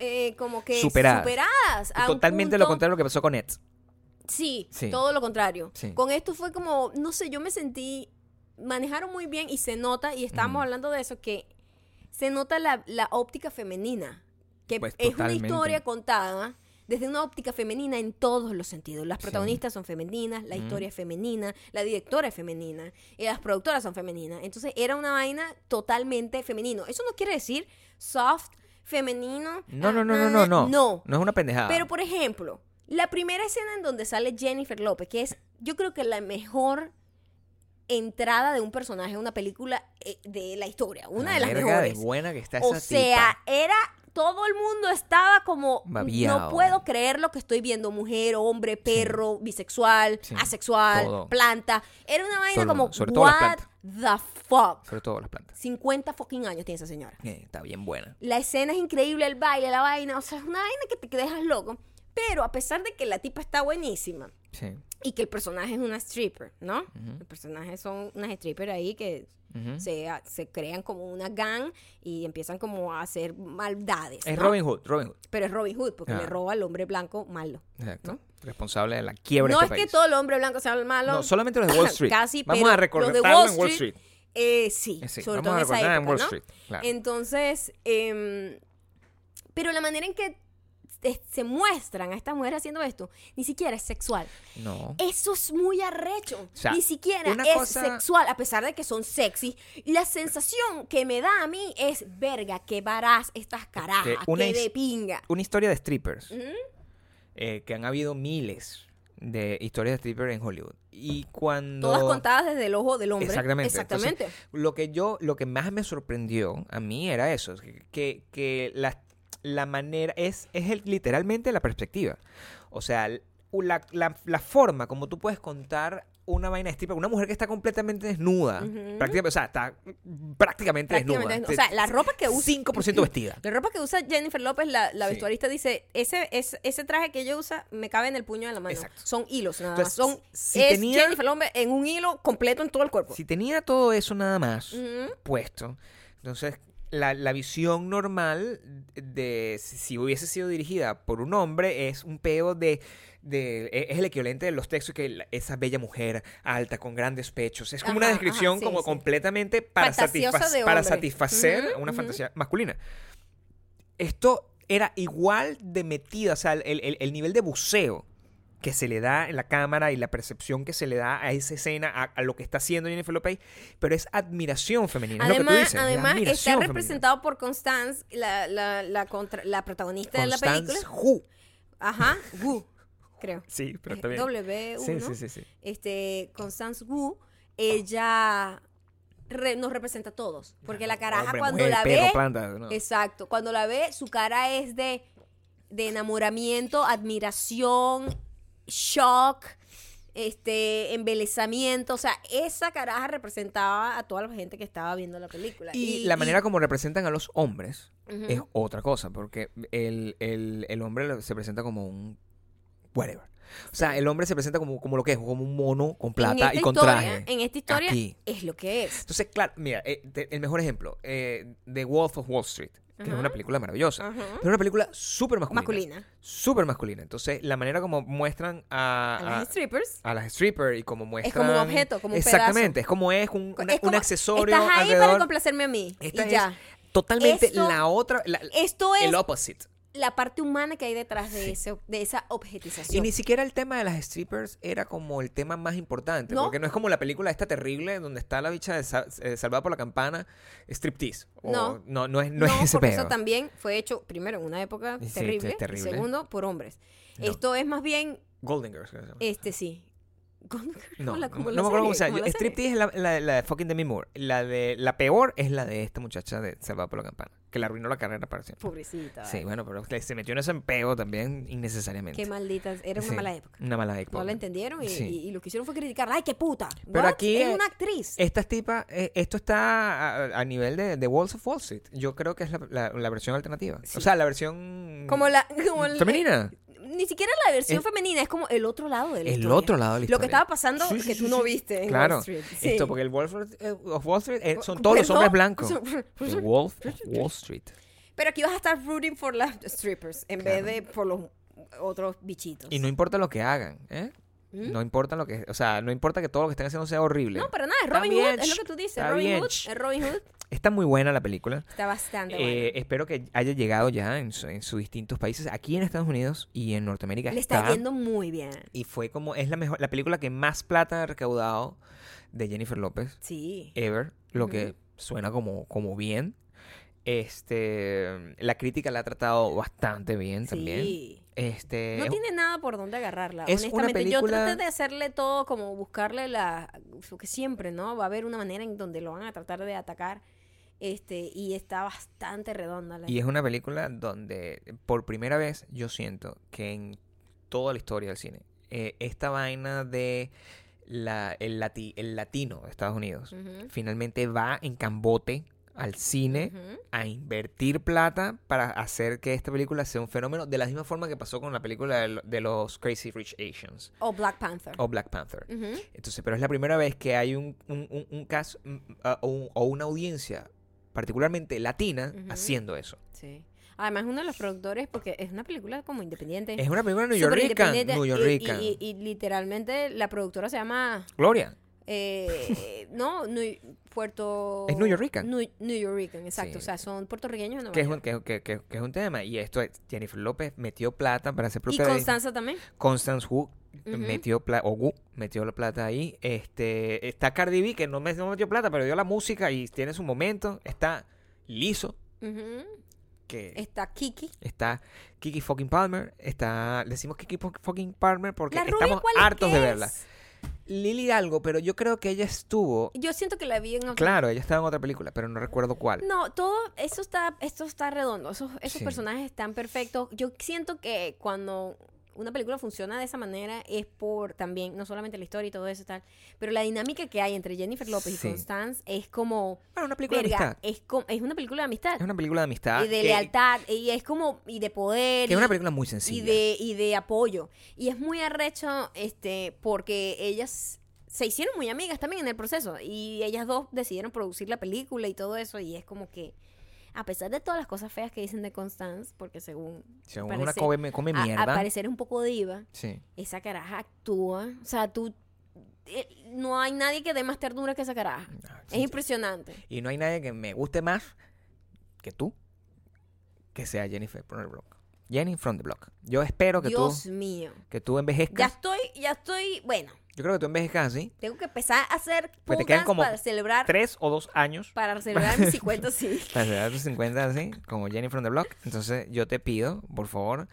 Speaker 1: eh, como que superadas.
Speaker 2: Superadas.
Speaker 1: a un
Speaker 2: totalmente lo
Speaker 1: punto-
Speaker 2: contrario a lo que pasó con Ed.
Speaker 1: Sí,
Speaker 2: Sí.
Speaker 1: todo lo contrario.
Speaker 2: Sí.
Speaker 1: Con esto fue como, no sé, yo me sentí, manejaron muy bien y se nota, y estábamos
Speaker 2: Ujú.
Speaker 1: hablando de eso, que se nota la, la óptica femenina, que
Speaker 2: Pues,
Speaker 1: es una
Speaker 2: totalmente.
Speaker 1: historia contada desde una óptica femenina en todos los sentidos. Las protagonistas son femeninas, la historia es femenina, la directora es femenina, y las productoras son femeninas. Entonces era una vaina totalmente femenino. Eso no quiere decir soft, femenino.
Speaker 2: No,
Speaker 1: ah,
Speaker 2: no, no,
Speaker 1: ah,
Speaker 2: no, no, no.
Speaker 1: No.
Speaker 2: No es una pendejada.
Speaker 1: Pero, por ejemplo, la primera escena en donde sale Jennifer López, que es, yo creo que la mejor entrada de un personaje en una película eh, de la historia, una de las
Speaker 2: verga
Speaker 1: mejores.
Speaker 2: buena que está
Speaker 1: O
Speaker 2: esa
Speaker 1: sea,
Speaker 2: tipa.
Speaker 1: era todo el mundo estaba como no
Speaker 2: Babiao.
Speaker 1: puedo creer lo que estoy viendo, mujer, hombre, perro, bisexual,
Speaker 2: Sí,
Speaker 1: asexual,
Speaker 2: todo.
Speaker 1: planta. Era una vaina
Speaker 2: Todo el
Speaker 1: como
Speaker 2: mundo, sobre todo las
Speaker 1: what the fuck.
Speaker 2: Sobre todo las plantas.
Speaker 1: 50 fucking años tiene esa señora.
Speaker 2: Eh, está bien buena.
Speaker 1: La escena es increíble, el baile, la vaina, o sea, es una vaina que te que dejas loco. Pero a pesar de que la tipa está buenísima,
Speaker 2: Sí.
Speaker 1: y que el personaje es una stripper, ¿no? Los personajes son unas strippers ahí que
Speaker 2: Ujú.
Speaker 1: se, a- se crean como una gang y empiezan como a hacer maldades.
Speaker 2: Es
Speaker 1: ¿no?
Speaker 2: Robin Hood, Robin Hood.
Speaker 1: Pero es Robin Hood porque
Speaker 2: Ah.
Speaker 1: le roba al hombre blanco malo.
Speaker 2: Exacto. Responsable de la quiebra
Speaker 1: no
Speaker 2: de
Speaker 1: es
Speaker 2: este
Speaker 1: que
Speaker 2: país.
Speaker 1: todo el hombre blanco sea el malo.
Speaker 2: No, solamente los de Wall Street.
Speaker 1: Casi,
Speaker 2: Vamos
Speaker 1: pero
Speaker 2: a
Speaker 1: los de
Speaker 2: recordarlo
Speaker 1: Wall
Speaker 2: en Wall
Speaker 1: Street.
Speaker 2: Street.
Speaker 1: Eh, sí,
Speaker 2: Eh, sí,
Speaker 1: sobre
Speaker 2: vamos
Speaker 1: todo en
Speaker 2: a
Speaker 1: esa
Speaker 2: recordar
Speaker 1: época,
Speaker 2: en Wall
Speaker 1: ¿no?
Speaker 2: Street, claro.
Speaker 1: Entonces, em, pero la manera en que eh, se muestran a estas mujeres haciendo esto, ni siquiera es sexual.
Speaker 2: No.
Speaker 1: Eso es muy arrecho.
Speaker 2: sea,
Speaker 1: Ni siquiera
Speaker 2: una
Speaker 1: es
Speaker 2: cosa-
Speaker 1: sexual, a pesar de que son sexy. La sensación que me da a mí es, verga, que varas estas carajas,
Speaker 2: una
Speaker 1: que
Speaker 2: his-
Speaker 1: de pinga.
Speaker 2: Una historia de strippers. eh, que han habido miles de historias de strippers en Hollywood. Y cuando.
Speaker 1: Todas contadas desde el ojo del hombre.
Speaker 2: Exactamente.
Speaker 1: Exactamente.
Speaker 2: Entonces, lo que yo, lo que más me sorprendió a mí era eso, que, que la, la manera es, es el- literalmente la perspectiva. O sea, l- la, la- la forma como tú puedes contar una vaina de stripper, una mujer que está completamente desnuda, prácticamente, o sea, está prácticamente,
Speaker 1: Prácticamente
Speaker 2: desnuda.
Speaker 1: desnuda. O sea, la ropa que usa-
Speaker 2: 5% vestida.
Speaker 1: La ropa que usa Jennifer López, la, la
Speaker 2: Sí.
Speaker 1: vestuarista, dice, ese, es- ese traje que ella usa me cabe en el puño de la mano.
Speaker 2: Exacto.
Speaker 1: Son hilos nada
Speaker 2: Entonces,
Speaker 1: más. Son,
Speaker 2: si
Speaker 1: es
Speaker 2: tenía-
Speaker 1: Jennifer López en un hilo completo en todo el cuerpo.
Speaker 2: Si tenía todo eso nada más
Speaker 1: Ujú.
Speaker 2: puesto, entonces la, la visión normal de si- si hubiese sido dirigida por un hombre es un peo de, de- e- es el equivalente de los textos que la- esa bella mujer alta con grandes pechos es como una
Speaker 1: Ajá,
Speaker 2: descripción
Speaker 1: ajá, sí,
Speaker 2: como
Speaker 1: sí.
Speaker 2: completamente para,
Speaker 1: Fantasiosa
Speaker 2: satisfac-
Speaker 1: de
Speaker 2: para
Speaker 1: hombre.
Speaker 2: satisfacer
Speaker 1: Ujú,
Speaker 2: una
Speaker 1: ujú.
Speaker 2: fantasía masculina esto era igual de metida o sea el- el- el nivel de buceo que se le da en la cámara y la percepción que se le da a esa escena, a, a lo que está haciendo Jennifer López, pero es admiración femenina. es lo que tú
Speaker 1: Además,
Speaker 2: dices, la
Speaker 1: además está
Speaker 2: admiración femenina.
Speaker 1: representado por Constance, la, la, la, contra- la protagonista de la
Speaker 2: Constance
Speaker 1: película.
Speaker 2: Hu.
Speaker 1: Ajá, Wu, creo.
Speaker 2: Sí, pero
Speaker 1: Eh,
Speaker 2: está bien.
Speaker 1: W,
Speaker 2: Sí,
Speaker 1: ¿no?
Speaker 2: sí, sí, sí.
Speaker 1: Este, Constance Wu, ella re- nos representa a todos. Porque la caraja
Speaker 2: Hombre,
Speaker 1: cuando
Speaker 2: mujer,
Speaker 1: la
Speaker 2: perro,
Speaker 1: ve...
Speaker 2: planta, no.
Speaker 1: Exacto. Cuando la ve, su cara es de, de enamoramiento, admiración, shock, este, embelezamiento. O sea, esa caraja representaba a toda la gente que estaba viendo la película.
Speaker 2: Y, la manera como representan a los hombres
Speaker 1: Ujú.
Speaker 2: es otra cosa, porque el, el- el hombre lo- se presenta como un whatever. O sea, el hombre se presenta como, como lo que es, como un mono con
Speaker 1: en
Speaker 2: plata
Speaker 1: esta
Speaker 2: y con
Speaker 1: historia-
Speaker 2: traje.
Speaker 1: En esta historia
Speaker 2: Aquí.
Speaker 1: es lo que es.
Speaker 2: Entonces, claro, mira, eh, te- el mejor ejemplo, eh, The Wolf of Wall Street, que es una película maravillosa,
Speaker 1: Ajá.
Speaker 2: pero una película súper masculina.
Speaker 1: Masculina.
Speaker 2: Súper masculina. Entonces, la manera como muestran
Speaker 1: A
Speaker 2: a...
Speaker 1: las strippers.
Speaker 2: a las strippers y como muestran...
Speaker 1: como un objeto, como un
Speaker 2: Exactamente, es como es, un, una-
Speaker 1: Es como,
Speaker 2: un accesorio
Speaker 1: Estás ahí para
Speaker 2: alrededor.
Speaker 1: complacerme a mí.
Speaker 2: Esta
Speaker 1: y
Speaker 2: es
Speaker 1: ya.
Speaker 2: totalmente
Speaker 1: Esto-
Speaker 2: la otra... la-
Speaker 1: Esto es
Speaker 2: el opposite.
Speaker 1: la parte humana que hay detrás de, ese, de esa objetización.
Speaker 2: Y ni siquiera el tema de las strippers era como el tema más importante.
Speaker 1: No.
Speaker 2: Porque no es como la película esta terrible donde está la bicha de Sa- eh, Salvada por la Campana, striptease. O-
Speaker 1: No.
Speaker 2: no. No es, no
Speaker 1: No,
Speaker 2: es ese
Speaker 1: porque
Speaker 2: pedo.
Speaker 1: eso también fue hecho, primero, en una época
Speaker 2: Sí, sí,
Speaker 1: terrible,
Speaker 2: es terrible.
Speaker 1: y segundo, por hombres.
Speaker 2: No.
Speaker 1: Esto es más bien,
Speaker 2: Golden Girls. creo que se llama.
Speaker 1: este sí. Como
Speaker 2: No,
Speaker 1: la-
Speaker 2: no
Speaker 1: como
Speaker 2: me-
Speaker 1: la
Speaker 2: no me acuerdo
Speaker 1: serie,
Speaker 2: cómo se llama.
Speaker 1: como
Speaker 2: Yo-
Speaker 1: la serie.
Speaker 2: Striptease es la, la, la de fucking Demi Moore. La, de, la peor es la de esta muchacha de Salvada por la Campana, que le arruinó la carrera para siempre.
Speaker 1: Pobrecita.
Speaker 2: Sí,
Speaker 1: vale.
Speaker 2: bueno, pero le- se metió en ese empeo también innecesariamente.
Speaker 1: Qué malditas. Era una
Speaker 2: Sí,
Speaker 1: mala época.
Speaker 2: Una mala época.
Speaker 1: No la entendieron y,
Speaker 2: Sí.
Speaker 1: y- y lo que hicieron fue criticar. ¡Ay, qué puta!
Speaker 2: Pero
Speaker 1: What?
Speaker 2: aquí
Speaker 1: es
Speaker 2: es-
Speaker 1: una actriz.
Speaker 2: Estas tipas, eh, esto está a, a nivel de, de Walls of Wall Street. Yo creo que es la, la- la versión alternativa. O sea, la versión
Speaker 1: como la... Como el- eh,
Speaker 2: femenina.
Speaker 1: Ni siquiera la versión
Speaker 2: El-
Speaker 1: femenina, es como el otro lado de la
Speaker 2: el
Speaker 1: historia.
Speaker 2: otro lado de la
Speaker 1: Lo que
Speaker 2: historia.
Speaker 1: estaba pasando
Speaker 2: Sí, sí,
Speaker 1: que
Speaker 2: sí,
Speaker 1: tú no
Speaker 2: sí.
Speaker 1: viste en
Speaker 2: Claro.
Speaker 1: Wall Street. Sí.
Speaker 2: Esto, porque el Wolf of Wall Street eh, son
Speaker 1: Oh,
Speaker 2: todos los
Speaker 1: perdón.
Speaker 2: hombres blancos.
Speaker 1: Sí.
Speaker 2: The Wolf of Wall Street.
Speaker 1: Pero aquí vas a estar rooting for las strippers en
Speaker 2: Claro.
Speaker 1: vez de por los otros bichitos.
Speaker 2: Y no importa lo que hagan, ¿eh? No importa lo que, o sea, no importa que todo lo que estén haciendo sea horrible.
Speaker 1: ¿Mm? No, para nada, es
Speaker 2: Está
Speaker 1: Robin
Speaker 2: bien,
Speaker 1: Hood, es lo
Speaker 2: ch,
Speaker 1: que tú dices,
Speaker 2: está
Speaker 1: Robin
Speaker 2: bien,
Speaker 1: Hood,
Speaker 2: ch.
Speaker 1: es Robin Hood.
Speaker 2: Está muy buena la película.
Speaker 1: Está bastante
Speaker 2: Eh,
Speaker 1: bueno.
Speaker 2: espero que haya llegado ya en, su- en sus distintos países. Aquí en Estados Unidos y en Norteamérica
Speaker 1: Le está yendo muy bien.
Speaker 2: Y fue como, es la mejor, la película que más plata ha recaudado de Jennifer López
Speaker 1: Sí.
Speaker 2: ever, lo que
Speaker 1: Ujú.
Speaker 2: suena como, como bien. Este, la crítica la ha tratado bastante bien también.
Speaker 1: sí.
Speaker 2: Este,
Speaker 1: No
Speaker 2: es-
Speaker 1: tiene nada por dónde agarrarla.
Speaker 2: es una
Speaker 1: Honestamente, yo
Speaker 2: película-
Speaker 1: traté de hacerle todo como buscarle la. Porque siempre, ¿no? Va a haber una manera en donde lo van a tratar de atacar. Este, y está bastante redonda la.
Speaker 2: y es una película donde por primera vez yo siento que en toda la historia del cine, eh, esta vaina de la, el, lati- el latino de Estados Unidos
Speaker 1: Ujú,
Speaker 2: finalmente va en cambote al cine
Speaker 1: ujú.
Speaker 2: a invertir plata para hacer que esta película sea un fenómeno de la misma forma que pasó con la película de, lo- de los Crazy Rich Asians
Speaker 1: O Black Panther.
Speaker 2: o Black Panther.
Speaker 1: Ujú.
Speaker 2: Entonces, pero es la primera vez que hay un, un, un- un cast mm, ah, o, un- o una audiencia particularmente latina
Speaker 1: Ujú.
Speaker 2: haciendo eso.
Speaker 1: Sí. Además, uno de los productores, porque es una película como independiente.
Speaker 2: Es una película neoyorrica,
Speaker 1: superindependiente, y-
Speaker 2: neoyorrica.
Speaker 1: Y, y- y literalmente la productora se llama.
Speaker 2: Gloria.
Speaker 1: eh, no, New- Puerto.
Speaker 2: Es neoyorrican.
Speaker 1: New, York, exacto.
Speaker 2: Sí.
Speaker 1: O sea, son puertorriqueños. de Nueva
Speaker 2: Que es,
Speaker 1: York.
Speaker 2: un, que, que- que- que es un tema. Y esto es, Jennifer López metió plata para hacer
Speaker 1: Y
Speaker 2: propia de-
Speaker 1: Constanza también.
Speaker 2: Constance Wu
Speaker 1: Ujú.
Speaker 2: metió plata, o Wu metió la plata ahí. Este, está Cardi B, que no, me- no metió plata, pero dio la música y tiene su momento. Está Liso,
Speaker 1: Ujú.
Speaker 2: que
Speaker 1: Está Kiki.
Speaker 2: está Kiki fucking Palmer. Está, decimos Kiki fu- fucking Palmer porque
Speaker 1: la rubia,
Speaker 2: estamos
Speaker 1: ¿cuál es
Speaker 2: hartos
Speaker 1: que
Speaker 2: de verla.
Speaker 1: es?
Speaker 2: Lily algo, pero yo creo que ella estuvo.
Speaker 1: Yo siento que la vi en...
Speaker 2: Claro, ella estaba en otra película, pero no recuerdo cuál.
Speaker 1: No, todo eso está, esto está redondo. Esos, esos
Speaker 2: Sí.
Speaker 1: personajes están perfectos. Yo siento que cuando una película funciona de esa manera es por también, no solamente la historia y todo eso y tal, pero la dinámica que hay entre Jennifer López
Speaker 2: Sí.
Speaker 1: y Constance es como...
Speaker 2: Bueno, una película de
Speaker 1: Verga,
Speaker 2: amistad.
Speaker 1: es, co- es una película de amistad.
Speaker 2: Es una película de amistad.
Speaker 1: y de
Speaker 2: que-
Speaker 1: lealtad. Y es como... Y de poder.
Speaker 2: Que
Speaker 1: y-
Speaker 2: es una película muy
Speaker 1: y
Speaker 2: sencilla.
Speaker 1: de, y de apoyo. Y es muy arrecho este, porque ellas se hicieron muy amigas también en el proceso. Y ellas dos decidieron producir la película y todo eso. Y es como que, a pesar de todas las cosas feas que dicen de Constance, porque según,
Speaker 2: Según
Speaker 1: parece-
Speaker 2: una come, come
Speaker 1: a-
Speaker 2: mierda.
Speaker 1: al parecer es un poco diva,
Speaker 2: sí.
Speaker 1: esa caraja actúa. O sea, tú. eh, no hay nadie que dé más ternura que esa caraja.
Speaker 2: Ah,
Speaker 1: Es
Speaker 2: sí.
Speaker 1: impresionante.
Speaker 2: Y no hay nadie que me guste más que tú que sea Jennifer from the Block. Jenny from the Block. Yo espero que
Speaker 1: Dios
Speaker 2: tú
Speaker 1: mío.
Speaker 2: que tú
Speaker 1: Ya
Speaker 2: envejezcas.
Speaker 1: estoy, ya estoy. Bueno,
Speaker 2: Yo creo que tú envejezcas así.
Speaker 1: tengo que empezar a hacer
Speaker 2: Pues te quedan
Speaker 1: putas
Speaker 2: como
Speaker 1: para celebrar
Speaker 2: Tres o dos años
Speaker 1: Para celebrar mis 50, sí.
Speaker 2: para llegar a tus 50 así, como Jenny from the Block. Entonces yo te pido, por favor,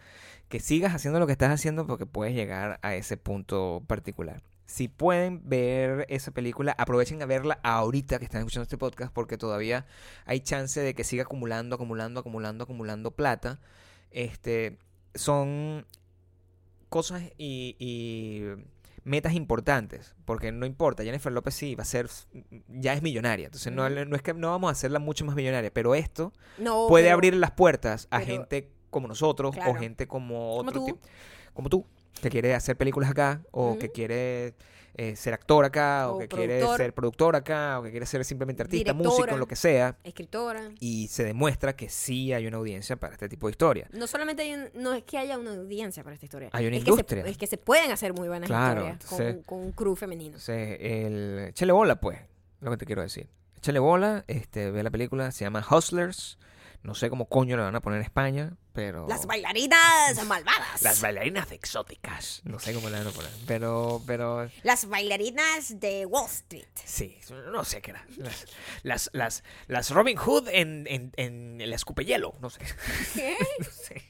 Speaker 2: que sigas haciendo lo que estás haciendo porque puedes llegar a ese punto particular. Si pueden ver esa película, aprovechen a verla ahorita que están escuchando este podcast porque todavía hay chance de que siga acumulando, acumulando, acumulando, acumulando plata. Este, son cosas y, y metas importantes, porque no importa, Jennifer López sí va a ser, ya es millonaria, entonces no,
Speaker 1: Ujú.
Speaker 2: no es que no vamos a hacerla mucho más millonaria, pero esto
Speaker 1: No.
Speaker 2: puede
Speaker 1: pero-
Speaker 2: abrir las puertas a
Speaker 1: pero-
Speaker 2: gente como nosotros o
Speaker 1: Claro.
Speaker 2: gente como
Speaker 1: Como
Speaker 2: otro
Speaker 1: tú.
Speaker 2: tipo- como tú que quiere hacer películas acá o que
Speaker 1: Ujú.
Speaker 2: quiere eh, ser actor acá o,
Speaker 1: O
Speaker 2: que quiere
Speaker 1: productor.
Speaker 2: ser productor acá o que quiere ser simplemente artista, músico,
Speaker 1: Directora.
Speaker 2: lo que sea
Speaker 1: Escritora.
Speaker 2: y se demuestra que sí hay una audiencia para este tipo de historia.
Speaker 1: No solamente hay un- no es que haya una audiencia para esta historia.
Speaker 2: Hay una
Speaker 1: es
Speaker 2: industria.
Speaker 1: Que se, es que se pueden hacer muy buenas
Speaker 2: Claro,
Speaker 1: historias con-
Speaker 2: entonces-
Speaker 1: con, un crew femenino.
Speaker 2: Entonces, el échale bola pues, lo que te quiero decir. Échale bola, este ve la película, se llama Hustlers. No sé cómo coño la van a poner en España, pero
Speaker 1: Las bailarinas malvadas.
Speaker 2: Oh. Las
Speaker 1: Las,
Speaker 2: bailarinas exóticas. No sé cómo la van a poner. Pero, pero.
Speaker 1: bailarinas de Wall Street.
Speaker 2: Sí, no sé qué era. Las, las, las, las Robin Hood en, en, en el escupehielo. No sé.
Speaker 1: ¿Qué?
Speaker 2: No sé.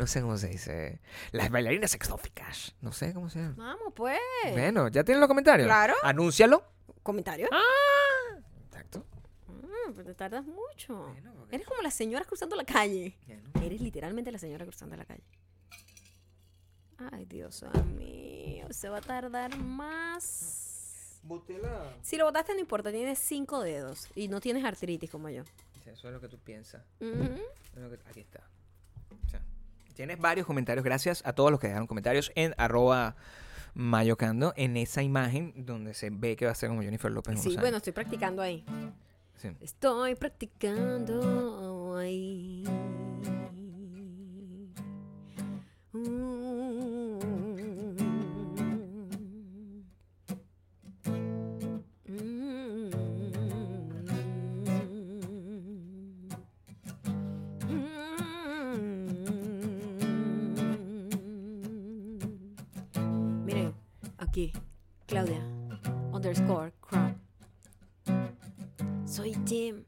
Speaker 2: No sé cómo se dice. Las bailarinas exóticas. No sé cómo se llama.
Speaker 1: Vamos, pues.
Speaker 2: Bueno, ya tienen los comentarios.
Speaker 1: Claro. Ah.
Speaker 2: Anúncialo. Ah.
Speaker 1: Comentario.
Speaker 2: Exacto.
Speaker 1: Mm, pero te tardas mucho.
Speaker 2: Bueno, porque-
Speaker 1: Eres como las señoras cruzando la calle.
Speaker 2: Bueno.
Speaker 1: Eres literalmente la señora cruzando la calle. Ay, Dios mío. Se va a tardar más. Si lo botaste no importa, tienes cinco dedos y no tienes artritis como yo.
Speaker 2: Eso es lo que tú piensas.
Speaker 1: Ujú.
Speaker 2: Lo que- Aquí está. O sea, tienes varios comentarios. Gracias a todos los que dejaron comentarios en arroba mayocando en esa imagen donde se ve que va a ser como Jennifer López. en
Speaker 1: Sí,
Speaker 2: unos
Speaker 1: bueno,
Speaker 2: años.
Speaker 1: estoy practicando ahí.
Speaker 2: Sí.
Speaker 1: Estoy practicando ahí. Mm. Mm. Oye, Claudia, underscore, crown. Soy Jim,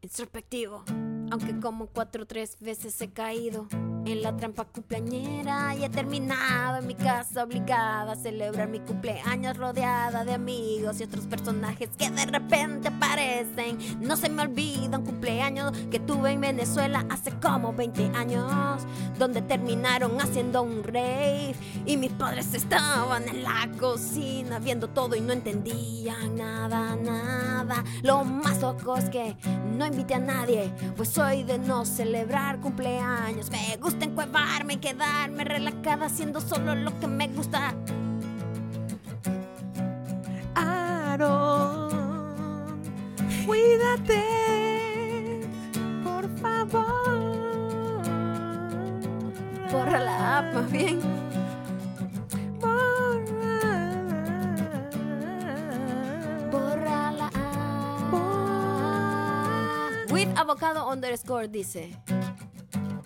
Speaker 1: introspectivo, aunque como cuatro o tres veces he caído en la trampa cumpleañera y he terminado en mi casa obligada a celebrar mi cumpleaños rodeada de amigos y otros personajes que de repente aparecen. No se me olvida un cumpleaños que tuve en Venezuela hace como 20 años, donde terminaron haciendo un rave y mis padres estaban en la cocina viendo todo y no entendían nada, nada. Lo más loco es que no invité a nadie, pues soy de no celebrar cumpleaños. Me gusta gusta encuevarme y quedarme relajada haciendo solo lo que me gusta.
Speaker 3: Aaron, cuídate, por favor.
Speaker 1: Borra la app más bien. Borra la app. With avocado underscore dice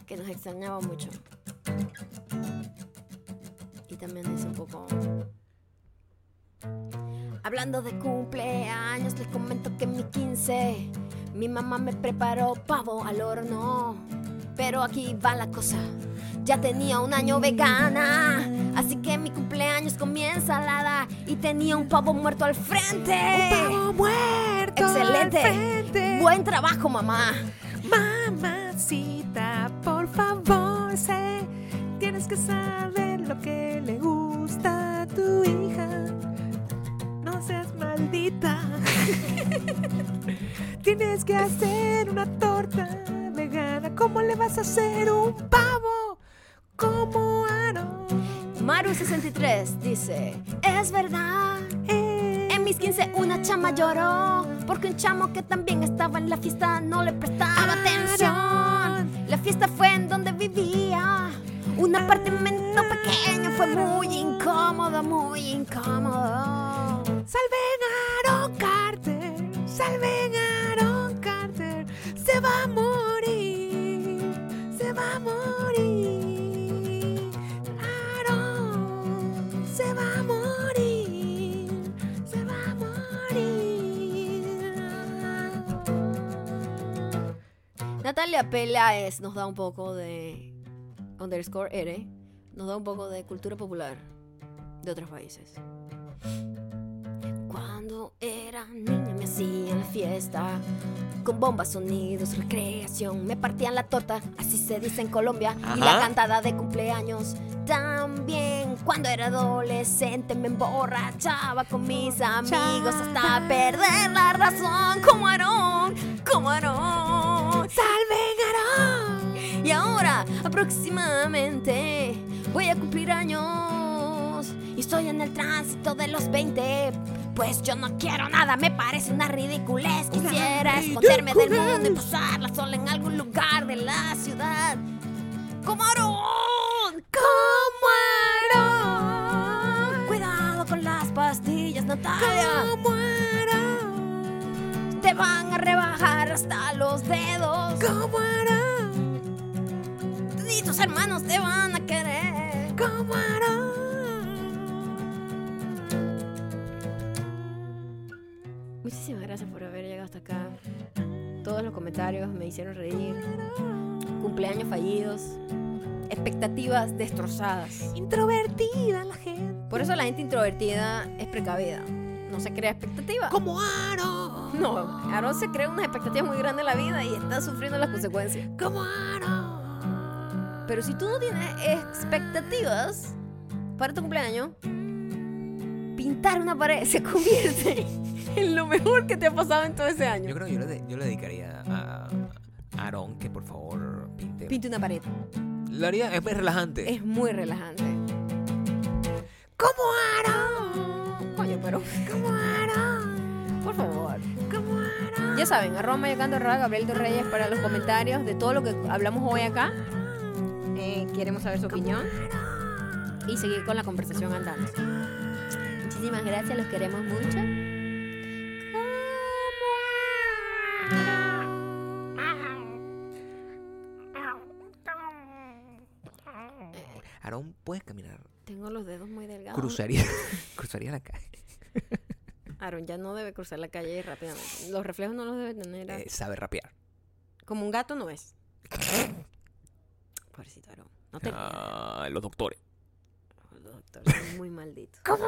Speaker 1: que nos extrañaba mucho. Y también dice un poco. Hablando de cumpleaños, les comento que en mi 15 mi mamá me preparó pavo al horno. Pero aquí va la cosa. Ya tenía un año vegana, así que mi cumpleaños comienza ensalada y tenía un pavo muerto al frente.
Speaker 3: Pavo muerto.
Speaker 1: Excelente.
Speaker 3: al frente.
Speaker 1: Buen trabajo, mamá.
Speaker 3: Mamacita, por favor, sé. Tienes que saber lo que le gusta a tu hija. No seas maldita. Tienes que hacer una torta vegana. ¿Cómo le vas a hacer un pavo? Como Aro.
Speaker 1: Maru63 dice, es verdad. En mis 15 una chama lloró porque un chamo que también estaba en la fiesta no le prestaba atención. La fiesta fue en donde vivía. Un apartamento pequeño fue muy incómodo, muy incómodo.
Speaker 3: Salven a Aaron Carter, salven a Aaron Carter, se va a morir, se va a morir. Aaron se va a morir, se va a morir.
Speaker 1: Natalia Peláez nos da un poco de underscore R, nos da un poco de cultura popular de otros países. Cuando era niña me hacían la fiesta con bombas, sonidos, recreación, me partían la torta, así se dice en Colombia, y la
Speaker 2: Ajá.
Speaker 1: cantada de cumpleaños. También cuando era adolescente me emborrachaba con mis amigos hasta perder la razón, como Aarón, como Aarón.
Speaker 3: Salven a Aaron.
Speaker 1: Y ahora, aproximadamente, voy a cumplir años. Y estoy en el tránsito de los 20. Pues yo no quiero nada, me parece una ridiculez. Quisiera esconderme del mundo y pasarla sola en algún lugar de la ciudad. ¡Como Aarón! ¡Como Aarón! Cuidado con las pastillas, Natalia.
Speaker 3: Como Aaron,
Speaker 1: Te van a rebajar hasta los dedos.
Speaker 3: como Aaron,
Speaker 1: Ni tus hermanos te van a querer.
Speaker 3: como Aaron.
Speaker 1: Muchísimas gracias por haber llegado hasta acá. Todos los comentarios me hicieron reír. Cumpleaños fallidos. Expectativas destrozadas.
Speaker 3: Introvertida la gente,
Speaker 1: Por eso la gente introvertida es precavida. No se crea expectativas.
Speaker 3: como Aro.
Speaker 1: No, Aaron se crea unas expectativas muy grandes en la vida y está sufriendo las consecuencias.
Speaker 3: Como Aro.
Speaker 1: Pero si tú no tienes expectativas para tu cumpleaños, pintar una pared se convierte en lo mejor que te ha pasado en todo ese año.
Speaker 2: Yo creo que yo le, de- yo le dedicaría a a Aarón que por favor pinte.
Speaker 1: Pinta una pared.
Speaker 2: Lo haría, es relajante.
Speaker 1: Es muy relajante.
Speaker 3: Como Aro.
Speaker 1: Coño, pero
Speaker 3: Como Aro.
Speaker 1: por favor.
Speaker 3: Como Aro.
Speaker 1: Ya saben, arroba mayocando arroba Gabriel Dos Reyes para los comentarios de todo lo que hablamos hoy acá. Eh, queremos saber su opinión y seguir con la conversación andando. Muchísimas gracias, los queremos mucho.
Speaker 2: Aarón, ¿puedes puedes caminar,
Speaker 1: Tengo los dedos muy delgados.
Speaker 2: cruzaría, cruzaría la calle.
Speaker 1: Aaron ya no debe cruzar la calle rápidamente. Los reflejos no los debe tener. a-
Speaker 2: Eh, sabe rapear.
Speaker 1: Como un gato no es. Pobrecito Aaron. No te rías.
Speaker 2: Ah, los doctores.
Speaker 1: Los doctores son muy malditos. ¿Cómo